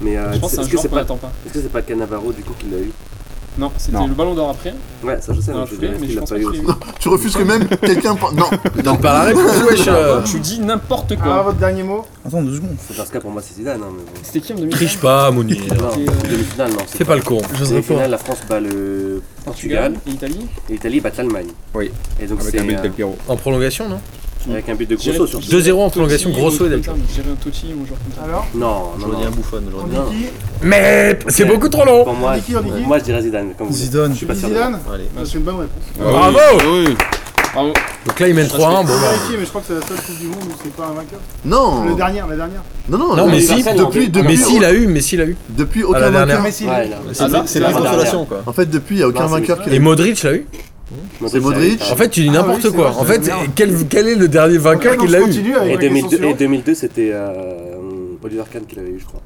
F: Mais euh,
D: Je pense que c'est un
F: est-ce que
D: joueur
F: c'est
D: qu'on
F: pas,
D: n'attend pas.
F: est-ce que c'est pas Cannavaro du coup qui l'a eu
D: Non, c'était
G: Non.
D: le ballon d'or après.
F: Ouais, ça je sais,
D: dans la
F: donc je
D: foulée,
F: dirais, est-ce
D: mais je
F: qu'il l'a
D: pense
F: pas
D: pas
F: eu
D: que je l'ai
F: aussi
D: eu.
B: (laughs) Tu refuses que même
F: (laughs)
B: quelqu'un. par- Non, non.
A: Par
B: (laughs)
A: la réponse, wesh. euh,
D: Tu dis n'importe
I: Alors,
D: quoi.
I: Ah, votre dernier mot
E: Attends deux secondes.
F: Dans ce cas, pour moi c'est Zidane, hein, mais bon.
D: C'était qui en 2000
A: Triche pas, Mounir.
F: Non,
D: euh,
F: demi-finale, non.
A: Fais pas le con.
F: Demi-finale, la France bat le Portugal
D: et Italie.
F: et l'Italie bat l'Allemagne.
C: Oui.
F: Et donc
C: Avec
F: c'est
C: un but
F: euh,
C: de Del Piero.
A: En prolongation, non
F: avec un but de
D: J'irais
F: Grosso sur
D: Totti,
A: 2-0 en prolongation,
D: Totti,
A: Grosso et Del
D: comme ça, J'irais un Totti ou un joueur comme ça.
I: Alors,
F: Non, non,
J: J'aurais dit un
F: non.
J: bouffon,
I: on
J: j'aurais dit.
I: dit
F: Non.
I: qui
A: Mais c'est beaucoup trop long.
F: Pour moi,
I: dit qui, on dit qui
F: moi je dirais Zidane, comme vous voulez.
E: Zidane.
F: Je suis pas sûr. de moi.
I: Zidane
J: Allez.
I: Bah, C'est une bonne réponse.
A: Bravo
C: Oui.
D: Bravo.
A: Donc là, il mène 3-1.
I: Je
A: Bon,
I: vais
A: bah.
I: vérifier, mais je crois que c'est la seule Coupe du Monde où c'est pas un vainqueur.
B: Non
I: Le dernier, la dernière.
B: Non, non,
A: Non,
B: le-
A: mais si,
F: personne,
B: depuis,
F: en fait.
B: depuis,
A: Messi, il a eu, Messi, il a eu.
B: depuis
A: À la
B: aucun
A: dernière.
B: vainqueur.
I: Messi,
F: Ouais, là.
J: C'est c'est
D: là, là,
J: la
F: c'est la
J: consolation quoi.
B: En fait, depuis, il n'y a aucun
F: Non, c'est
B: vainqueur qui
A: Et Modric l'a eu
B: C'est Modric.
A: En fait, tu dis
I: Ah
A: n'importe
I: oui, c'est
A: quoi.
I: vrai,
A: En fait,
I: c'est vrai.
A: quel, quel est le dernier vainqueur
I: Donc,
A: qui
I: on
A: l'a eu
I: continue avec
F: Et
I: la question
F: 2002, et
I: suivante.
F: 2002 c'était euh, Oliver Kahn qui l'avait eu, je crois.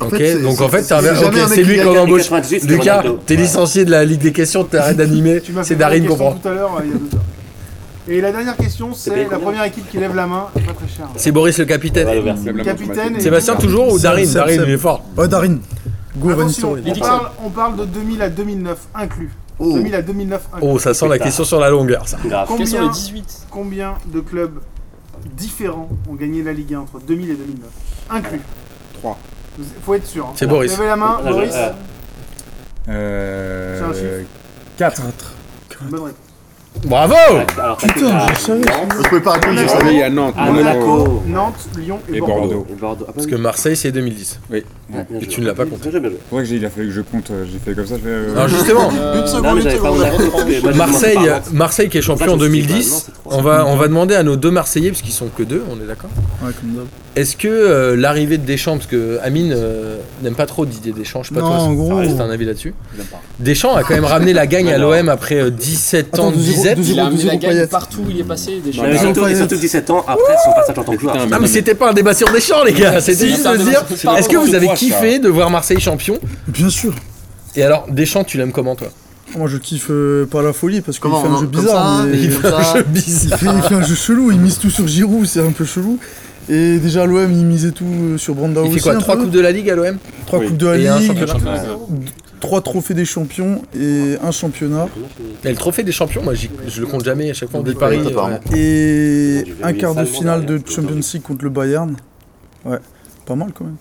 B: En
A: Ok,
B: fait, c'est-
A: donc en fait,
B: c'est-
A: t'as-
B: c'est
A: ok,
B: jamais un mec
A: c'est
B: qui
A: lui
B: gagne.
A: qu'on
F: Et
A: embauche.
F: 98, c'était
A: Lucas,
F: Ronaldo.
A: t'es
F: Ouais.
A: licencié de la Ligue des questions, t'arrêtes d'animer.
I: Tu m'as fait
A: C'est
I: la
A: Darin
I: question
A: comprend.
I: tout à l'heure, euh, il y a deux heures. Et la dernière question, c'est
F: payé
I: la
F: combien
I: première équipe qui lève la main. Pas très cher.
A: C'est Boris le
F: Ouais,
A: capitaine.
F: le Versailles.
C: Blabla,
I: Capitaine et-
A: Sébastien toujours ou
E: Seb,
A: Darin
E: Seb,
A: Darin,
E: Seb.
A: il est fort.
E: Ouais, Darin. Go, Van
I: Attention,
E: Nistelrooy.
I: Ah on parle, on parle de 2000 à 2009 inclus.
B: Oh.
I: 2000 à 2009 inclus.
A: Oh, ça sent la
F: Putain.
A: question sur la longueur, ça.
F: Grave.
D: Quels sont les
I: Combien,
D: 18
I: combien de clubs différents ont gagné la Ligue 1 entre 2000 et 2009 Inclus.
C: Trois.
I: Vous- Faut être sûr. hein.
A: C'est Boris.
I: Levez la main,
F: Là, je-
I: Boris.
F: euh,
I: C'est un chiffre.
G: Euh. 4.
I: Bonne réponse.
A: Bravo
F: Alors, t'as
E: Putain,
F: fait,
E: je
F: euh,
E: savais.
B: Vous pouvez pas répondre, je
C: Ah
B: savais.
C: oui, à Nantes. Monaco.
F: Monaco
I: Nantes, Lyon et,
C: Et
I: Bordeaux.
C: Bordeaux.
F: et Bordeaux. Ah, pas
A: Parce
F: oui.
A: que Marseille, c'est 2010.
E: Ah,
F: Ouais, bien
A: Et
F: joué.
A: tu ne l'as pas compté.
F: Bien joué, bien joué.
G: C'est vrai que j'ai- il a fallu que je compte, euh, j'ai fait comme ça, je fais. euh,
A: Alors justement,
D: Euh,
F: Non, mais j'avais pas mon arrêt, parce que moi, je
A: Marseille, euh,
F: commence par Nantes.
A: Marseille qui est champion en
F: Là, je me suis dit, bah, non,
A: 2010,
F: c'est trop.
A: on va, on va demander à nos deux Marseillais, parce qu'ils sont que deux, on est d'accord
E: Ouais, comme d'hab.
A: Est-ce que euh, l'arrivée de Deschamps, parce que Amine euh, n'aime pas trop Didier Deschamps, je sais pas
E: Non,
A: toi,
E: en
A: si
E: gros.
A: t'as un avis là-dessus Deschamps a quand même ramené la gagne à l'OM après euh, 17 ans
E: Attends,
A: de
E: deux zéro,
A: disette.
E: deux
D: Il a
E: zéro, deux
D: amené la
E: zéro,
D: gagne
E: Payet.
D: partout où il est passé. Des
C: Non,
F: Et
C: mais
D: choses.
F: surtout- et surtout 17 ans après son passage en tant que joueur.
C: Putain,
A: Non mais c'était pas un débat sur Deschamps les gars, c'était
D: Si, c'est
A: juste de
D: un
A: dire,
D: débat sur-
A: est-ce que vous avez
C: Pourquoi, ça
A: kiffé de voir Marseille champion
E: Bien sûr. Bah,
A: Et alors Deschamps tu l'aimes comment toi
E: Moi je kiffe euh, par la folie parce qu'il
B: Comment,
E: fait un
B: hein,
E: jeu
B: comme
E: (laughs) bizarre.
B: ça,
E: mais-
B: il fait-
A: Un jeu
E: Il
A: bizarre.
E: fait, il fait un jeu chelou, il mise tout sur Giroud, c'est un peu chelou. Et déjà, l'OM, il misait tout euh, sur Brandao
A: Il fait
E: aussi
A: quoi
E: un
A: 3
E: peu.
A: coupes de la Ligue à l'OM
E: Trois
C: Oui.
E: coupes de la
A: Et un
E: Ligue,
A: championnat.
E: trois trophées des champions et un championnat.
A: Mais le trophée des champions, moi j'y- je le compte jamais à chaque fois on
B: Ouais,
A: dit Paris. euh,
B: ouais, apparemment.
E: Et
K: J'ai
E: un
K: oublié
E: quart
K: ça,
E: de
K: le
E: finale
K: Mandarin,
E: de
K: plutôt.
E: Champions League contre le Bayern. Ouais, pas mal quand même.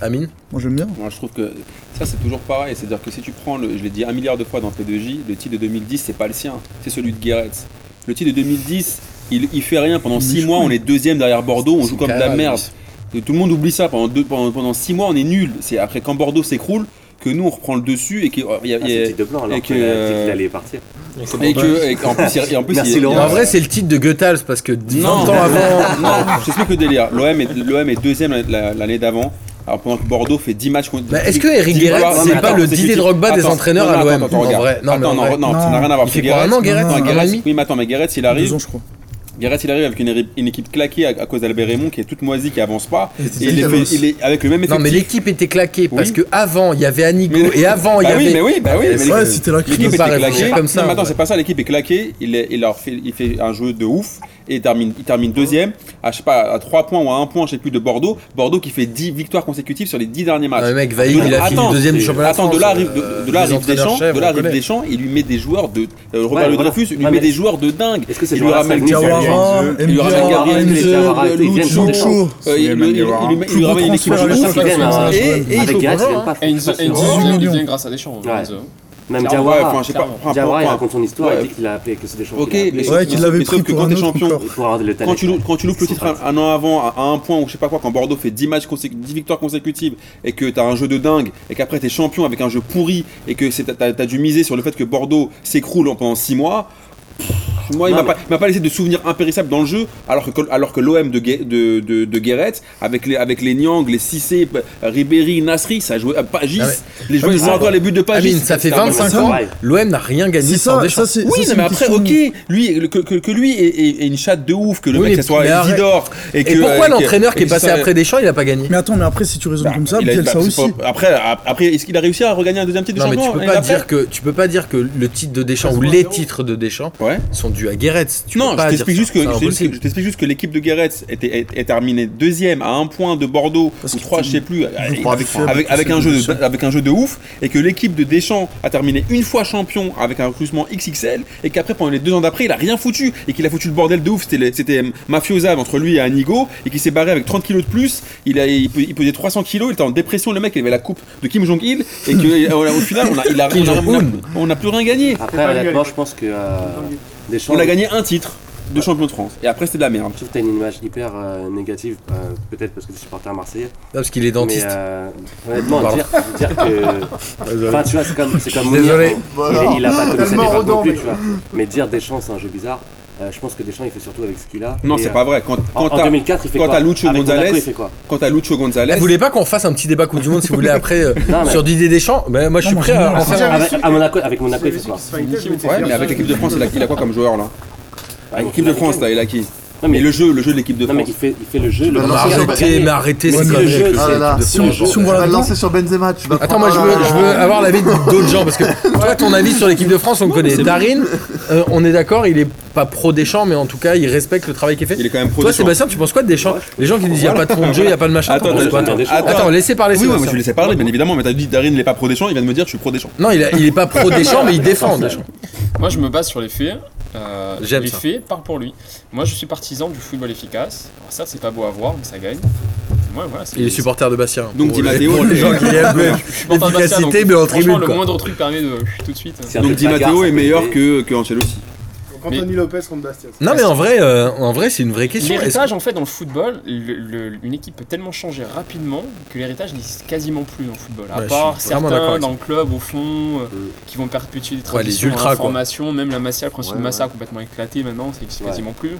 A: Amine
E: Moi j'aime bien.
C: Moi, je trouve que ça, c'est toujours pareil. C'est-à-dire que si tu prends, le, je l'ai dit un milliard de fois dans P2J, le titre de 2010, c'est pas le sien, c'est celui de Guéretz. Le titre de 2010, il, il fait rien. Pendant 6 mois, on est deuxième derrière Bordeaux, on joue comme de la
A: carrément,
C: merde. Et tout le monde oublie ça. Pendant 6 pendant, pendant six mois, on est nul. C'est après quand Bordeaux s'écroule que nous, on reprend le dessus et qu'il y a-
K: Ah,
C: il y
K: c'est
C: a-
K: le titre de blanc alors
C: et
K: que
C: que,
K: la-
C: euh,
K: il allait partir.
C: et que- euh, et qu'en plus, il- et en plus, il-
A: En vrai, c'est le titre de Goethals parce que 20
C: Non.
A: ans (laughs) avant.
C: (laughs) Non, je t'explique le délire. L'OM est, l'OM est deuxième la- la- l'année d'avant. Alors pendant que Bordeaux fait 10 matchs contre.
A: Bah, est-ce que Eric
C: 10
A: Guéret,
C: victoires-
A: c'est
C: mais
A: pas
C: attends,
A: le
C: c'est
A: Didier
C: qui-
A: Drogba des
C: attends,
A: entraîneurs à
C: non, non,
A: l'OM?
C: attends, attends,
A: En
C: regarde.
A: vrai, non, mais en
C: Attends,
A: vrai.
C: non, ça n'a rien à voir.
A: Il fait
C: Parce que
A: quoi, un
C: Guéret-
A: an, Guéret
C: Attends,
A: Un an et
C: Guéret-
A: demi
C: Oui, mais attends, mais Guéret, il
E: Deux
C: arrive.
E: ans je crois.
C: Guéret, il arrive avec une, éri- une équipe claquée à, à cause d'Albert Raymond qui est toute moisie, qui avance pas.
B: Et
C: Et il est, fait- il est avec le même effectif.
A: Non, mais l'équipe était claquée parce
C: Oui.
A: que avant il y avait Anigo
C: Mais-
A: et avant il
C: Bah
A: y
C: oui,
A: avait.
C: mais oui, bah oui. mais
A: Ouais,
E: Ouais,
C: l'équipe-
E: c'était la
C: L'équipe
E: crise.
A: peut
C: était
A: pas réfléchir
C: claquée.
A: comme ça,
C: non, mais attends,
A: ouais.
C: c'est pas ça. L'équipe est claquée. Il, est- il leur fait, il fait un jeu de ouf et il termine, il termine deuxième à, je sais pas, à 3 points ou à 1 point, je sais plus, de Bordeaux. Bordeaux qui fait 10 victoires consécutives sur les 10 derniers
A: Ah,
C: matchs.
A: mais mec, Vaïd,
C: Donc,
A: il a fini
C: attends,
A: deuxième du
C: c'est-
A: championnat.
C: Attends, de là
A: France,
C: arrive, de,
A: euh,
C: de là
A: des
C: arrive
A: entraîneurs
C: Deschamps,
A: chefs,
C: de là
A: on
C: arrive
A: connaît.
C: Deschamps, il lui met des joueurs de euh, Robert
K: Ouais,
C: Le
K: voilà.
C: Dreyfus, il lui
K: Ouais,
C: met
K: mais-
C: des joueurs de dingue.
K: Est-ce que c'est
C: Il lui
K: Jordan
C: ramène
K: Sagnol
E: Diawara,
C: Il lui ramène Gabriel
K: Gabriel Diawara,
C: Diawara,
K: il vient de
C: Lucho,
K: changer.
E: Lucho.
C: euh, il- il- il- il- il lui ramène une équipe
E: transfert
C: de
E: à
K: Je
C: ouf.
K: crois qu'il vient, hein,
C: Et- et il faut
K: Avec Gareth,
A: qu'on
K: j'aime pas. je
D: Et une,
K: suis pas
D: et une
K: sûr.
E: 18
D: 18
E: millions.
D: millions grâce à Deschamps.
K: Ouais.
D: Enzo.
K: Même
C: Ouais, enfin,
K: Diawara,
C: je sais pas, enfin,
K: Diawara, il
C: enfin,
K: raconte son histoire,
C: ouais.
K: il dit qu'il a appelé, que c'est des champions.
C: Ok,
K: qu'il a appelés.
C: mais-
E: Ouais, qu'il
C: mais
E: l'avait
C: sauf
E: pris
C: que
E: pour
C: quand
E: un
C: t'es
E: autres
C: champion,
E: encore.
K: Il faut avoir de le talent.
C: Quand tu, loues- quand tu loupes le
K: Ils sont
C: titre un,
K: prêts.
C: un an avant, à, à un point, ou je sais pas quoi, quand Bordeaux fait 10 matchs consécu- 10 victoires consécutives, et que t'as un jeu de dingue, et qu'après t'es champion avec un jeu pourri, et que c'est- t'as as dû miser sur le fait que Bordeaux s'écroule en- pendant 6 mois, pff, moi, il
K: Non,
C: m'a pas, il m'a pas laissé de souvenirs impérissables dans le jeu, alors que, alors que l'OM de, Gué- de, de, de Guéret, avec les, avec les Niang, les Cissé, P- Ribéry, Nasri, ça jouait à Pagis,
A: Ah ouais.
C: les joueurs, ils ont
K: Ah,
C: encore les buts de Pagis. Ah,
A: Amine, ça fait
C: C'est un-
A: 25
K: c'est
A: ans,
K: vrai.
A: l'OM n'a rien gagné
E: C'est
A: sans
E: ça,
A: Deschamps.
E: ça c'est. ça,
C: Oui,
E: c'est
C: non,
E: une
C: mais après,
E: question-
C: ok, lui, le- que, que, que lui ait, ait- ait une chatte de ouf, que le
A: Oui,
C: mec,
A: mais-
C: ça soit
A: mais arrête.
C: Isidore. Et, que,
A: Et pourquoi
C: euh, que-
A: l'entraîneur qui
C: et
A: est
C: que
A: passé
C: ça-
A: après Deschamps, il a pas gagné
E: Mais attends, mais après, si tu raisonnes
C: Bah,
E: comme ça,
C: il a- bah,
E: Bielsa
C: c'est
E: aussi.
C: pas- après, a- après est-ce qu'il a réussi à regagner un deuxième titre de
A: Non mais
C: champion
A: tu peux
C: l'année
A: pas
C: d'après
A: dire que tu peux pas dire que le titre de Deschamps ou les titres de Deschamps
C: Ouais.
A: sont dus à Guéret. Tu
C: Non,
A: peux
C: je
A: pas
C: t'explique
A: dire
C: juste que
A: ça, c'est
C: je t'explique-
A: impossible.
C: je t'explique juste que l'équipe de Guéret était est, est terminée deuxième à un point de Bordeaux
E: Parce
C: ou
E: qu'il
C: trois,
E: était
C: je sais plus, avec,
E: crois faible,
C: avec, avec
E: c'est
C: un jeu
E: Deschamps.
C: de, avec un jeu de ouf, et que l'équipe de Deschamps a terminé une fois champion avec un recrutement XXL, et qu'après pendant les deux ans d'après il a rien foutu et qu'il a foutu le bordel de ouf. C'était les- c'était euh, mafiosa entre lui et Anigo et qui s'est barré avec 30 kilos de plus. Il a il, pe- il pesait 300 kilos, il était en dépression. Le mec il avait la coupe de Kim Jong Il et que euh, au final on a, il a,
A: Kim
C: on a- on a-
A: Jong-un.
C: on n'a plus rien gagné.
I: C'est
K: Après,
I: pas
K: honnêtement,
I: lui,
K: je pense que euh, Deschamps.
C: On a gagné un titre de champion de France. Et après, c'était de la merde.
K: Je trouve que t'as une image hyper euh, négative, euh, peut-être parce que tu es supporter marseillais.
A: Non, parce qu'il est dentiste.
K: Mais euh, honnêtement,
A: Pardon.
K: dire, dire
A: (laughs)
K: que. Enfin, tu vois, c'est comme, c'est comme Mounir,
A: Désolé.
B: Voilà.
K: Il, il a pas connu sa
I: Tellement
K: défaite non
I: rodant,
K: plus,
I: mais-
K: tu vois. Mais dire Deschamps, c'est un jeu bizarre. Euh, je pense que Deschamps, il fait surtout avec ce qu'il a.
C: Non,
K: Et,
C: c'est
K: euh,
C: pas vrai. Quand,
K: En,
C: quand
K: en
C: t'as-
K: 2004, il fait
C: quand
K: quoi
C: t'as Lucho
K: Avec Monaco,
C: Gonzalez-
K: il fait quoi
C: quand t'as Lucho Gonzalez,
A: Vous voulez pas qu'on fasse un petit débat Coupe du Monde si vous voulez après euh,
K: Non, mais-
A: sur Didier Deschamps Ben moi je suis
E: Non,
A: prêt
E: moi,
A: à en
E: j'aime
A: faire.
I: bien.
A: un-
I: J'avais
K: Ah, avec,
I: su
K: à Monaco, avec Monaco, il
I: J'avais
K: fait
I: su
K: quoi
I: qu'il se fightait, je m'étais
C: ouais,
I: fait
C: mais avec l'équipe de France, il a, il a quoi comme joueur là Avec l'équipe de France, là, il a qui
K: Non,
C: Mais
K: mais,
C: le jeu, le jeu de l'équipe de
K: non, mais
C: France.
K: il, fait, il fait le jeu. Le
B: Non,
A: Mais
B: non,
K: Barça, il va
A: Arrêtez,
K: gagner.
A: mais arrêtez,
K: Mais
A: c'est
K: si
A: quand
K: le
A: même
K: jeu,
A: avec le-
B: Ah là là.
E: Si on- si on
B: Tu
E: voit
B: vas
E: la
B: le
E: dedans
B: lancer sur Benzema. tu vas
A: Attends, moi je
B: prendre-
A: veux, je veux avoir l'avis d'autres gens parce que toi, ton avis sur l'équipe de France, on le connaît. Darin, euh, on est d'accord, il est pas pro Deschamps, mais en tout cas, il respecte le travail qui est fait.
C: Il est quand même pro
A: Toi,
C: Deschamps.
A: Sébastien, tu penses quoi de Deschamps Les gens qui disent il n'y a pas de fond de jeu, il n'y a pas de machin.
C: Attends,
A: t'en penses quoi, toi
K: attends,
A: attends, laissez parler
C: Oui, oui,
A: Sébastien.
C: moi je lui laissais parler, bien évidemment, mais t'as dit Darin, il est pas pro Deschamps, il vient de me dire je suis pro Deschamps.
A: non, il, a- il est pas pro
C: (laughs)
A: Deschamps, mais il défend Deschamps.
D: Moi, je me base sur les faits. Euh,
A: J'aime
D: les
A: ça.
D: faits parlent pour lui. Moi, je suis partisan du football efficace. Alors ça, c'est pas beau à voir, mais ça gagne. Moi, voilà, c'est-
A: Il est supporter de Bastien.
C: Donc,
A: Pour
C: Di
A: les-
C: Matteo,
A: pour les
C: il est-
A: gens qui aiment
D: Je suis supporter de Bastia,
A: Efficacité,
D: donc,
A: mais en
D: franchement,
A: tribune,
D: le
A: quoi.
D: moindre truc permet de tout de suite.
K: C'est un
C: Donc
K: peu
C: Di
K: bagarre,
C: Matteo
K: ça
C: est
K: peut
C: meilleur
K: aider.
C: que, que Ancelotti.
I: Donc Anthony Lopez contre Bastia.
A: Non, mais en vrai, euh, en vrai, c'est une vraie question. Est-ce-
D: L'héritage, en fait, dans le football, le- le- une équipe peut tellement changer rapidement que l'héritage n'existe quasiment plus dans le football. À
A: Ouais, je
D: part
A: suis vraiment d'accord
D: certains
A: avec
D: dans le club, au fond, euh, qui vont perpétuer des traditions,
A: ultras, quoi.
D: des formations, même la Massia, le principe
B: Ouais,
D: de Massa, complètement éclaté maintenant, ça n'existe
K: Ouais.
D: quasiment plus.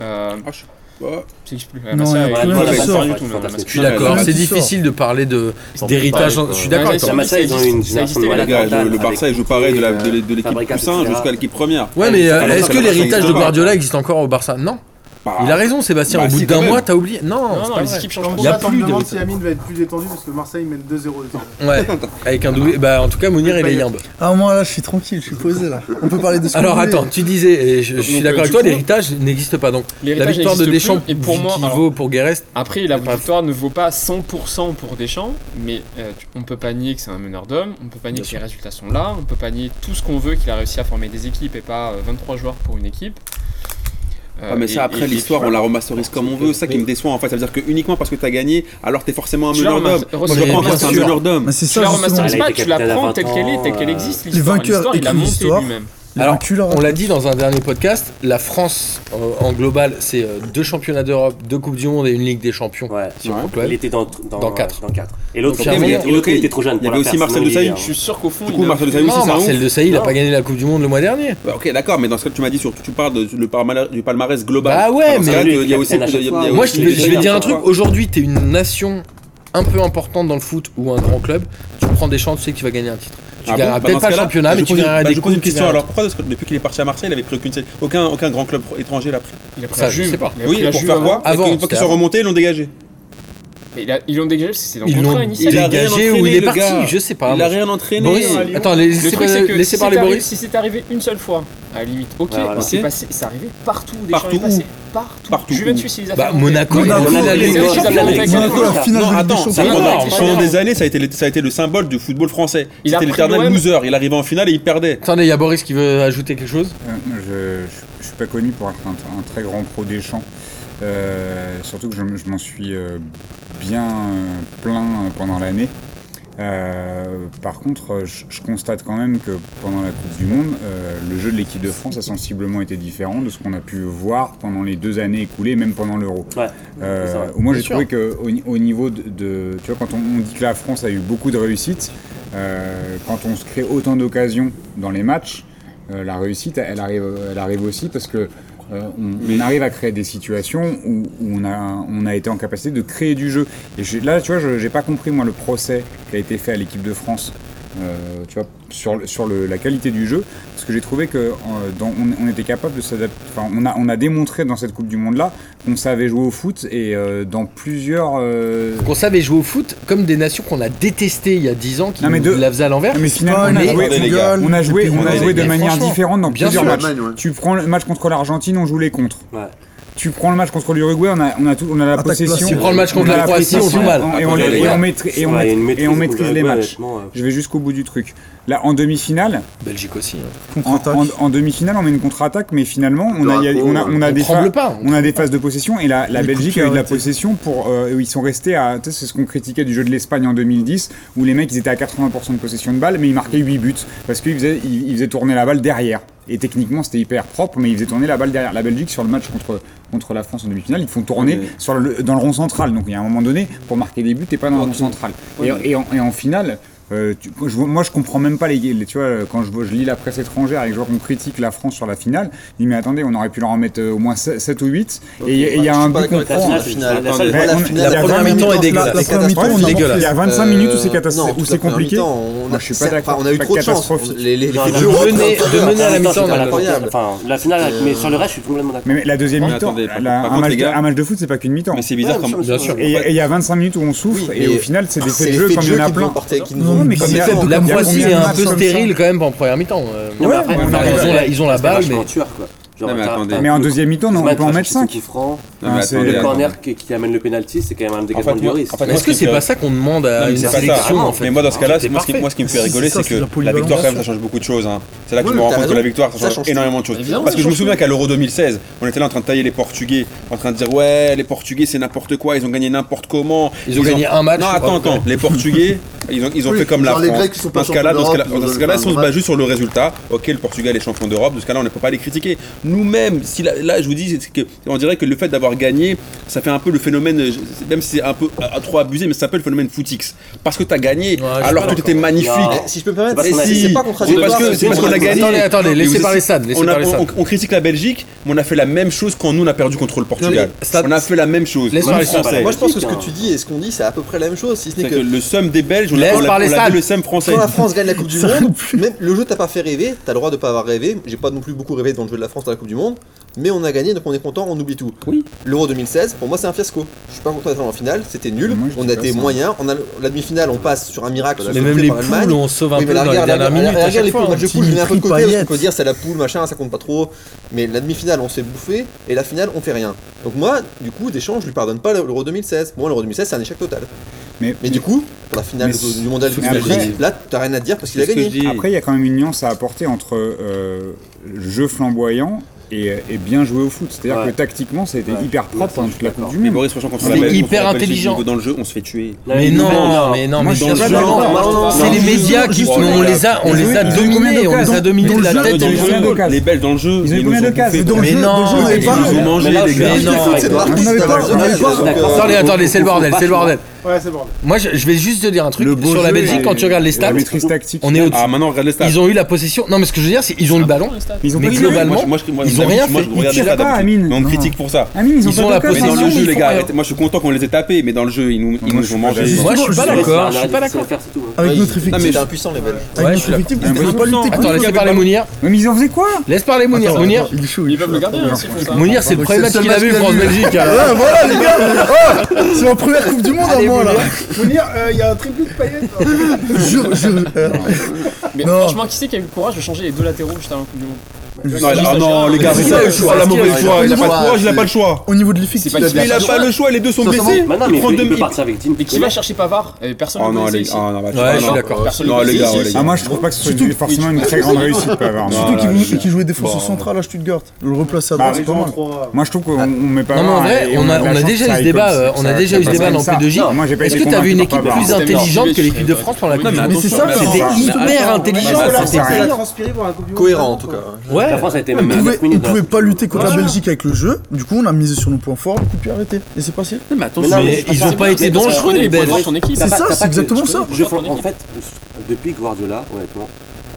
D: Euh,
C: Ah, je sais pas.
D: ça n'existe plus. La
E: Non,
D: Massia
E: il y a
D: est-
E: plus
D: elle
E: rien
D: est
K: qui
D: pas
K: sort.
D: sérieuse du tout, maintenant, la Massia.
A: Je suis
C: Non, mais
A: d'accord,
E: là,
A: c'est
E: tu
A: difficile de parler de
B: Sans
A: d'héritage.
B: parler,
A: Je suis
B: quoi.
A: d'accord.
D: Ouais,
A: avec toi.
K: La Massa, ils ont
D: Ça
K: une
D: existe
K: génération de
D: déjà,
C: Les
K: malades
C: gars,
K: mentales
C: le, le
K: avec-
C: Barça, il joue pareil de la- de l'é- de l'équipe
K: Fabricas,
C: Poussin
K: etc.
C: jusqu'à l'équipe première.
A: Ouais, mais
K: Ah,
A: euh,
K: mais
A: est-ce
K: ça,
A: que
K: ça, ça
A: l'héritage de
C: existe pas.
A: Guardiola existe encore au Barça Non.
C: Bah,
A: Il a raison, Sébastien.
C: Bah,
A: au bout
C: si,
A: d'un
C: quand même.
A: mois, Ah, t'as oublié. Non,
D: Non,
A: c'est
D: non,
A: pas
D: les
A: vrai.
D: skips
I: Dans
D: changent
I: le
A: y a
D: pas.
I: combat, on
A: plus
I: me
A: de-
I: demande si Amine va être plus détendu parce que Marseille mène 2-0 désormais.
C: (laughs)
A: Ouais, avec un doublé. Bah, en tout cas, Mounir, il est yimbe.
E: Ah, moi, là, je suis tranquille, je suis posé, là. On peut parler de ce qu'on
A: Alors,
E: voulait.
A: attends,
E: (laughs)
A: tu disais, et je, je suis
D: Donc, euh,
A: d'accord avec
D: du
A: toi,
D: coup,
A: l'héritage n'existe pas. Donc, la
D: L'héritage
A: victoire de
D: n'existe
A: Deschamps
D: plus, et pour moi,
A: qui
D: alors,
A: vaut pour Guérest,
D: Après, la
A: C'est pas-
D: victoire ne vaut pas 100% pour Deschamps, mais euh, tu- on peut pas nier que c'est un meneur d'hommes, on peut pas nier
A: Bien
D: que
A: sûr.
D: les résultats sont là, on peut pas nier tout ce qu'on veut qu'il a réussi à former des équipes et pas euh, 23 joueurs pour une équipe. Euh,
C: Ah, mais ça,
D: et-
C: après
D: et-
C: l'histoire,
D: et-
C: on la remasterise comme on veut. C'est ça qui me déçoit en fait. Ça veut dire que uniquement parce que t'as gagné, alors t'es forcément un
D: Tu la
C: meneur d'homme.
D: remas-
C: Je
A: Mais
C: pense
A: bien
C: que c'est un
A: sûr.
C: meneur d'homme.
E: Mais c'est
D: Tu
E: ça,
D: la
E: justement.
D: remasterises
K: Elle a
D: pas,
K: été
D: tu la
K: capitaine à
D: prends
K: 20
D: telle qu'elle est, telle qu'elle
K: ans,
D: existe.
K: euh,
D: L'histoire,
E: Les vainqueurs
D: L'histoire, il a
E: écrivent
D: monté
E: l'histoire.
D: lui-même.
E: Les
A: Alors,
E: enculeurs,
A: on l'a dit dans un dernier podcast, la France, euh, en global, c'est euh, deux championnats d'Europe, deux Coupes du Monde et une Ligue des Champions.
K: Ouais.
C: Ouais.
A: Donc, là,
K: Il était dans,
A: Dans
K: euh,
A: quatre.
K: Dans 4. Et l'autre,
A: Donc,
K: il,
A: il y
K: était-
A: avait-
K: et l'autre, il
C: ok,
K: était trop jeune.
C: il y
K: pour
C: avait
K: la
C: aussi
K: faire,
C: Marcel
K: sinon il est
C: Desailly.
K: bien.
D: Je suis sûr qu'au fond,
C: Du
D: il
C: coup,
D: a-
C: Marcel Desailly,
A: Non,
C: c'est ça.
A: Marcel Desailly, il a
K: Non.
A: pas gagné la Coupe du Monde le mois dernier.
C: Bah, ok, d'accord, mais dans ce cas, tu m'as dit surtout, tu parles de- du, palmarès, du palmarès global.
A: Bah ouais,
C: Dans ce
A: mais-
C: cas-là,
K: Lui,
C: tu- il y a
K: il
C: aussi.
K: gagne à
C: il y a-
K: chaque
C: il y a
K: fois.
C: aussi-
A: Moi, je,
K: il
A: vais-
K: est
A: je vais
K: bien,
A: dire un
K: ça
A: truc. Aujourd'hui, t'es une nation un peu importante dans le foot ou un grand club. Tu prends des chances, tu sais que tu vas gagner un titre. Tu
C: Ah bon
A: gagneras
C: Bah,
A: peut-être
C: dans ce
A: pas le
C: cas-là,
A: championnat,
C: bah,
A: mais
C: je
A: tu
C: pose une-
A: gagneras
C: bah,
A: des
C: je pose une
A: coupes, tu
C: question.
A: gagneras-
C: Alors, pourquoi est-ce que depuis qu'il est parti à Marseille, il avait pris aucune sélection Aucun, aucun grand club étranger l'a pris.
D: il a pris
A: Ça,
D: la
A: je
D: Juve.
A: sais pas.
D: Il a pris
C: Oui,
D: la
C: pour
D: Juve
C: faire
D: avant.
C: quoi
A: Avant,
C: Une fois qu'ils
A: c'était
C: sont remontés, ils l'ont dégagé.
D: Mais il a- Ils l'ont dégagé, parce que c'est dans le
A: Ils l'ont
D: contrat initial.
C: Il a
A: dégagé
C: rien
A: ou il
C: entraîné,
A: est
C: le
A: parti,
C: gars.
A: je sais pas.
C: il
A: moi.
C: a rien entraîné.
A: Boris,
I: à Lyon.
A: attends,
D: Le
A: laissez,
D: truc, c'est que
A: laissez
D: si
A: parler
D: c'est arrivé-
A: Boris.
D: si c'est arrivé une seule fois, à la limite, ok,
K: Ouais, voilà.
D: mais c'est
C: Ok.
D: passé, c'est arrivé partout, des
C: Partout
D: gens est passé,
C: où
D: partout.
C: Partout
D: Juventus, ils les a
A: Bah,
D: fait monter.
A: Monaco, il a
E: Monaco,
A: gagné la
E: il a
A: Ligue des
E: gagné
A: Champions.
K: la Ligue des
E: Monaco, la finale
C: Non,
E: de Ligue des
C: attends,
E: Champions.
C: ça,
D: Champions.
C: pendant,
D: Non,
C: pendant
D: non.
C: des années, ça a été, le- ça a été le symbole du football français.
D: Il a
C: C'était
D: pris
C: l'éternel
D: l'OM.
C: loser. Il arrivait en finale et il perdait.
A: Attendez, il y a Boris qui veut ajouter quelque chose.
G: Euh, je, je, je suis pas connu pour être un, un très grand pro des champs. Euh, surtout que je, m- je m'en suis euh, bien euh, plaint pendant l'année. Euh, par contre, euh, je, je constate quand même que pendant la Coupe du Monde, euh, le jeu de l'équipe de France a sensiblement été différent de ce qu'on a pu voir pendant les deux années écoulées, même pendant l'Euro.
K: Ouais.
G: Euh,
K: C'est vrai.
G: moi,
A: Bien
G: j'ai
A: sûr.
G: trouvé que au, ni- au niveau de, de- tu vois, quand on, on dit que la France a eu beaucoup de réussite, euh, quand on se crée autant d'occasions dans les matchs, euh, la réussite, elle arrive, elle arrive aussi parce que euh, on, on arrive à créer des situations où, où on a, on a été en capacité de créer du jeu. Et je- là, tu vois, je j'ai pas compris moi le procès qui a été fait à l'équipe de France. euh, tu vois, sur, le- sur le- la qualité du jeu, parce que j'ai trouvé que euh, dans- on, on était capable de s'adapter. Enfin, on a, on a démontré dans cette Coupe du Monde là on savait jouer au foot et euh, dans plusieurs. euh,
A: Qu'on savait jouer au foot comme des nations qu'on a détestées il y a 10 ans, qui
G: Non, mais
A: nous
G: de-
A: la faisaient à l'envers.
G: Non, mais finalement, on a
E: Espagne,
G: joué,
C: Attendez, les gars.
G: on a joué, on a
C: Allez,
G: joué de
A: mais
G: manière
A: franchement,
G: différente dans
A: bien
G: plusieurs
A: sûr.
G: matchs.
B: L'Allemagne, ouais.
G: Tu prends le match contre l'Argentine, on joue les contres.
K: Ouais.
G: Tu prends le match contre l'Uruguay, on a, on a, tout, on a la
E: Attaque
G: possession.
E: classique.
A: Tu prends le match contre la Croatie, on joue
G: possession,
A: mal.
G: Et on,
K: Attendez,
G: et
K: les
G: on
K: gars.
G: maîtrise- et on
K: Ouais, il y a une
G: maîtrise- et on
K: maîtrise
G: maîtrise les
K: globale,
G: matchs.
K: honnêtement, euh,
G: Je vais jusqu'au bout du truc. Là, en demi-finale,
A: Belgique aussi. hein.
G: en,
E: Contre-attaque.
G: en- en demi-finale, on met une contre-attaque, mais finalement, on a, il y a- on a, on a
A: On
G: des
A: tremble
G: phases,
A: pas.
G: on a des phases de possession et la, la
E: Les coups de
G: Belgique
E: pied
G: a eu de la
E: arrêtés.
G: possession pour. euh, ils sont restés à. Tu sais, c'est ce qu'on critiquait du jeu de l'Espagne en 2010, où les mecs ils étaient à 80% de possession de balle, mais ils marquaient 8 buts parce qu'ils faisaient, ils, ils faisaient tourner la balle derrière. Et techniquement, c'était hyper propre, mais ils faisaient tourner la balle derrière. La Belgique, sur le match contre, contre la France en demi-finale, ils font tourner
C: Ouais.
G: sur le, dans le rond central. Donc il y a un moment donné, pour marquer des buts, t'es pas dans le rond central. Et, et en, et en finale. euh, tu- quand je vois- moi je comprends même pas les, les- tu vois quand je, vois- je lis la presse étrangère et que je vois qu'on critique la France sur la finale je dis mais attendez on aurait pu leur en mettre euh, au moins 7, ou 8 et il y a- et il y a un but qu'on
K: la
G: prend.
K: finale,
H: finale.
K: La
H: Attendez,
K: finale,
H: la
G: on-
H: finale,
G: la
H: la
G: première
A: mi-temps est
H: la-
A: dégueulasse.
H: la
E: La première mi-temps,
H: catastrophe.
E: on a dégueulasse.
G: Il y a 25 minutes où c'est catas-
H: Non,
G: où
H: tout
G: c'est
H: à fait, en
G: compliqué.
H: mi-temps, on
G: Moi,
H: a-
G: je suis pas
H: certes,
G: d'accord,
H: On a eu
G: pas
H: trop de chance.
G: catastrophique.
H: Les les- les
K: Non,
H: coups
K: non,
H: de
K: non,
H: pied
A: non,
H: arrêtés, c'est
A: non, non,
H: incroyable. Euh,
A: mener à la mi-temps,
K: Attends,
A: on a
K: la première-
H: raté.
K: Enfin, la finale, mais sur le reste, je suis complètement d'accord. Ah,
G: mais mais la deuxième
C: Mais
G: mi-temps
C: attendez, par
G: la-
C: contre,
G: un match
C: les
G: de-
C: gars.
G: un match de foot c'est pas qu'une mi-temps
C: Mais c'est
K: Ouais,
C: bizarre comme.
K: bien sûr.
G: et et il y a 25 minutes où on souffre
H: Oui,
G: et au
H: mais-
G: final c'est des
H: C'est
G: faits de jeu
H: l'effet
G: comme
H: de
G: il y
H: jeu
G: en a
H: qui nous ont
G: plein
H: porté- qui nous
G: Non,
H: ont
G: mais
H: mis
G: comme
H: dans
G: il y a-
H: le
G: comme
H: temps.
A: La
G: il y a
A: Croatie
G: combien de
A: est un
G: matchs
A: peu
G: comme ça
A: stérile quand même en première mi-temps. euh.
K: Non, mais après,
G: Ouais,
A: Enfin,
G: on arrive
A: ils, ont la, ils ont la
K: C'est
A: balle, mais
K: vachement tueur, quoi. Genre,
C: Ah, Non, mais
K: t'as-
C: attendez.
K: t'as-
G: mais en deuxième mi-temps non, on
K: Match,
G: peut en mettre
K: c'est
G: 5
K: Qui franc,
C: Non,
G: Ah,
C: mais
G: c'est-
C: attendez,
K: le
G: euh,
C: attendez.
K: corner qui, qui amène le penalty, c'est quand même un des
C: En
K: grands
C: fait, moi-
K: risque.
C: en fait,
A: Mais est-ce que c'est pas ça qu'on demande
C: Non,
A: à
C: mais
A: une
C: c'est pas ça.
A: sélection en fait Ah,
C: Mais moi, dans ce cas-là,
A: C'est
C: moi, ce qui,
A: parfait.
C: moi, ce qui me fait
E: C'est
C: rigoler,
E: ça,
C: c'est
E: c'est
C: que
E: la
C: la
E: polyvalence.
C: victoire, quand même, ça change beaucoup de choses. hein. C'est là que
H: Oui,
C: je me rends
H: t'as
C: compte que
H: raison.
C: la victoire, ça
H: Ça
C: change
H: change
C: énormément de choses.
D: Évidemment,
C: Parce que
D: ça
C: je me
D: change
C: souviens
D: tout.
C: qu'à l'Euro 2016, on était là en train de tailler les Portugais, en train de dire ouais, les Portugais, c'est n'importe quoi, ils ont gagné n'importe comment.
A: Ils ont gagné un match.
C: Non,
A: je
C: attends,
A: crois.
C: attends. Les Portugais, ils ont, ils ont
B: Oui,
C: fait comme la
B: genre
C: France.
B: les Grecs qui sont pas
C: dans ce cas-là, dans
B: champions
C: ce cas-là,
B: d'Europe,
C: dans ce
B: ils ont
C: cas-là, si on se
B: fait un
C: base juste sur le résultat, ok, le Portugal est champion d'Europe. De ce cas-là, on ne peut pas les critiquer. Nous-mêmes, si là, là, je vous dis, c'est que on dirait que le fait d'avoir gagné, ça fait un peu le phénomène, euh, je- même si c'est un peu euh, trop abusé, mais ça s'appelle le phénomène footix. Parce que t'as gagné,
A: Ouais, je suis
C: alors
A: pas
C: que t'étais
A: d'accord.
C: magnifique.
K: Non.
H: Si je peux me permettre,
K: Parce qu'on a-
H: c'est-
K: si.
H: c'est pas
C: C'est
H: contradictoire.
C: parce que- c'est parce qu'on a gagné.
A: Attendez, attendez, laissez
C: Et vous-
A: parler Sad, laissez
C: on, a-
A: parler
C: on-
A: Sad.
C: on critique la Belgique, mais on a fait la même chose quand nous on a perdu contre le Portugal.
A: Sad-
C: on a fait la même chose.
A: Laisse
C: Nous,
A: parler
C: Français.
K: Sad.
H: Moi, je pense que ce que
K: Hein.
H: tu dis et ce qu'on dit, c'est à peu près la même chose, si ce
C: C'est
H: n'est
C: que
H: que
C: le seum des Belges, on
A: Laisse
C: a, on a,
A: parler
C: on a
A: Sad.
C: vu le seum français.
H: quand la France gagne la
A: (laughs)
H: Coupe du Monde, même le jeu t'a pas fait rêver, t'as le droit de pas avoir rêvé. J'ai pas non plus beaucoup rêvé dans le jeu de la France dans la Coupe du Monde. mais on a gagné, donc on est content, on oublie tout.
C: Oui.
H: L'Euro 2016, pour moi, c'est un fiasco. Je suis pas content d'être en finale, c'était nul.
G: Moi, je
H: on
G: dis
H: a
G: pas
H: été
G: ça.
H: moyen. On a, la demi-finale, on passe sur un miracle.
A: Mais même les poules, on sauve un
H: Oui,
A: peu
H: mais
A: dans
H: la
A: les
H: regarde, la
A: dernières minutes.
H: regarde,
A: à
H: regarde
A: chaque
H: les poules
A: fois,
H: de match de
A: petit
H: poule, je mets un peu
A: Dimitri
H: de côté, parce qu'on
A: Payet.
H: peut dire c'est la poule, machin, ça compte pas trop. Mais la demi-finale, on s'est bouffé, et la finale, on fait rien. Donc moi, du coup, Deschamps, je lui pardonne pas l'Euro 2016. Pour moi, l'Euro 2016, c'est un échec total.
G: Mais,
H: Mais du coup, pour la finale
G: Mais
H: du du mondial
G: mais
H: du Belgique,
G: après-
H: là, t'as rien à dire parce qu'il a
C: C'est ce que
H: gagné.
C: je dis.
G: Après, il y a quand même une nuance à apporter entre euh, jeu flamboyant et, et bien joué au foot. C'est-à-dire
K: Ouais.
G: que tactiquement, ça a été
K: Ouais.
G: hyper propre
K: ça,
G: dans
K: je
G: toute
K: suis
G: la Coupe
K: d'accord.
G: du
C: Mais
G: Monde.
C: Boris, franchement, contre
A: C'est
C: la Belgique,
A: hyper
C: contre la Belgique,
A: intelligent.
C: niveau Dans le jeu, on se fait tuer.
A: Mais non, mais non,
G: Moi,
A: mais
G: je suis
A: dans le
G: pas
A: jeu,
G: d'accord.
A: non,
H: Non, non,
A: c'est les
G: non,
A: médias
G: non,
A: qui
G: non,
A: font,
G: non,
A: on les a, on
G: ils
A: les
G: ont
A: a
G: eu
A: dominés,
G: combien de
A: on les a
G: cases
A: dominés
G: Dans
A: de
G: le
A: la
G: jeu,
A: tête
G: dans
A: aux
G: le jeu,
A: yeux.
G: dans le jeu,
C: Les Belges dans le jeu,
G: Ils ont eu
C: ils
G: combien
C: nous
G: de
C: ont
G: cases
C: bouffés.
G: Dans le
A: Mais
G: jeu,
A: non,
G: dans le jeu, on
A: mais
G: avait
A: ils
G: pas-
A: nous
H: ont mangé,
G: Mais
H: les
G: je
A: gars.
G: suis
A: Mais
G: d'accord
A: non.
G: avec toi.
H: On
G: On avait
H: avait
G: pas-
H: pas-
G: on avait
H: on
G: pas-
H: avait pas-
K: D'accord,
A: Attends, les-
K: on-
A: attends,
K: on-
A: les- c'est
K: on
A: le bordel,
K: compare
A: c'est le
K: pas,
A: bordel.
I: Ouais, c'est bon.
A: Moi, je, je vais juste te dire un truc
G: Le beau
A: sur la
G: jeu
A: Belgique.
G: et-
A: Quand tu regardes les
G: La
A: stats,
G: maîtrise tactique.
A: on est au-dessus.
C: Ah, maintenant, regarde les stats.
A: ils ont eu la possession. Non, mais ce que je veux dire, c'est ils ont le ballon,
G: Ils ont
A: mais
G: pas tiré.
A: globalement,
C: Moi, je- moi, je-
A: ils
C: moi,
A: ont
C: je-
A: rien
C: moi,
A: fait.
C: je regarde
G: Ils
C: les
G: tirent
C: stats
G: pas,
C: d'habitude,
G: Amine.
C: Mais on me
G: Non.
C: critique pour ça.
G: Ah, mais ils ont
A: Ils ont
G: pas
A: la
G: de cases,
C: Mais dans
G: non,
C: le
A: possession,
C: jeu,
A: ils
C: les
A: font
C: gars,
A: rien.
C: arrêtez. moi je suis content qu'on les ait tapés, mais dans le jeu, ils nous, ils
G: Moi,
C: nous
G: je
C: ont
G: suis
C: mangé.
G: pas
A: Moi, je suis pas
K: on-
A: d'accord. Je
K: on-
A: suis pas d'accord.
K: C'est à faire, c'est tout, hein.
E: Avec
H: Ouais,
E: notre
H: ils-
E: effectif.
C: mais-
H: C'était impuissant, les Belges.
A: Ouais,
E: Avec
A: je suis
E: notre effectif,
C: d'accord.
E: ils devaient pas lutter
A: Attends,
E: contre
A: laissez
E: nous.
A: parler Mounir.
G: Mais ils en faisaient quoi
A: Laisse parler Mounir.
E: Attends,
A: Mounir,
E: Il est chaud, il est
D: Ils peuvent le garder, hein, s'ils font ça.
A: Mounir, c'est le premier
B: c'est
A: match
B: le
A: qu'il a
B: seul
A: vu
B: match qu'il a vu.
E: (laughs)
A: France-Belgique.
E: Ah, voilà les gars Ah, C'est ma première Coupe du Monde à moi là
I: Mounir, euh, il y a un triplé de paillettes.
E: hein. (laughs) Jure, jure euh,
D: Mais
E: Non.
D: franchement, qui c'est qui a eu le courage de changer les deux latéraux juste avant la Coupe du Monde
C: Non, il a- ah non, les gars,
A: C'est
C: c'est
A: ça,
C: ça
A: le
C: le
A: choix.
C: choix, la
A: Parce qu'il
C: mauvaise
A: a-
C: choix. Il a pas
B: choix,
C: le choix, il a
B: c'est-
C: pas le choix.
E: Au niveau de l'effectif,
D: C'est pas
C: Mais il a
D: le
C: pas le choix, les deux sont
B: Sincèrement,
C: blessés.
K: Bah non,
C: Il
K: mais
C: prend
K: il peut- il
C: deux
K: peut partir avec Dean
D: Mais qui
K: Koller.
D: va chercher Pavard Et personne ne
C: Oh
D: le
C: non,
D: connaissait
C: les
D: ici.
C: gars, oh non, bah, tu
A: Ouais,
C: vois,
A: je suis
C: non.
A: d'accord.
D: Personne
C: Non,
D: ne le
C: les gars,
D: connaissait
C: les
D: ici.
C: gars.
G: Ah, moi, je trouve pas que ce soit
E: Surtout-
G: une- forcément une très grande réussite, Pavard.
C: Non,
E: Surtout
C: là,
E: qu'il
C: les
E: qui
C: gars.
E: jouait défenseur
C: Bon.
E: central à Stuttgart. Le replacer à droite, c'est pas mal.
I: Moi,
G: Bah, Moi, je trouve qu'on on met pas.
A: Ah. Non mais en
G: mal,
A: vrai,
G: et
A: on a,
G: de la
A: on a
G: chance que
A: déjà eu
G: ça
A: ce
G: aille
A: débat,
G: comme ça,
A: euh,
G: que
A: on
G: ça-
A: a déjà
G: ça
A: eu ce
G: passe
A: débat
G: comme
A: dans
G: ça. Non, moi, j'ai
A: P2J.
G: pas
A: Est-ce
G: été
A: que t'avais
G: convaincu
A: une
G: par
A: équipe
G: Pavard.
A: plus
G: Non,
D: mais
A: intelligente que
D: attention,
A: l'équipe de France pendant la
D: oui,
A: Coupe
D: mais
A: du Monde
D: attention, mais
A: C'était
G: attention.
A: hyper intelligent.
I: c'est
A: c'était-
I: transpiré pour la Coupe du Monde.
H: Cohérent, en tout cas.
A: Ouais.
K: La France a été
E: On
K: même
E: pouvait,
K: neuf
E: on
K: minutes dans la
E: pouvait
A: hein.
K: Coupe
E: pas
K: du Monde.
E: lutter contre la Belgique avec le jeu, du coup on a misé sur nos points forts, le coup de pied arrêté. Et c'est passé.
D: Mais attends,
K: non,
A: mais ils ont pas été dangereux, les Belges.
D: Ton équipe.
E: C'est
K: T'as
E: ça,
K: t'as
E: c'est
K: que-
E: exactement
K: je-
E: ça.
K: je- en fait, depuis Guardiola, honnêtement,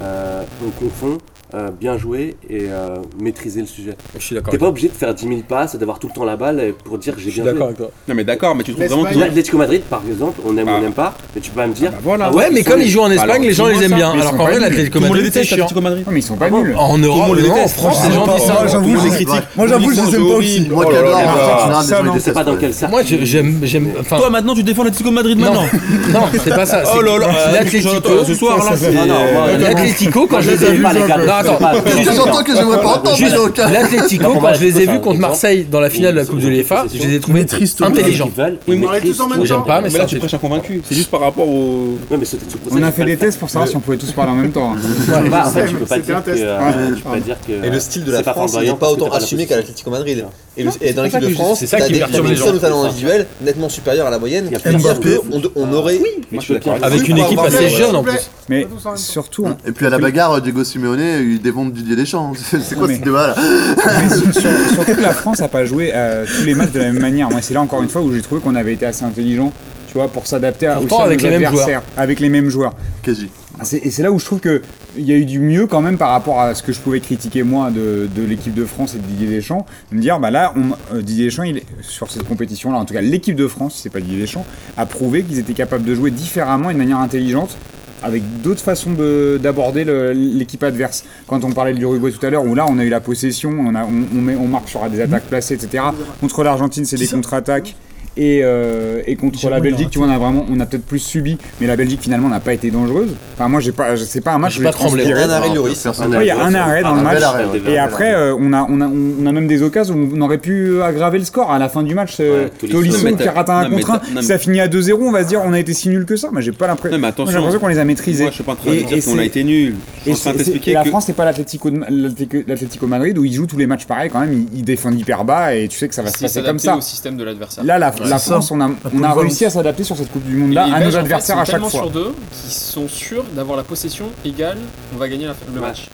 K: euh, on confond euh, bien jouer et euh, maîtriser le sujet.
A: Je suis d'accord.
K: T'es pas obligé de faire 10 000 passes et d'avoir tout le temps la balle euh, pour dire que j'ai
A: Je suis
K: bien joué.
A: d'accord avec toi.
C: Non, mais d'accord, mais tu trouves
I: Laisse
C: vraiment
I: pas
C: qu'ils ont-
I: aller.
K: L'Atlético Madrid, par exemple, on aime ou
C: Ah.
K: on n'aime pas, mais tu peux pas me dire.
C: Bah voilà.
K: ah
A: Ouais, mais
K: ils sont
A: comme
K: nuls.
A: ils jouent en Espagne,
C: Alors,
A: les gens les aiment bien.
G: mais ils
A: Alors
G: sont
A: qu'en
G: pas
A: vrai,
G: nuls.
A: l'Atlético
C: Tout le monde les
A: Madrid, c'est
C: déteste,
A: chiant.
C: l'Atlético Madrid.
G: mais ils sont pas nuls.
A: En
C: monde
A: Europe,
C: les
A: non, en
C: déteste.
A: France,
G: Ah,
A: les gens
G: non,
A: disent
G: moi,
A: ça.
G: j'avoue,
A: Tout le monde
G: c'est
A: les
B: vrai.
A: critique.
E: Moi j'avoue, je les aime pas aussi.
A: Oh
B: Moi qui
C: là
B: adore
C: là.
A: ah,
B: l'Argentine, général,
G: Ça,
B: des
G: non.
B: gens, ils
K: Je sais
B: détestent,
K: pas dans
B: ouais.
K: quel cercle.
A: Moi, je- j'aime, j'aime. Enfin,
C: Toi, maintenant, tu défends l'Atlético de Madrid
A: non,
C: maintenant.
A: non, c'est pas ça.
C: Oh
A: c'est-
C: là là,
A: L'Atlético.
C: l'Atlético. Ce soir, là, c'est.
K: Non, non, moi, honnêtement,
A: L'Atlético, quand je les ai
K: j'aime
A: vus.
K: pas les gars.
A: Non, attends.
B: C'est j'entends que j'aimerais pas entendre, mais
A: Juste,
B: donc.
A: L'Atlético,
K: Non, pour
A: quand
K: moi,
A: je les ai
K: c'est
A: vus
K: un
A: contre
K: exemple.
A: Marseille dans la finale de la
K: Ils
A: Coupe
K: ont
A: de
K: une
A: l'UEFA, je
K: possession.
A: les ai trouvés
E: Triste.
A: intelligents.
K: Ils veulent,
C: Oui,
K: ils
C: mais
K: maîtrisent
I: tous en même
K: tout.
A: J'aime pas, mais
C: Mais
A: ça,
C: là, tu prêches un convaincu. C'est juste par rapport au.
K: Ouais, mais c'est c'est pour ça
G: On
K: que
G: a
K: je
G: fait
K: peux
G: des
K: pas le
G: tests pour savoir si on pouvait tous parler en même temps. hein.
K: faire. (laughs) Ouais, bah, en fait, tu peux pas
I: C'était un
K: dire que,
I: test.
K: euh, tu peux pas dire que.
H: Et le style de la
K: c'est pas
H: France n'est
K: flamboyant
H: pas
K: parce que
H: autant
K: t'as la
H: assumé
K: position.
H: qu'à l'Atlético Madrid. Et, le-
A: Non,
H: et dans
A: c'est pas
H: l'équipe de
A: que je-
H: France,
A: c'est ça
H: t'as
A: qui
H: des-
A: perturbe
H: t'as
A: les
H: une
A: gens.
H: somme de talent individuel nettement supérieure à la moyenne.
K: Il y a
H: Et dire
K: Mbappé.
H: que on, de- on aurait.
C: Moi, je suis d'accord.
A: Avec
H: Oui,
A: une
H: pour
A: équipe
H: avoir
A: assez
H: des-
A: jeune en plus.
G: Mais
I: Pas tous en même temps.
G: surtout,
B: Et puis à la bagarre, Diego Simeone, il démonte Didier Deschamps. (laughs) C'est c'est quoi
G: Mais-
B: ce débat là
G: Mais sur- sur- surtout que la France n'a pas joué euh, tous les matchs de la même manière. Moi, c'est là encore une fois où j'ai trouvé qu'on avait été assez intelligent, tu vois, pour s'adapter à aux
A: Pourtant,
G: seuls
A: avec les mêmes
G: adversaires, avec les mêmes joueurs.
B: Quasi.
G: Ah, c'est- Et c'est là où je trouve que il y a eu du mieux quand même par rapport à ce que je pouvais critiquer moi de, de l'équipe de France et de Didier Deschamps. Me dire, bah là, on- euh, Didier Deschamps, il, est- sur cette compétition-là, en tout cas l'équipe de France, si c'est pas Didier Deschamps, a prouvé qu'ils étaient capables de jouer différemment et de manière intelligente avec d'autres façons de- d'aborder le- l'équipe adverse. Quand on parlait de l'Uruguay tout à l'heure, où là on a eu la possession, on, a, on, on met- on marque sur des attaques placées, etc. Contre l'Argentine, c'est des contre-attaques. Et, euh, et contre
E: Jérôme,
G: la
E: il a
G: Belgique, tu vois, on a vraiment, on a peut-être plus subi, mais la Belgique finalement n'a pas été dangereuse. Enfin, moi, j'ai pas, je- c'est pas un match
A: J'ai
G: où
A: pas
G: j'ai
A: tremblé.
G: transpiré.
H: Un arrêt de Lloris.
B: Personne.
G: Ouais, il y a un arrêt dans le
B: Un
G: match.
B: bel arrêt, ouais.
G: Et après, euh, on, a, on, a, on a même des occasions où on aurait pu euh, aggraver le score. À la fin du match, euh,
K: Ouais, Tolisso.
G: Tolisso
C: Non, mais
G: qui
C: t'as-
G: a raté un
C: non, mais
G: contre un.
C: t'as- non, mais-
G: Si ça finit à 2-0, on va se dire on a été si nul que ça. Mais j'ai pas l'impression.
C: Non, mais
G: Moi,
C: attention.
G: J'ai l'impression qu'on les a maîtrisés.
C: Moi, je suis pas en train de
G: Et- et
C: dire qu'on
G: c'est-
C: a été nul. Je suis
G: et
C: en train de
G: c'est- c'est-
C: t'expliquer
G: et la
C: que.
G: France, c'est pas l'Atlético de- l'Atlético l'Atlético Madrid où ils jouent tous les matchs pareil quand même. Ils, ils défendent hyper bas et tu sais que ça va se
D: C'est
G: passer comme
D: s'adapter
G: ça.
D: au système de l'adversaire.
G: Là, la, la
E: ça.
G: France, on a, on a
E: polyvalence.
G: réussi à s'adapter sur cette Coupe du Monde
D: Les
G: là à
D: Belges,
G: nos
D: en fait,
G: adversaires
D: sont
G: à chaque
D: tellement
G: fois.
D: sur deux qui sont sûrs d'avoir la possession égale, on va gagner la- le match.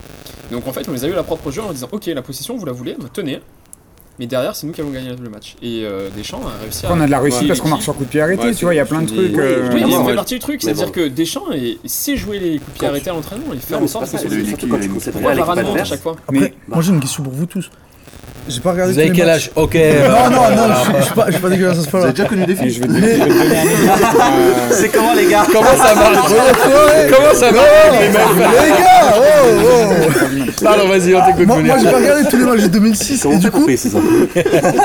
D: Donc en fait, on les a eu à la propre jeu en leur disant Ok, la possession, vous la voulez, bah, tenez. Mais derrière, c'est nous qui allons gagner le match. Et euh, Deschamps a réussi à.
G: Après, on a de la réussite
C: Ouais,
G: parce qu'on marche sur coup de pied arrêté.
C: Ouais,
G: tu vois, il y a plein de
C: c'est-
G: trucs.
C: Oui,
G: euh,
D: Oui, mais
K: Vraiment,
D: ça
K: ouais.
D: fait partie du truc,
K: Mais
D: c'est-à-dire
K: bon.
D: que Deschamps est- sait jouer les coups de pied arrêtés à l'entraînement, il fait
K: Non,
D: en
K: mais c'est
D: sorte
K: pas
D: que
K: ça,
D: ce
B: le
K: surtout
B: Licky,
K: quand
B: il
K: tu
B: est-
K: concèdes
D: Pourquoi
K: rien à l'équipe
D: Varane monte à
K: adverse.
D: chaque fois
E: Après,
G: Mais-
E: moi j'ai une question pour vous tous. J'ai pas regardé
A: Vous
E: tous
A: avez
E: les
A: quel
E: matchs.
A: âge Ok. bah,
E: Non, non, non, je suis- je suis pas, je suis pas dégueulasse à ce
B: Vous
E: point-là.
B: avez déjà connu des
G: Et
B: filles
G: je vais te je vais te donner un exemple. euh,
F: C'est comment les gars
A: Comment ça
E: Ah,
A: marche Comment ça marche
E: Les gars, oh, oh.
A: Pardon, vas-y, on t'écoute.
E: Moi, moi,
A: Mounir.
E: j'ai pas regardé tous les matchs de 2006 et du coup,
F: ces infos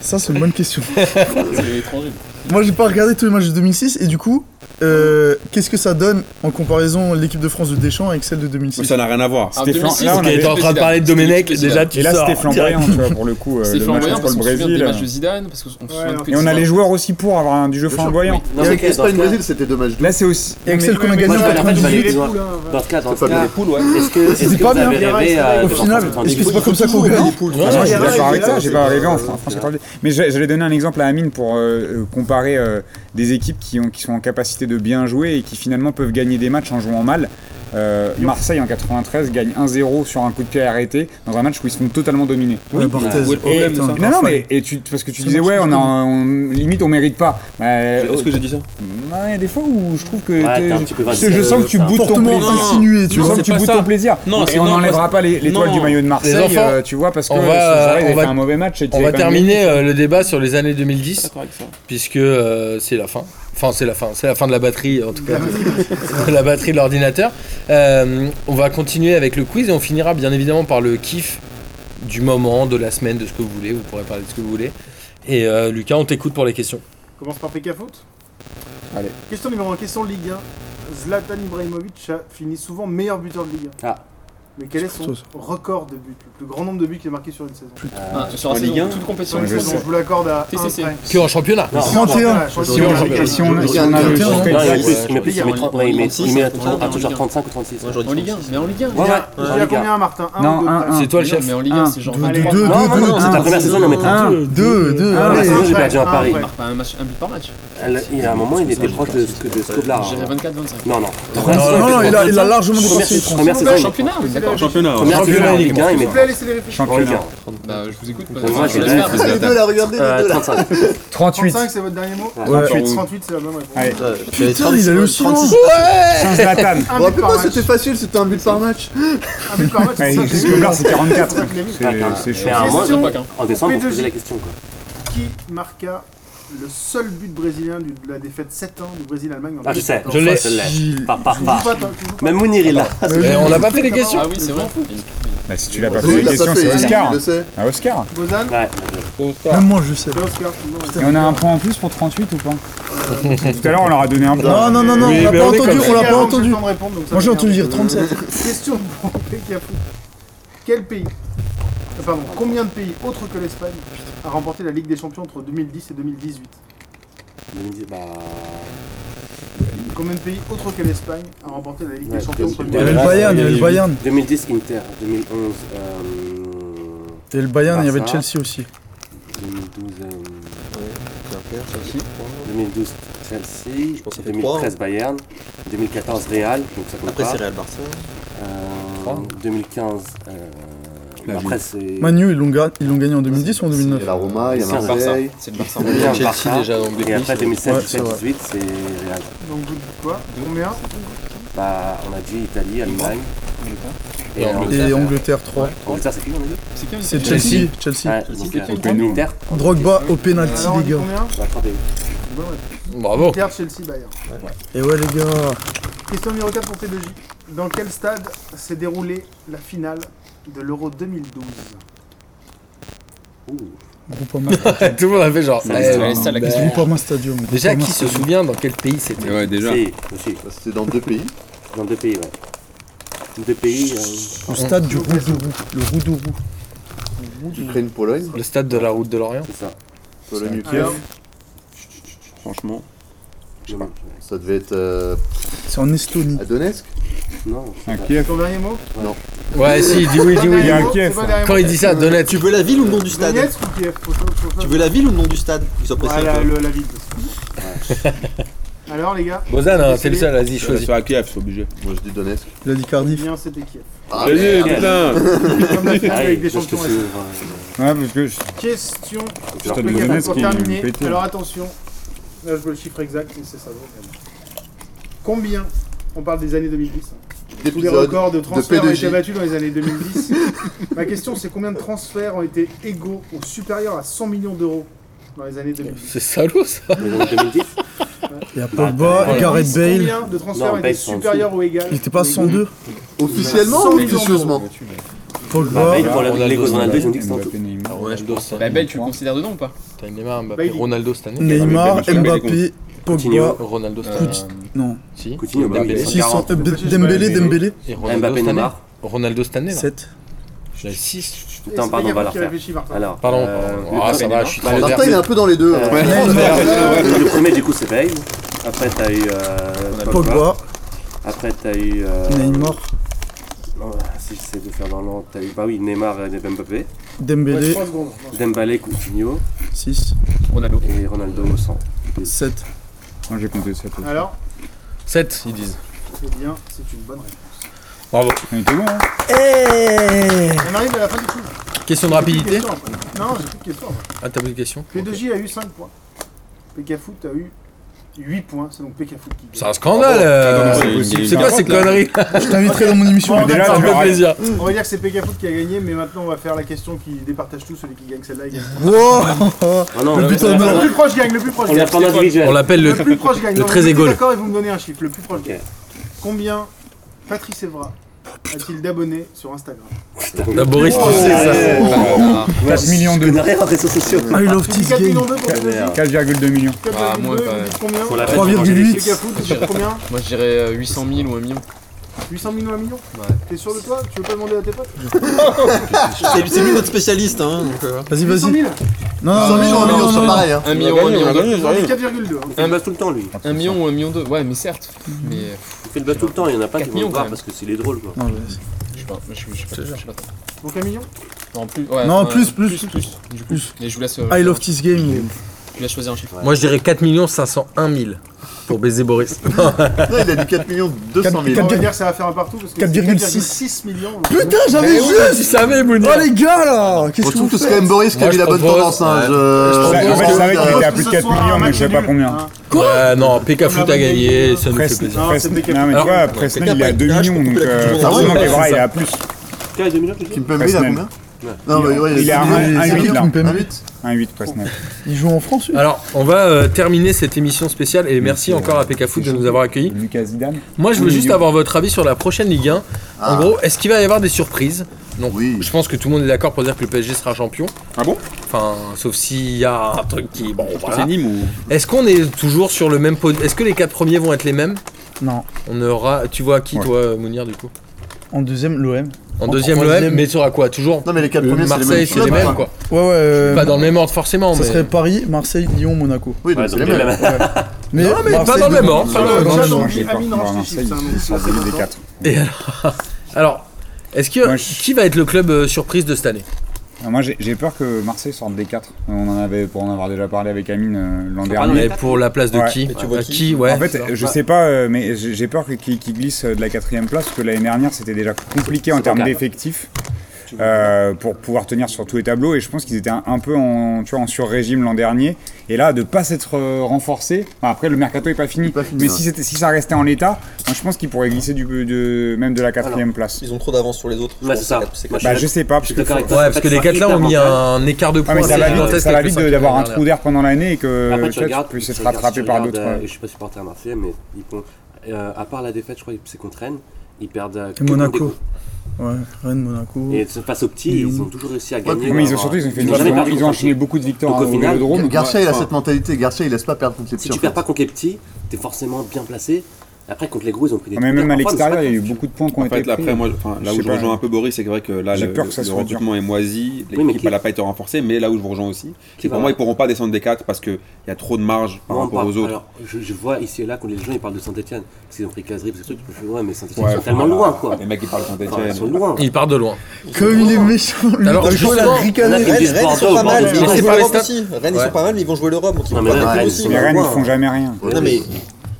E: ça c'est une
A: (laughs)
E: bonne question.
D: (laughs) C'est étranger.
E: Moi, j'ai pas regardé tous les matchs de 2006 et du coup, euh, qu'est-ce que ça donne en comparaison l'équipe de France de Deschamps avec celle de 2006
C: Ça n'a rien à voir.
G: C'était flan-
D: 2006,
G: là, on
D: ok,
A: Ok,
G: avait-
A: t'es en train de parler de Domenech, déjà tu
G: Et là,
A: sors.
G: c'était flamboyant, tu vois, pour le coup. euh,
D: C'est
G: le match
D: flamboyant parce
G: contre
D: qu'on
G: le
D: se souvient des
G: Brésil.
D: matchs de Zidane, parce qu'on se souvient de
G: Et on a les joueurs aussi pour avoir un- du jeu flamboyant.
F: Non, mais dans ce cas,
B: Espagne-Brésil, c'était deux matchs.
G: Là, c'est aussi.
E: Et avec celle qu'on a gagnée
F: Moi,
E: en
F: je vais aller- en fait, je vais aller-
E: 98
F: Dans
B: hein.
F: dans ce cas, dans
B: C'est
F: ce
B: pas bien.
F: cas, est-ce que, est-ce
E: C'était
F: que
E: pas
F: vous avez
E: bien.
F: rêvé
E: au
F: euh, de
E: final.
F: France
E: Est-ce que c'est pas comme ça qu'on gagne
G: Ah, moi, je suis
I: Ouais,
G: d'accord
I: ouais,
G: avec
I: ouais,
G: ça, j'ai pas
B: ouais,
G: arrivé en
B: ouais,
G: Fran- France 98. Mais j'a- j'allais donner un exemple à Amine pour euh, euh, comparer euh, des équipes qui, ont, qui sont en capacité de bien jouer et qui finalement peuvent gagner des matchs en jouant mal. Euh, Marseille en 93 gagne 1-0 sur un coup de pied arrêté dans un match où ils se font totalement dominer.
E: Ouais, Barthez.
C: Où est le problème,
E: Putain.
C: ça
G: Non, non, mais et tu, parce que tu
E: C'est
G: disais,
E: bon,
G: ouais,
E: c'est
G: on a,
E: bon.
G: on- limite on mérite pas. Mais,
C: Est-ce que j'ai dit ça
G: ouais, des fois où je trouve que
F: Ouais,
G: t'es-
F: t'es un petit peu
G: je, je
A: euh,
G: sens que tu
F: raciste,
G: boutes ton
E: Fortement
G: plaisir.
E: insinué, tu
G: Tu
E: vois.
G: sens que
C: c'est
G: tu
C: pas
G: boutes
C: ça.
G: ton plaisir.
C: Non, c'est-
G: et on
C: non,
G: n'enlèvera pas les- l'étoile
C: non.
G: du maillot de Marseille,
A: Les enfants,
G: euh, tu vois, parce que
A: Ah, on
G: ce
A: va-
G: soir-là, il
A: on
G: avait
A: va-
G: fait un mauvais match. et tu
A: On va
G: avais pas mis-
A: terminer euh, le débat sur les années 2010,
C: D'accord avec ça.
A: puisque euh, c'est la fin. Enfin, c'est la fin. C'est la fin de la batterie, en tout cas.
I: (laughs)
A: de la batterie de l'ordinateur. Euh, on va continuer avec le quiz et on finira bien évidemment par le kiff du moment, de la semaine, de ce que vous voulez. Vous pourrez parler de ce que vous voulez. Et euh, Lucas, on t'écoute pour les questions.
I: Commence par PK Foot.
C: Allez.
I: Question numéro 1, question Ligue 1. Zlatan Ibrahimovic a fini souvent meilleur buteur de Ligue 1.
F: Ah.
I: Mais quel est son
E: Surtout ça.
I: record de buts Le plus grand nombre de buts qu'il a marqué sur une saison.
D: Ah, Sur la
C: En
D: saison,
C: Ligue un
D: toute
I: Sur
D: compétition
I: une
G: je
I: saison,
G: sais.
I: je vous l'accorde à
D: Si,
I: un
D: si, si.
I: près.
A: Que en championnat
F: Non,
E: 31
I: Ouais, je crois que
G: Si on-
I: c'est-
G: et si on- si on a le
B: Regarde,
F: Non,
G: chiffre exact,
F: il met plus, il met plus, il met
D: en-
F: 30, ouais, il met- il met un toucheur
D: en-
F: 35 ou 36. ouais.
D: En Ligue 1, mais en Ligue 1.
F: Ouais, ouais,
I: Tu
F: en
I: as
F: Ligue un.
I: combien, Martin Un
G: Non,
I: ou deux
G: un,
I: près
G: un.
A: C'est toi le chef.
D: Mais en Ligue 1, c'est genre.
I: Allez.
E: 2, 2,
I: Non,
F: Non, non, non, c'est ta
G: un.
F: première saison, il en met
G: Un.
F: 32.
E: 2, 2.
G: Ah,
F: ouais.
I: près,
F: j'ai perdu un
I: près.
F: pari.
I: près.
D: marque pas un, match, un but par match.
F: Elle- Il y a un moment, il était proche de ce- de Skoblar.
D: J'irais 24-25.
F: Non, non.
E: Non, non, il a, il a largement
F: Première
E: dépassé les
F: saison,
E: 30.
F: première saison,
I: Ouais,
F: il met-
D: Championnat, oui, d'accord.
I: D'accord.
C: Championnat. ouais.
F: première saison en Ligue 1, il
I: S'il
F: met
I: vous plaît, laissez les réfléchir.
F: en Ligue
G: Championnat.
F: 1.
D: Bah, je vous écoute. parce
F: Pour moi,
D: que
F: j'ai
D: je
F: l'air
D: l'espère, parce
B: Les
D: que-
B: deux là, regardez les
F: Euh,
B: deux là.
F: 35.
G: 38.
I: 35, c'est votre dernier mot
G: Ouais,
I: 38,
G: 38.
I: 38, c'est la bonne réponse.
G: Allez,
E: Putain, il allait aussi loin.
G: sans Zlatan.
I: Un
B: Bon,
I: but par
B: rappelez-moi,
I: match.
B: c'était facile, c'était un but par match.
I: Un but par match,
G: Ouais,
I: c'est ça que j'ai vu.
G: Skoblar, c'est 44.
I: C'est ça que j'ai vu.
G: C'est- C'est chaud.
F: Mais à un moment,
I: Question.
D: pas qu'un.
F: en décembre, vous
I: P2J.
F: posez la question. quoi.
I: Qui marqua le seul but brésilien du- de la défaite 7 ans du Brésil-Allemagne en
F: Ah, je sais.
A: Je l'ai.
F: Je Par, par,
I: Tu joues
F: par.
I: pas, toi, tu joues pas.
F: Même Mounir il l'a.
I: Ah, bah
A: Eh, on n'a pas fait les questions.
D: Ah oui, c'est vrai.
G: Bah, si tu l'as pas
B: Oui,
G: posé,
B: il
G: la
B: a
G: question,
B: pas
G: c'est
B: fait, il-
G: Oscar.
B: il le sait.
G: Ah, Oscar. (laughs)
I: Bozan,
F: Ouais.
E: Même moi, je sais.
I: le Oscar, tout le monde.
G: Et on a un point en plus pour 38 ou pas Tout à l'heure, on leur a donné un point.
E: Non, non, non, non,
A: Oui,
E: on l'a
A: mais
E: pas
A: on est
E: entendu,
A: comme
E: on
I: Il y
E: l'a
I: a
E: pas
I: vraiment
E: entendu.
I: le temps de répondre, donc ça
E: Moi, j'ai
I: m'énerve.
E: entendu dire 37.
I: Question pour Pécafou. Quel pays euh, Pardon, combien de pays autres que l'Espagne a remporté la Ligue des Champions entre 2010 et 2018
F: Mounir, bah.
I: Combien de pays autres que l'Espagne a remporté la Ligue
F: ouais,
I: des Champions entre
F: 2010,
E: Il y avait
I: 2010
E: le Bayern, il y avait le Bayern.
F: 2010 Inter, 2011 euh,
E: Il y avait le Bayern, il y avait le
F: Barça.
E: Chelsea aussi.
F: 2012 euh, 2012 Chelsea,
H: pense que ça fait hein.
F: 2013 Bayern, 2014 Real, donc ça compte
H: Après,
F: pas.
H: c'est Real Barça.
F: Euh,
H: Trois.
F: 2015 euh,
C: La
F: après c'est
E: Manu, ils l'ont ga- ils l'ont gagné en 2010 ou en
B: Il y a
E: 2009
B: la Roma, il y a
F: C'est un
B: Marseille.
H: C'est le Barça.
F: On revient à
H: Chelsea,
F: Barça,
H: déjà, dans les
F: et après
H: pays,
F: 2016
E: Ouais,
F: 17
E: c'est vrai.
F: 18 c'est Real.
I: Donc vous dites quoi Combien
F: Bah on a dit Italie, Allemagne
A: Et
F: euh,
E: Et Angleterre 3.
F: Angleterre, c'est qui on a dit
D: C'est qui
E: C'est Chelsea, Chelsea.
F: Ouais, donc, euh,
D: Chelsea,
C: Penaud.
F: Inter,
E: Drogba au penalty,
I: Alors on
E: les
I: dit
E: gars.
I: combien
F: bah, attendez.
I: Bonne réponse.
A: Bravo.
I: Inter, Chelsea, Bayern.
E: Et ouais, les gars.
I: Question numéro 4 pour P2J. Dans quel stade s'est déroulée la finale de l'Euro 2012
E: Groupama.
A: (laughs) Tout le monde a fait genre.
F: Ça,
A: eh,
F: c'est
A: ouais,
D: ça, la
A: bah,
B: Ben,
D: question.
E: Groupama Stadium.
A: Déjà,
E: Groupama
A: qui se
E: Stadium.
A: souvient dans quel pays c'était
C: Ouais, déjà.
F: Si, aussi,
B: Bah, C'était dans deux pays.
F: dans deux pays, ouais. Deux pays, euh,
E: Au stade du Roudourou. Le Roudourou.
B: Ukraine-Pologne.
A: Le stade de la route de l'Orient.
F: c'est ça.
B: Pologne-Ukraine.
I: Alors,
C: Franchement.
F: Je sais pas.
B: Ça devait être euh,
E: C'est en Estonie.
B: à Donetsk.
F: Non.
G: Un Kiev.
I: ton dernier mot
A: Ouais, si, dis oui, dis
I: Dernier
A: oui.
G: il y a un
I: mot, c'est
G: Kiev,
I: pas
G: là.
I: dernier
A: Quand
I: mot.
A: il dit ça, Donetsk.
H: Tu veux la ville ou le nom du stade
I: Donetsk ou Kiev Faut- faut- faut-
H: Tu veux la ville ou le nom du stade Ils sont pressés un
I: Voilà,
H: peu.
I: le, la ville.
A: (laughs)
I: Alors les gars,
A: Bozan, hein, t'es le seul, vas-y,
C: Je suis
A: choisis.
C: à Kiev, c'est obligé.
B: Moi, je dis Donetsk.
E: Il a dit Cardiff.
I: bien c'était Kiev.
B: Ah,
C: Vas-y,
F: merde.
C: putain
I: Comme la finale
F: Ah,
I: de
F: oui,
I: Ligue des
F: parce que
I: champions.
F: c'est,
I: est.
F: euh,
G: Ouais, parce que je-
I: Question
G: je te
I: pour Kiev
G: donné ce
I: pour
G: qui
I: terminer.
G: me pétait.
I: Alors attention, là je veux le chiffre exact, mais c'est ça. bon, regarde. Combien On parle des années 2010. hein. Tous les
B: d'épisodes.
I: records de transferts ont
B: PDG.
I: été battus dans les années 2010. (laughs) Ma question, c'est combien de transferts ont été égaux ou supérieurs à 100 millions d'euros dans les années 2010
A: C'est salaud ça.
F: Mais donc, 2010,
E: Il y a Pogba, Gareth Bale.
I: Combien de transferts
F: Non,
I: ont
F: Bale,
I: été
F: c'est en dessous.
I: supérieurs ou égaux
E: Il était pas à 102
B: Officiellement
I: Cent
B: ou
I: millions d'euros.
B: officieusement
E: Pogba.
F: pareil, pour la
A: Ronaldo,
F: les causes Ronaldo, ils ont dit que c'était en
G: Mbappé, Neymar.
A: ouais, je pense.
D: Bah, Bale, tu le considères dedans ou pas
A: T'as Neymar, Mbappé,
I: Bailey.
A: Ronaldo cette année.
E: Neymar,
C: Mbappé,
E: Mbappé, Pogba.
F: Coutinho.
A: Ronaldo cette
D: Euh,
A: année.
E: Non.
A: Si.
F: Coutinho, Mbappé,
A: Dembélé.
E: 600. euh,
I: Mbappé,
E: Dembélé, Dembélé.
A: Et Ronaldo
F: Mbappé,
A: cette année.
F: Neymar.
A: Ronaldo cette année. là.
E: 7.
A: Je l'ai 6.
F: Putain, pardon, on va la
I: qui
F: refaire.
I: réfléchit, Martin.
F: Alors,
A: Pardon.
F: euh,
A: Ah, ça va, je suis trop
B: Martin, il est
A: énervé.
B: un peu dans les deux. hein.
F: Ouais.
B: Franchement,
F: Ouais.
B: merde.
F: le premier, du coup, c'est Bale. Après, t'as eu. euh,
E: Pogba,
F: Après, t'as eu. euh,
E: Neymar,
F: non, Si j'essaie de faire dans l'ordre, t'as eu. Bah oui, Neymar et Mbappé.
I: Ouais,
E: Dembélé,
I: 3 secondes.
F: Dembélé, Coutinho
E: 6,
D: Ronaldo.
F: et Ronaldo au centre.
E: 7.
G: Moi, j'ai compté ça. toi.
I: Alors,
A: 7, ils disent.
I: c'est Eh bien, c'est une bonne réponse.
A: Bravo.
G: On était bon, hein
I: On arrive à la fin du quiz.
A: Question de
I: J'ai plus de
A: rapidité.
I: questions, après. Non, j'ai plus de questions. après.
A: Ah, t'as plus de questions
I: P2J a eu 5 points. PKFoot a eu 8 points. C'est donc PKFoot qui gagne.
A: C'est un scandale.
G: Ah,
A: euh,
G: non, mais c'est
A: C'est quoi ces
G: possible.
A: conneries
E: (laughs) Je t'inviterai dans mon émission.
I: Bon,
E: mais
G: déjà,
A: Ça
G: tu
A: me
G: leur
A: fait
G: as-
A: plaisir.
I: On va dire que c'est Pegafoot qui a gagné, mais maintenant on va faire la question qui départage tout, celui qui gagne celle-là.
E: (laughs)
I: il gagne.
E: Wow
F: Ah non,
E: Oh Le
F: on
E: but
F: l'a-
E: en or.
I: Le plus proche gagne, le plus proche
F: On l'a
I: gagne.
F: pas en
A: On
F: individuel.
A: l'appelle
I: Le
A: le.
I: plus proche gagne.
A: le
I: Non,
A: très
I: vous êtes
A: égaux.
I: D'accord, et vous me donnez un chiffre, le plus proche
A: (laughs)
I: gagne.
F: Ok.
I: Combien Patrice Evra a-t-il d'abonnés sur Instagram
A: La Boris, tu sais ça.
G: 4 millions de
F: Derrière les réseaux sociaux.
E: I love
I: Tu dis
E: this
I: 4
E: game.
I: millions 2 pour P2J
G: 4,2 millions.
I: 4
D: Ah,
I: millions
D: moi,
I: 2,
D: bah,
I: vous dites combien
F: Faut la mettre dans les-
E: 3,8.
I: Pegafoot, vous dites combien
D: Moi, je dirais euh, 800 000 ou 1 million.
I: 800 millions, 1 million
D: Ouais.
I: T'es sûr de toi Tu veux pas demander à tes
E: (laughs)
I: potes
L: C'est c'est lui notre spécialiste, hein. donc, euh,
E: Vas-y,
I: 800
E: vas-y.
I: 000
E: Non,
B: Cent
E: non,
B: millions,
E: non,
B: un million,
E: non,
B: c'est
E: non.
B: pareil. hein.
D: Un million, un million, deux.
I: On dit 4,2.
F: Il fait le buzz tout le temps, lui.
D: Un million ou un million deux. Ouais, mais certes. Mais pff,
F: Il fait le buzz tout le temps, il y en a pas qui
D: 4
F: vont le
D: millions,
F: voir
D: quand même.
F: parce que c'est les drôles, quoi.
E: euh, Non, vas-y.
D: je sais pas. Je suis- je sais pas. Je sais pas.
I: Donc 1 million
D: Non, plus. Ouais,
E: Non,
D: ouais,
E: plus, plus,
D: plus. Du coup.
E: Plus.
D: Mais je vous laisse. euh,
E: I love this game.
D: Tu choisir un chiffre.
A: Moi, je dirais 4 501 000 pour baiser (laughs) Boris.
B: Non, il a dit 4 millions 200
I: On
B: 000.
I: va
E: 4,6.
I: dire que ça va faire un partout parce que c'est
E: 4,6.
I: 4,6 millions.
E: Putain, j'avais
A: Tu
E: juste
A: savais,
E: Oh
A: Mounir
E: les gars
B: Bon,
E: là Qu'est-ce que
B: je
E: vous
B: trouve que c'est
E: faites
B: quand même Boris qui a
A: Moi,
B: mis
A: je
B: la bonne
A: propose,
B: tendance. hein,
A: ouais. Je
B: je-
E: Euh,
B: je
A: propose.
G: En
B: pense
G: fait, je
B: que-
G: savais qu'il était à
I: Que
G: plus de
I: ce
G: 4
I: soit un
G: millions, mais
I: match
G: je sais pas
I: nul,
G: combien.
I: hein.
A: Ouais, non, PK Foot a gagné, ça nous fait
G: Presnel,
A: plaisir.
I: Non, c'est des
G: Presnel-
I: capitaux.
G: non, mais tu vois,
A: Alors,
G: Presnel,
L: quelqu'un
G: il est à
L: peut-
G: 2
L: ah, je
G: million,
L: peux
G: donc
L: couper la
G: euh,
L: petite
G: forcément,
B: bande.
G: Evra, il est à plus.
F: Tiens, il y a 2 millions, tu dis
B: Kim Pembe, il a
G: Presnel.
B: combien Non, mais ouais,
G: Il est à
B: c'est-
G: un- un
B: c'est-
G: huit,
B: c'est-
G: là.
B: un huit.
G: 1,8 Presnel.
E: Ils jouent en France eux
A: Alors, on va euh, terminer cette émission spéciale et merci encore
B: euh,
A: à PK Foot de nous avoir accueillis.
G: Lucas Zidane.
A: Moi, je veux
G: Oui,
A: juste
G: oui.
A: avoir votre avis sur la prochaine Ligue 1. En
B: Ah.
A: gros, est-ce qu'il va y avoir des surprises Non.
B: Oui.
A: Je pense que tout le monde est d'accord pour dire que le PSG sera champion.
C: Ah bon
A: Enfin, sauf s'il y a un truc qui. Bon,
C: C'est
A: voilà.
C: Nîmes ou
A: Est-ce qu'on est toujours sur le même podium Est-ce que les quatre premiers vont être les mêmes
E: Non.
A: On aura. Tu vois qui,
G: Ouais.
A: toi, Mounir, du coup
E: En deuxième, l'OM.
A: En
E: En
A: deuxième, l'OM,
E: troisième.
A: mais tu auras quoi Toujours
B: Non, mais les 4
A: le
B: premiers, c'est les mêmes. bah,
A: Marseille, c'est les mêmes, quoi.
E: Ouais ouais. euh,
A: Pas dans le même ordre, forcément.
E: Ça
A: mais...
E: serait Paris, Marseille, Lyon, Monaco.
B: Oui, donc
F: Ouais,
B: c'est
F: donc
B: les
F: il y a la
B: mêmes.
F: même.
E: Mais
A: Non, mais pas dans le même ordre.
I: Sur le
E: Non,
I: chat,
E: non,
I: on
E: non,
I: dit Amine range tes chiffres, c'est un nom.
G: C'est
I: C'est
G: des
I: important.
G: 4.
A: Et alors, (laughs) alors est-ce que
G: Moi, je-
A: qui va être le club euh, surprise de cette année
G: Ah, Moi, j'ai j'ai peur que Marseille sorte des 4. On en avait, pour en avoir déjà parlé avec Amine euh, l'an
F: Ah,
G: dernier.
F: non,
A: Mais
F: mais
A: pour la place de
G: Ouais.
A: qui Euh,
L: Et tu vois
A: À
L: qui
A: ouais.
G: en fait, je sais pas, euh, mais j'ai j'ai peur qu'il qu'il glisse euh, de la quatrième place, parce que l'année dernière, c'était déjà compliqué en
F: c'est pas
G: termes
F: grave.
G: d'effectifs euh, pour pouvoir tenir sur tous les tableaux. Et je pense qu'ils étaient un, un peu en, tu vois, en sur-régime l'an dernier. Et là, de pas s'être euh, renforcé, enfin, après, le mercato est pas fini.
B: pas fini,
G: mais
B: ouais.
G: si, c'était- si ça restait en l'état, moi, je pense qu'ils pourraient glisser du, de, même de la quatrième place.
L: Ils ont trop d'avance sur les autres. je
F: Ouais,
L: pense,
F: c'est ça.
L: ces quatre- ces
F: Moi,
L: quatre-
G: Bah,
F: je-
G: je sais pas,
F: je
G: parce
F: suis
G: que
F: d'accord avec
A: Ouais,
F: toi,
A: parce
F: ça
A: que
F: fait
A: les
F: un
A: quatre là
F: hyper
A: ont mis
F: mental.
A: un écart de
G: Ah,
A: points
G: mais ça
A: assez
G: va vite,
A: gigantesque
G: ça va
A: avec
G: vite
A: le
G: de- d'avoir un
A: cinquième
G: trou d'air pendant l'année et que
F: Après,
G: tu vois, Euh, tu puisses être
F: tu regardes,
G: rattrapé
F: si tu
G: par
F: regardes,
G: d'autres.
F: euh,
G: euh,
F: Je suis pas supporter marseillais, mais ils font- euh, à part la défaite, je crois que c'est contre Rennes, ils perdent. euh, que
E: Monaco.
F: contre
E: Ouais, Rennes, Monaco.
F: des- Et face aux petits,
E: Lyon.
F: ils ont toujours réussi à
G: Ouais,
F: gagner.
G: mais ils ont
F: Alors,
G: surtout ils ont fait
F: ils
G: une
F: ont jamais
G: ils ont-
F: perdu
G: ils ont
F: contre
G: enchaîné
F: les petits.
G: beaucoup de victoires
F: Donc, au
G: au
F: final,
G: Vélodrome.
B: Garcia, il a
G: Ouais.
B: cette mentalité. Garcia, il laisse pas perdre contre les
F: Si
B: petits.
F: tu
B: en
F: perds
B: fait.
F: pas contre les petits, t'es forcément bien placé. Après, contre les gros, ils ont pris des.
G: Ouais, Mais
F: trucs
G: même à
F: parfois, mais c'est
G: l'extérieur,
F: pas
G: il y a eu
F: grave.
G: beaucoup de points qui ont
C: En
G: été
C: fait, là,
G: pris.
C: après, moi, enfin, là
L: (laughs)
G: Je
C: où
G: sais
C: je
G: pas.
C: rejoins un peu Boris, c'est que vrai que là,
G: J'ai
C: le,
G: peur que ça
C: le
G: soit dur.
C: recrutement est moisi,
F: mais
C: l'équipe
F: qui-
C: elle n'a pas été renforcée, mais là où je vous rejoins aussi, c'est
F: Qui
C: que pour
F: va-
C: moi, ils pourront pas descendre des 4 parce qu'il y a trop de marge par
F: Non, on
C: rapport
F: parle-
C: aux autres.
F: Alors, je, je vois ici et là quand les gens ils parlent de Saint-Etienne, parce qu'ils ont pris Caserie, parce que truc, je fais, ouais, mais Saint-Etienne,
G: Ouais,
F: ils sont tellement
C: voilà.
F: loin quoi.
C: Les mecs qui parlent
G: Bah,
F: Enfin, ils sont
C: Saint-Etienne.
F: loin.
A: Il part de loin.
E: Comme il est méchant, lui.
A: Alors,
E: T'as le choix, il a
A: justement,
E: ricané.
F: on a-
L: Rennes, Rennes, ils sont pas mal,
A: Mais
L: ils vont
A: c'est
L: jouer
A: pas les
L: l'Europe
A: stats.
L: aussi. Rennes, ils
A: Ouais.
L: sont pas mal, mais ils vont jouer l'Europe, donc ils
F: Non,
L: vont
F: mais
L: pas
F: Rennes,
L: mal
F: Rennes,
L: aussi.
F: ils
G: Les Rennes, ils font jamais rien.
L: Non mais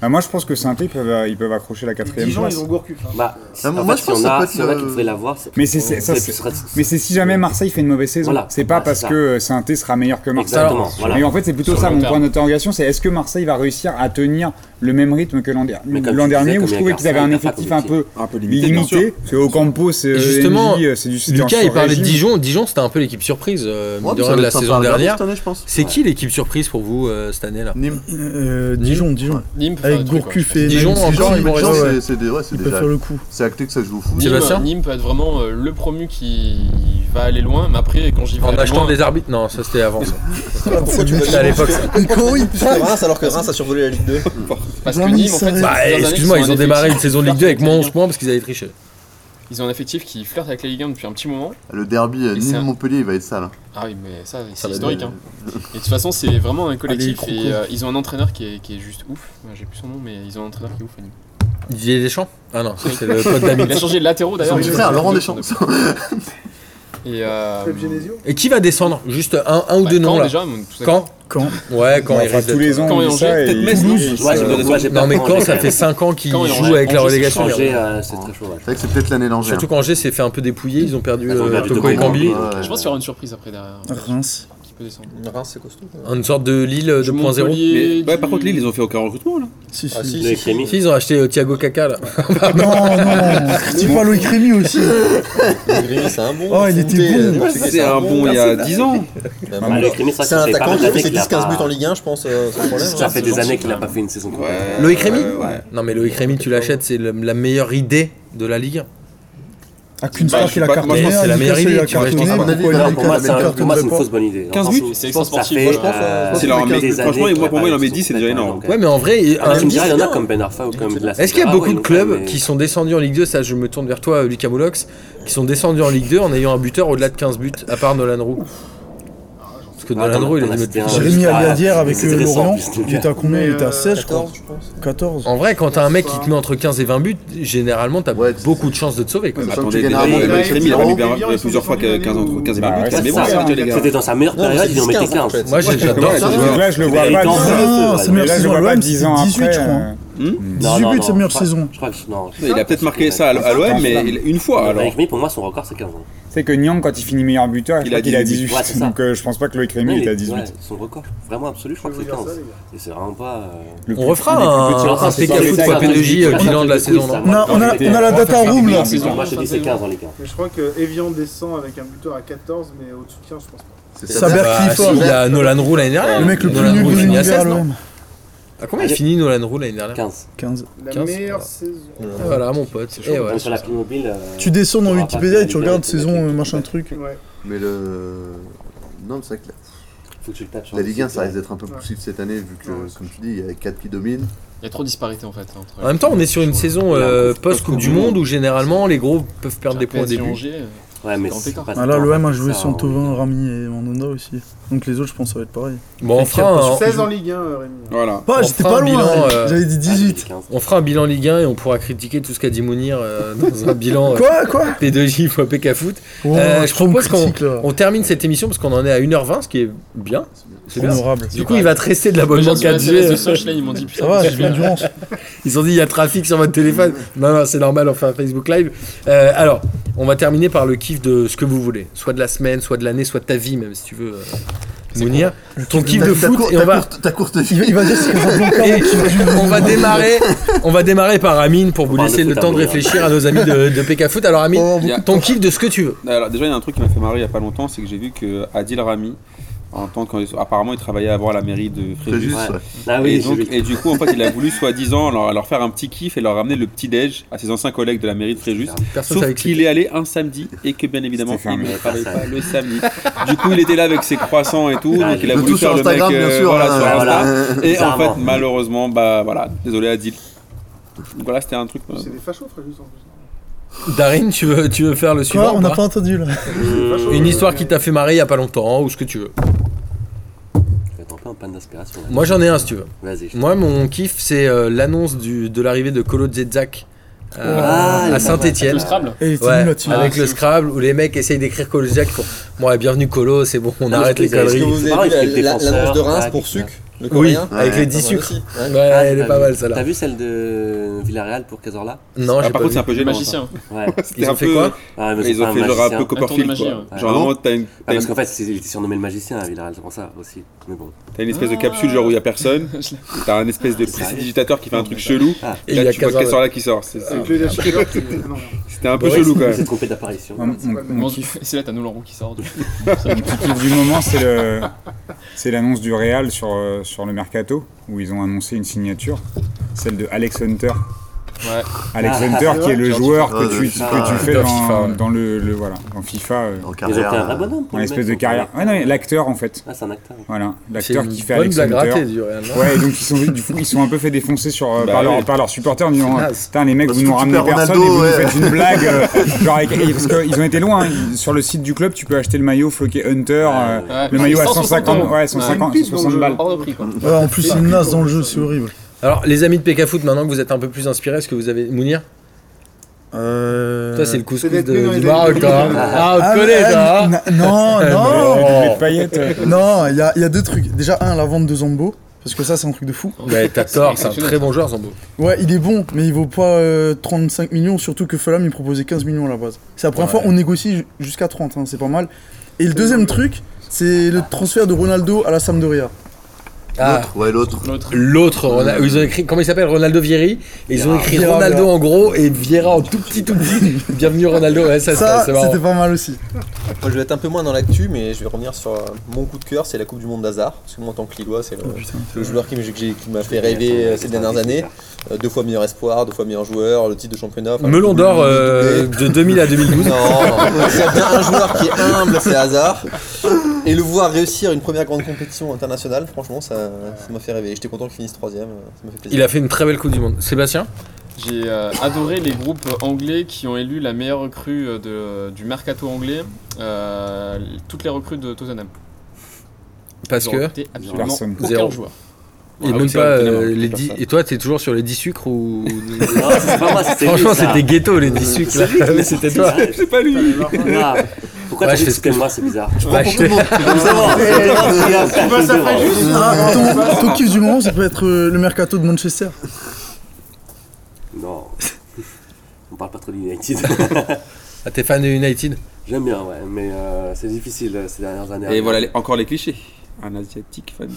G: Bah, moi, je pense que Saint-Prix, ils peuvent, euh, ils peuvent accrocher la quatrième
I: Dijon,
G: place.
I: ils ont Gourcuff. hein.
K: Bah,
B: Ah,
K: en
B: moi,
K: fait,
B: je
K: s'il y
B: pense
K: en
B: que ça
K: a,
B: peut être,
K: s'il y en a qui
B: euh,
K: voudraient l'avoir, c'est.
G: Mais c'est- c'est- ça,
K: ça
G: c'est-
K: sera-
G: Mais c'est si jamais Marseille fait une mauvaise saison.
K: Voilà.
G: C'est pas
K: Ah, c'est
G: parce
K: ça.
G: que Saint-Thé sera meilleur que Marseille.
K: Exactement, voilà.
G: Et en fait, c'est plutôt
D: Sur
G: ça
D: le
G: mon
D: long
G: point
D: terme.
G: d'interrogation c'est est-ce que Marseille va réussir à tenir le même rythme que l'an der-
K: Mais comme
G: l'an
K: tu disais,
G: dernier, où
K: comme
G: je
K: il y a
G: trouvais qu'ils avaient un
K: Garcia, il
G: effectif
K: y a
G: un
K: pas de
G: peu
C: Un peu limité, bien sûr.
G: limité Parce que Ocampo, c'est
A: Et justement,
G: Mendy, euh, c'est du c'est un
A: Lucas, il parlait de
G: sur-régime.
A: Dijon. Dijon, c'était un peu l'équipe surprise euh,
B: Ouais,
A: mine de rien,
B: ça va
A: de
B: être
A: la
B: sympa à
A: saison
B: regarder
A: dernière.
B: cette année, je pense.
A: C'est qui l'équipe surprise pour vous euh, cette année-là
B: Nîmes.
E: Euh, Dijon, Dijon.
D: Nîmes peut faire
E: Avec
D: des trucs, ouais.
E: Gourcuff et
A: Dijon,
E: Nancy,
A: encore, ils vont
B: Dijon,
A: rester.
B: c'est- c'est des- ouais, c'est
E: ils peuvent
B: déjà.
E: faire le coup.
B: C'est acté que ça joue au foot.
A: Tu vas ça
D: Nîmes, euh, Nîmes peut être vraiment euh, le promu qui va aller loin, mais après, quand j'y vais.
A: En
D: aller
A: achetant
D: loin-
A: des
D: (laughs)
A: arbitres Non, ça c'était avant. ça.
H: Pourquoi tu veux
A: C'était à
H: dire
A: l'époque. ça.
E: Nico, il
H: plus que Reims alors que Reims a survolé la Ligue 2
D: Parce que
E: Jean-Louis
D: Nîmes, en fait,
E: Sarré.
D: c'est-
A: Bah,
D: c'est un année
A: excuse-moi,
D: qui
A: ils ont
D: un
A: démarré une
D: effectif
A: saison de
D: qui
A: Ligue 2 avec
D: flirte
A: moins
D: la
A: 11
D: Ligue
A: points parce qu'ils avaient triché.
D: un. Ils ont un effectif qui flirte avec la Ligue 1 depuis un petit moment.
B: Le derby euh,
D: Et c'est un-
B: Nîmes-Montpellier, il va être sale. hein.
D: Ah oui, mais ça,
A: Ça
D: c'est
A: va
D: historique.
A: être-
D: hein. Et de toute façon, c'est vraiment un collectif.
E: Allez,
D: et euh, ils ont un entraîneur qui est, qui est juste ouf. Ouais, J'ai plus son nom, mais ils ont un entraîneur qui est ouf. à Nîmes.
A: Didier Deschamps Ah non, ça, c'est le pote d'Amine.
D: Il a changé de latéraux d'ailleurs. Euh,
B: Ils ont dû faire Laurent Deschamps.
A: (laughs)
D: Et euh,
I: Pep Genesio.
A: Et qui va descendre Juste un, un ou
D: bah,
A: deux
D: Caen,
A: noms là.
D: déjà, donc, tout ça-
A: Quand
E: Caen.
A: Ouais, quand
G: Bon,
A: il
G: enfin,
A: risque
G: tous les
A: d'être-
G: ans,
D: Quand
G: on
D: et
G: dit
D: Angers,
G: ça.
C: peut-être
G: et-
C: Metz, non
G: Toulouse,
K: Ouais, j'ai
G: euh,
K: pas- ouais, j'ai pas
A: Non mais
K: changé.
A: quand ça fait 5 ans qu'ils
D: Caen et
A: jouent
D: Angers,
A: avec la
D: Angers, c'est
A: relégation.
D: changé.
K: Angers, euh, c'est très chaud. ouais.
B: C'est vrai que c'est peut-être l'année hein. l'Angers.
A: Surtout qu'Angers s'est fait un peu dépouiller, ils ont perdu
K: Ils ont
A: euh,
K: perdu
A: Toko
K: Toko
A: et Cambi.
B: Ekambi, ouais.
D: Je pense qu'il y aura une surprise après derrière.
E: Reims.
D: Qui peut descendre.
H: Reims, c'est costaud. quand même.
A: Une sorte de Lille 2.0.
C: Mais, ouais, par contre, Lille, ils ont fait aucun recrutement là.
E: Si, si.
H: Ah, si,
K: Le
H: si, si.
K: Camille.
A: Si, ils ont acheté euh, Thiago Kaka là.
E: Non, non, dis pas Loïc Rémy aussi.
H: Le Grémy, c'est un bon.
E: Oh, il était
H: Fonté,
E: bon.
H: euh,
C: C'est un bon il y a 10 ans.
H: Bah,
K: Bah,
H: bah,
K: le Clémy,
H: C'est un
K: vrai que ça fait pas
H: attaquant
K: mal
H: qui a
K: d'années
H: fait
K: qu'il a
H: 10-15
K: pas-
H: buts en Ligue 1, je pense, euh, sans problème.
K: Ça
H: hein.
K: fait des années qu'il n'a pas fait une saison complète.
A: Loïc Rémy
C: Ouais.
A: Non mais Loïc Rémy, tu l'achètes, c'est le- la meilleure idée de la Ligue.
E: Ah, qu'une
C: Bah,
E: star
C: je
E: qui l'a
C: sais pas, moi,
A: je
E: cartonné,
A: pense que c'est la meilleure
E: Lucas, il
A: idée,
E: a
A: tu vois, je
E: cartonné,
A: pense.
K: Non,
E: pourquoi Lucas,
K: pour moi,
E: il a
K: c'est un- pour moi, c'est
E: cartonné
K: une fausse bonne idée.
C: 15 buts,
D: c'est
K: extra
D: extra-sportif,
H: je pense, ouais.
C: C'est leur mec. Franchement, moi, pour moi, il en met 10, c'est déjà énorme.
A: Ouais mais en vrai, un-
K: Ah, tu me diras, il y en a
H: bien.
K: comme Ben Arfa ou comme de la
A: est-ce qu'il y a
K: Ah,
A: beaucoup
K: ouais,
A: de
K: donc,
A: clubs
K: mais-
A: qui sont descendus en Ligue 2, ça je me tourne vers toi euh, Lucas Moulox, qui sont descendus en Ligue 2 en ayant un buteur au-delà de 15 buts, à part Nolan Roux Parce que Nolan
K: Attends,
A: Roux il
K: on
A: a
K: a
A: dit
K: cité un-
A: mais-
E: Jérémy
K: Ah,
E: Aliadière avec
K: c'est
E: euh,
K: récent,
E: Lorient,
K: c'est
E: il était à combien Il était à 16, je crois.
H: 14, je pense.
E: 14.
A: En vrai, quand t'as un mec qui te met entre 15 et 20 buts, généralement t'as
B: Ouais,
A: beaucoup de chances de te sauver. quoi.
B: Ouais, Sachant que
C: Attendez,
B: tu gagnes
C: déjà,
B: un monde,
C: Loïc Rémy,
B: t'as
C: il a
B: gagné
C: mis
B: un
C: bien-
A: oh,
I: monde,
C: bien plusieurs
I: ils
C: fois
I: sont
C: que 15 ans-
I: descendus
C: 15 et
G: en
C: 20 buts.
G: Ligue un. Ouais,
C: C'est
G: c'est
C: bon, c'est
G: ça.
C: bien, les gars.
K: C'était dans sa meilleure
H: Non, mais
K: période, il en
H: c'est
K: mettait
H: 15, en
K: 15.
H: fait.
A: Moi j'ai- j'adore
B: c'est
A: ce
B: vrai.
A: joueur.
G: Donc là, je le
K: Il
G: vois
K: avait
G: pas.
K: été en
G: dix-
K: France,
E: Ah,
K: ouais.
E: c'est meilleure
G: Là, je le
E: saison à
G: vois pas
E: l'OM,
G: 10 ans
E: c'était 18,
G: après.
E: je crois.
G: euh,
E: hein.
C: Hmm
E: 18 buts, sa meilleure
K: je crois-
E: saison.
K: Je crois que non.
C: Il a peut-être marqué ça à l- à l'OM, mais il- une fois alors.
K: Avec lui, pour moi, son record, c'est 15 ans.
G: C'est que Nyang, quand il finit meilleur buteur, je
C: Il a
G: crois qu'il a
C: 18.
G: 18.
K: Ouais, c'est ça.
G: Donc euh, je pense pas que Loïc Rémy
K: Ouais,
G: était à
K: ouais,
G: (laughs) 18.
K: Son record, vraiment absolu, je crois que c'est 15. Et c'est vraiment pas. euh,
G: Le
A: On
G: plus-
A: refera
G: un des plus
A: un-
G: petits
A: un
G: records, c'est
A: PK
G: ça,
A: foot,
G: c'est
A: quoi,
G: ça.
A: PDJ, euh, bilan de la saison, non
E: On a, on a- on a la data room là.
K: saison. Moi, je te dis, c'est 15 en Ligue 1.
I: Mais je crois que Evian descend avec un buteur à 14, mais au-dessus de 15, je pense pas.
B: C'est
H: Ça
B: ça.
E: Saber
A: Bah, si,
E: Clifford,
A: il a Nolan Roux l'année dernière.
E: le mec le plus
A: Nolan
E: nul
A: Roux,
E: de
A: il finit à
E: l'univers à
A: 16, non
E: l'OM.
A: À combien il finit Nolan Roux l'année dernière
K: 15.
E: 15.
I: La
A: 15,
I: meilleure
A: voilà.
I: saison.
A: Voilà mon pote.
K: C'est
A: Eh
K: chaud.
A: ouais.
K: Même sur la Prime Mobile. euh,
E: Tu descends dans
A: Ah,
K: on va
E: Wikipédia
K: pas
E: et tu
K: faire
E: regardes
K: les
E: saison
K: calculs.
E: euh, machin truc.
I: Ouais.
B: Mais le. Non, mais c'est vrai que la-
K: Faut que tu le tapes sur
B: la
K: le
B: Ligue 1,
K: site,
B: ça
K: euh,
B: risque d'être un peu poussif cette année, vu
I: Ouais,
B: que, comme tu dis, il y a 4 qui dominent.
D: Il y a trop de disparités en fait. hein, entre-
A: En même temps, on est sur une saison euh, post-Coupe du Monde où généralement les gros peuvent perdre des points au
D: PSG,
A: début.
D: Angers, euh,
K: Ouais, mais
D: Grand
K: c'est
D: écart.
K: pas
E: Ah là,
K: tant,
E: l'OM a
K: c'est
E: joué
K: ça, hein.
E: Santovin, Rami et Mandanda aussi. Donc les autres, je pense, ça va être pareil.
A: Bon, on fera un,
I: 16 en Ligue 1, euh, Rémi.
C: Voilà.
E: Pas,
A: On
E: Bah, j'étais
A: fera un
E: pas loin.
A: bilan,
E: hein.
A: euh,
E: J'avais dit
K: Ah,
E: 18.
K: c'est 15.
A: on fera un bilan Ligue 1 et on pourra critiquer tout ce qu'a dit Mounir euh, dans un bilan euh,
E: Quoi, quoi
A: P2J (laughs) fois PK Foot.
E: Oh,
A: Euh, je
E: trop
A: propose qu'on-
E: critique, là.
A: On termine cette émission parce qu'on en est à 1h20, ce qui est bien. C'est bien.
E: Honorable.
A: Du coup, il va te rester de
D: les gens
A: l'abonnement
D: sur la SMS
A: 4G.
D: de Sochla, ils m'ont dit
E: Ça
D: putain,
E: va,
D: qu'est-ce
E: j'ai
D: que
E: fait
D: je viens de-
E: l'endurance.
A: (laughs) Ils ont dit il y a trafic sur votre téléphone. Non, non, c'est normal, on fait un Facebook Live. Euh, alors, on va terminer par le kiff de ce que vous voulez. Soit de la semaine, soit de l'année, soit de ta vie, même si tu veux, euh, Mounir. Ton kiff
B: Ta-
A: de
B: ta
A: foot,
B: cour-
A: et
B: ta
A: on va,
B: courte-
A: (laughs)
B: Ta courte
E: Il va- il va dire c'est un blanc
A: et on va démarrer, on va démarrer par Amine pour vous
K: parle
A: laisser
K: de
A: le
K: foot,
A: temps de
K: Amine, hein.
A: réfléchir à nos amis de, de PK Foot. Alors, Amine,
C: Il y a-
A: ton kiff de ce que tu veux.
C: Euh, Alors, déjà, il y a un truc qui m'a fait marrer il y a pas longtemps, c'est que j'ai vu que Adil Rami, en tant que, apparemment, il travaillait avant à la mairie de
B: C'est
C: Fréjus.
B: juste,
K: Ouais.
B: ouais.
K: Ah
C: Et,
K: oui,
C: donc-
K: j'ai vu.
C: et du coup, en fait, il a voulu soi-disant leur, leur faire un petit kiff et leur ramener le petit déj à ses anciens collègues de la mairie de Fréjus.
A: Personne
C: Sauf
A: savait que
C: qu'il est allé un samedi et que bien évidemment
G: C'était
C: il
G: fermé.
C: ne travaille pas le samedi. Du coup il était là avec ses croissants et tout,
K: Ah,
C: donc il a
B: Le
C: voulu
B: tout sur
C: faire le mec
B: Instagram, bien
C: euh,
B: sûr.
C: voilà,
B: hein,
C: sur
K: ouais,
C: Insta.
K: voilà.
B: Euh,
C: Et en
K: Bizarrement.
C: fait malheureusement bah voilà, désolé Adil. Donc voilà c'était un truc. euh,
I: C'est des fachos, Fréjus, en plus.
A: Darin, tu veux, tu veux faire le
E: Quoi
A: suivant
E: On
A: ou
E: n'a
A: pas
E: pas entendu là.
K: Mmh.
A: Une histoire qui t'a fait marrer il y a pas longtemps, ou ce que tu veux.
K: Je vais être un peu en panne d'inspiration. là.
A: Moi, j'en ai un si tu veux.
K: Vas-y. je-
A: Moi, mon kiff, c'est euh, l'annonce du- de l'arrivée de Colo Zedzak euh,
K: Ah, il
A: à
K: est
A: Saint-Etienne.
D: Le Scrabble
E: Et il était
A: Ouais,
E: nul là-dessus.
A: avec
D: Ah,
A: le
D: c'est
A: Scrabble où les mecs essayent d'écrire Colo Zedzak pour Moi, bienvenue Colo, c'est bon, on
K: Ah,
A: arrête
K: je
A: les
K: te disais,
A: conneries.
K: est-ce
H: Est-ce que vous
K: Pareil,
H: avez
K: avec
H: vu
K: les
H: la- la-
K: défenseurs,
H: l'annonce de Reims
K: tac,
H: pour
K: tac.
H: Suc le coréen.
B: Ouais.
A: avec les 10
H: Pas mal
A: sucres.
H: aussi.
C: Ah,
H: Ouais.
A: Ouais, elle est pas mal
K: T'as
A: celle-là.
K: vu celle de Villarreal pour Cazorla
A: Non,
C: Ah, par
A: j'ai pas
C: contre, c'est
A: vu.
C: un peu
D: Le
C: gênant. ça.
D: magicien.
C: (laughs)
K: Ouais.
C: C'était
A: Ils
C: un
A: ont fait
C: peu-
A: quoi
K: Ah, mais c'est
C: Ils
K: pas
C: ont fait genre un peu
K: magicien.
D: Un tour de
C: Copperfield
D: magie,
C: quoi.
K: ouais.
C: Genre
K: Ah bon
C: vraiment t'as une,
K: Ah,
C: t'as
K: parce
C: une,
K: qu'en fait, c'est- il était surnommé le magicien à Villarreal, c'est pour ça aussi. Mais bon.
C: t'as une espèce de capsule genre où il y a personne,
D: Ah. (laughs)
C: t'as un espèce de précipitateur qui fait un truc chelou,
K: Ah.
A: Et
C: et
A: il y a
C: là tu vois
A: Cazorla.
C: Cassorla qui sort. C'est- c'est-
I: Avec le Dashkeller qui. Ah non, non.
C: (laughs) C'était un peu
A: Ouais,
C: chelou quand
K: Il s'est
C: même.
K: trompé d'apparition.
G: Mon,
I: c'est pas le
G: mon-
I: même.
G: mon
D: Bon,
G: kiff
D: c'est là, t'as Nolan Roux qui sort. donc.
G: (laughs) kiff du moment, c'est le, c'est l'annonce du Real sur, euh, sur le mercato où ils ont annoncé une signature, celle de Alex Hunter.
D: Ouais.
G: Alex
K: Ah,
G: Hunter qui est le joueur
B: FIFA,
G: que tu,
B: de FIFA,
G: que tu fais
A: ouais.
G: dans,
A: FIFA, ouais.
G: dans le, le- voilà dans FIFA, euh,
K: Ils
B: Dans
K: ont fait un
B: carrière.
K: vrai
B: euh,
K: bonhomme. pour
G: dans
K: le
G: l'espèce de
C: hein.
K: mec,
G: carrière.
K: pour-
G: Ouais, non, l'acteur en fait.
K: Ah, c'est un acteur.
G: Voilà,
A: C'est
G: l'acteur
A: une
G: qui fait
A: bonne
G: Alex
A: blague
G: Hunter.
A: ratée du Real. non
G: Ouais, et donc ils sont, du coup, ils sont un peu fait défoncer sur, euh,
C: Bah
G: par,
C: oui.
G: leur- par leurs supporters en disant
A: C'est naze.
G: Putain, les mecs,
B: Parce
G: vous
B: que
G: nous
B: tu
G: ramenez
B: perds
G: personne
B: Bah, Ronaldo,
G: et vous nous
B: ouais.
G: faites une blague.
B: (laughs)
G: euh, genre avec- et parce qu'ils ont été loin. hein. Sur le site du club, tu peux acheter le maillot floqué Hunter. euh,
D: Ouais.
G: le maillot à
D: 160
G: 150,
A: hein.
D: euros.
G: ouais, 150,
I: Ouais.
G: 160 balles.
D: Hors de prix, quoi.
A: ah,
E: Ouais, en plus, c'est une naze dans le jeu, c'est horrible.
A: Alors, les amis de PKFoot, maintenant que vous êtes un peu plus inspirés, est-ce que vous avez. Mounir
E: Euh...
A: Toi, c'est le couscous
I: c'est
A: de-
I: des-
A: du Maroc, toi. hein. Ah, on
E: Ah,
A: te connaît,
E: mais-
A: toi. hein. (laughs)
E: ah, Non, non
G: Les
A: Oh.
G: paillettes. euh,
E: Non, il y a, il y a deux trucs. Déjà, un, la vente de Zambo. Parce que ça, c'est un truc de fou.
A: Ouais, t'as tort, c'est un très bon joueur, Zambo.
E: Ouais, il est bon, mais il vaut pas euh, 35 millions, surtout que Fulham, il proposait 15 millions à la base. C'est la première
A: Ouais.
E: fois on négocie ju- jusqu'à 30, hein, c'est pas mal. Et le deuxième truc, c'est le transfert de Ronaldo à la Sampdoria.
A: Ah,
B: Ouais, l'autre.
D: L'autre.
A: l'autre, Rona- ils ont écrit, comment il s'appelle Ronaldo Vieri Et Ils ont écrit
E: Viera,
A: Ronaldo
E: Viera.
A: en gros et Vieira en tout petit, tout
E: (laughs)
A: petit. Bienvenue Ronaldo, ouais, ça,
E: Ça,
A: c'est- c'est marrant.
E: c'était pas mal aussi.
H: Moi, je vais être un peu moins dans l'actu, mais je vais revenir sur euh, mon coup de cœur, c'est la Coupe du Monde d'Hazard. Parce que moi, en tant que Lillois, c'est le,
A: Oh,
H: le joueur qui, me- qui m'a fait rêver euh, ces dernières années. Euh, deux fois meilleur espoir, deux fois meilleur joueur, le titre de championnat. enfin,
A: Melon d'or
H: le
A: euh,
H: doublé.
A: de 2000 à 2012. (laughs)
H: Non, c'est bien un joueur qui est humble, c'est Hazard. Et le voir réussir une première grande compétition internationale, franchement, ça ça m'a fait rêver. J'étais content qu'il finisse troisième, euh, ça m'a fait plaisir.
A: Il a fait une très belle Coupe du Monde. Sébastien
D: J'ai euh, adoré les groupes anglais qui ont élu la meilleure recrue euh, de, du mercato anglais, euh, toutes les recrues de Tottenham.
A: Parce
D: Ils ont
A: que.
D: recruté absolument
G: Personne.
D: aucun
A: Zéro.
D: joueur.
A: Et
C: Ah
A: même
C: oui, c'est
A: pas
C: vrai,
A: euh,
C: Tottenham,
A: les
C: c'est
A: 10
C: pas ça.
A: Et toi, t'es toujours sur les 10 sucres ou.
K: Non, c'est pas moi, c'était lui,
A: Franchement,
K: ça.
A: c'était ghetto les 10 sucres là. (laughs) Ah oui, C'était toi.
C: (laughs) C'est pas lui
K: (laughs) Ah, Pourquoi
A: Ouais,
K: t'as
A: je
K: dit
A: fais
K: que
A: ce
K: c'était moi C'est bizarre.
A: Ouais, je- (laughs)
I: Tu vois, ça ferait juste.
E: Ah, ton, ton kiff du moment, ça peut être euh, le mercato de Manchester.
K: Non. On parle pas trop d'United.
A: (laughs) Ah, T'es fan de United
K: J'aime bien, ouais, mais euh, c'est difficile euh, ces dernières années.
C: Et voilà les- encore les clichés. Un asiatique
A: (laughs)
C: fan de-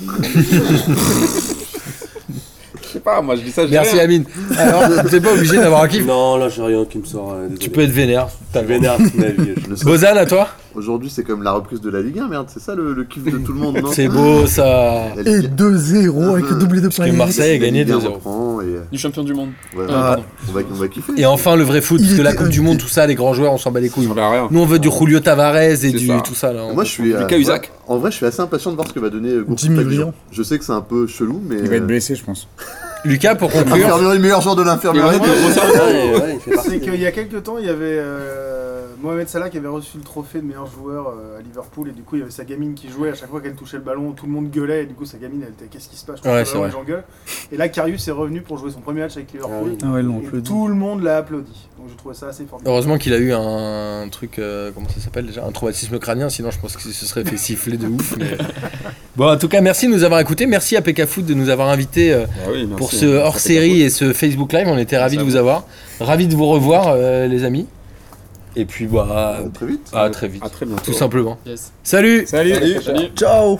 C: Je sais pas, moi je dis ça, je dis
A: Merci
C: rien.
A: Amine. Alors, t'es pas obligé d'avoir un kiff.
K: Non, là, j'ai rien qui me sort. euh,
A: Tu
K: désolé.
A: peux être vénère.
K: Je suis vénère toute ma vie.
A: (laughs)
B: Je le sais.
A: Bozan, à toi
B: Aujourd'hui, c'est comme la reprise de la Ligue 1, merde. C'est ça le, le kiff de tout le monde, non
A: (laughs) C'est beau ça.
B: La
E: Et
B: Ligue 1.
E: 2-0 avec le doublé de
A: que
E: Payet.
A: Marseille- a gagné
B: La Ligue 1
A: 2-0.
B: reprend et, euh,
D: Du champion du monde.
B: ouais,
D: Euh,
E: Ah.
D: pardon.
B: on, va, on va kiffer.
A: Et enfin, le vrai foot,
E: Il
A: parce que la
E: était
A: Coupe du
E: invité.
A: Monde, tout ça, les grands joueurs, on s'en bat les couilles.
C: On verra rien.
A: Nous, on veut du Julio Tavares et du
C: ça.
A: tout ça. Là,
B: Moi, je suis. euh,
C: Lucas Usac.
B: En vrai, je suis assez impatient de voir ce que va donner euh, Gourcuff
E: Jimmy
B: à Dijon.
E: Briand.
B: Je sais que c'est un peu chelou, mais.
G: Il va être
B: euh,
G: blessé, je pense.
A: Lucas,
B: (laughs)
A: pour conclure,
B: Infirmerie, le meilleur joueur de l'infirmerie.
K: Ouais, ouais, il fait partie.
I: C'est qu'il y a quelques temps, il y avait euh, Mohamed Salah qui avait reçu le trophée de meilleur joueur euh, à Liverpool et du coup il y avait sa gamine qui jouait à chaque fois qu'elle touchait le ballon, tout le monde gueulait et du coup sa gamine elle était qu'est-ce qui se passe je touche
A: Ouais,
I: le
A: c'est
I: ballon,
A: vrai.
I: les gens gueulent. Et là Karius est revenu pour jouer son premier match avec
K: Ah
I: Liverpool
K: oui.
E: Ah ouais, non,
I: et tout le monde l'a applaudi. Donc je trouvais ça assez formidable.
A: heureusement qu'il a eu un truc, euh, comment ça s'appelle déjà Un traumatisme crânien, sinon je pense que ce serait fait siffler de ouf.
C: (laughs)
A: mais- Bon, en tout cas, merci de nous avoir écoutés. Merci à PK Foot de nous avoir invités euh,
C: Ah oui, merci.
A: pour ce hors série et ce Facebook Live. On était ravis
C: Merci à
A: de vous avoir. Ravis de vous revoir, euh, les amis. Et puis, bah,
B: Très vite.
A: à très vite.
C: À très bientôt.
A: Tout simplement.
D: Yes.
A: Salut
G: Salut.
D: Salut.
E: Ciao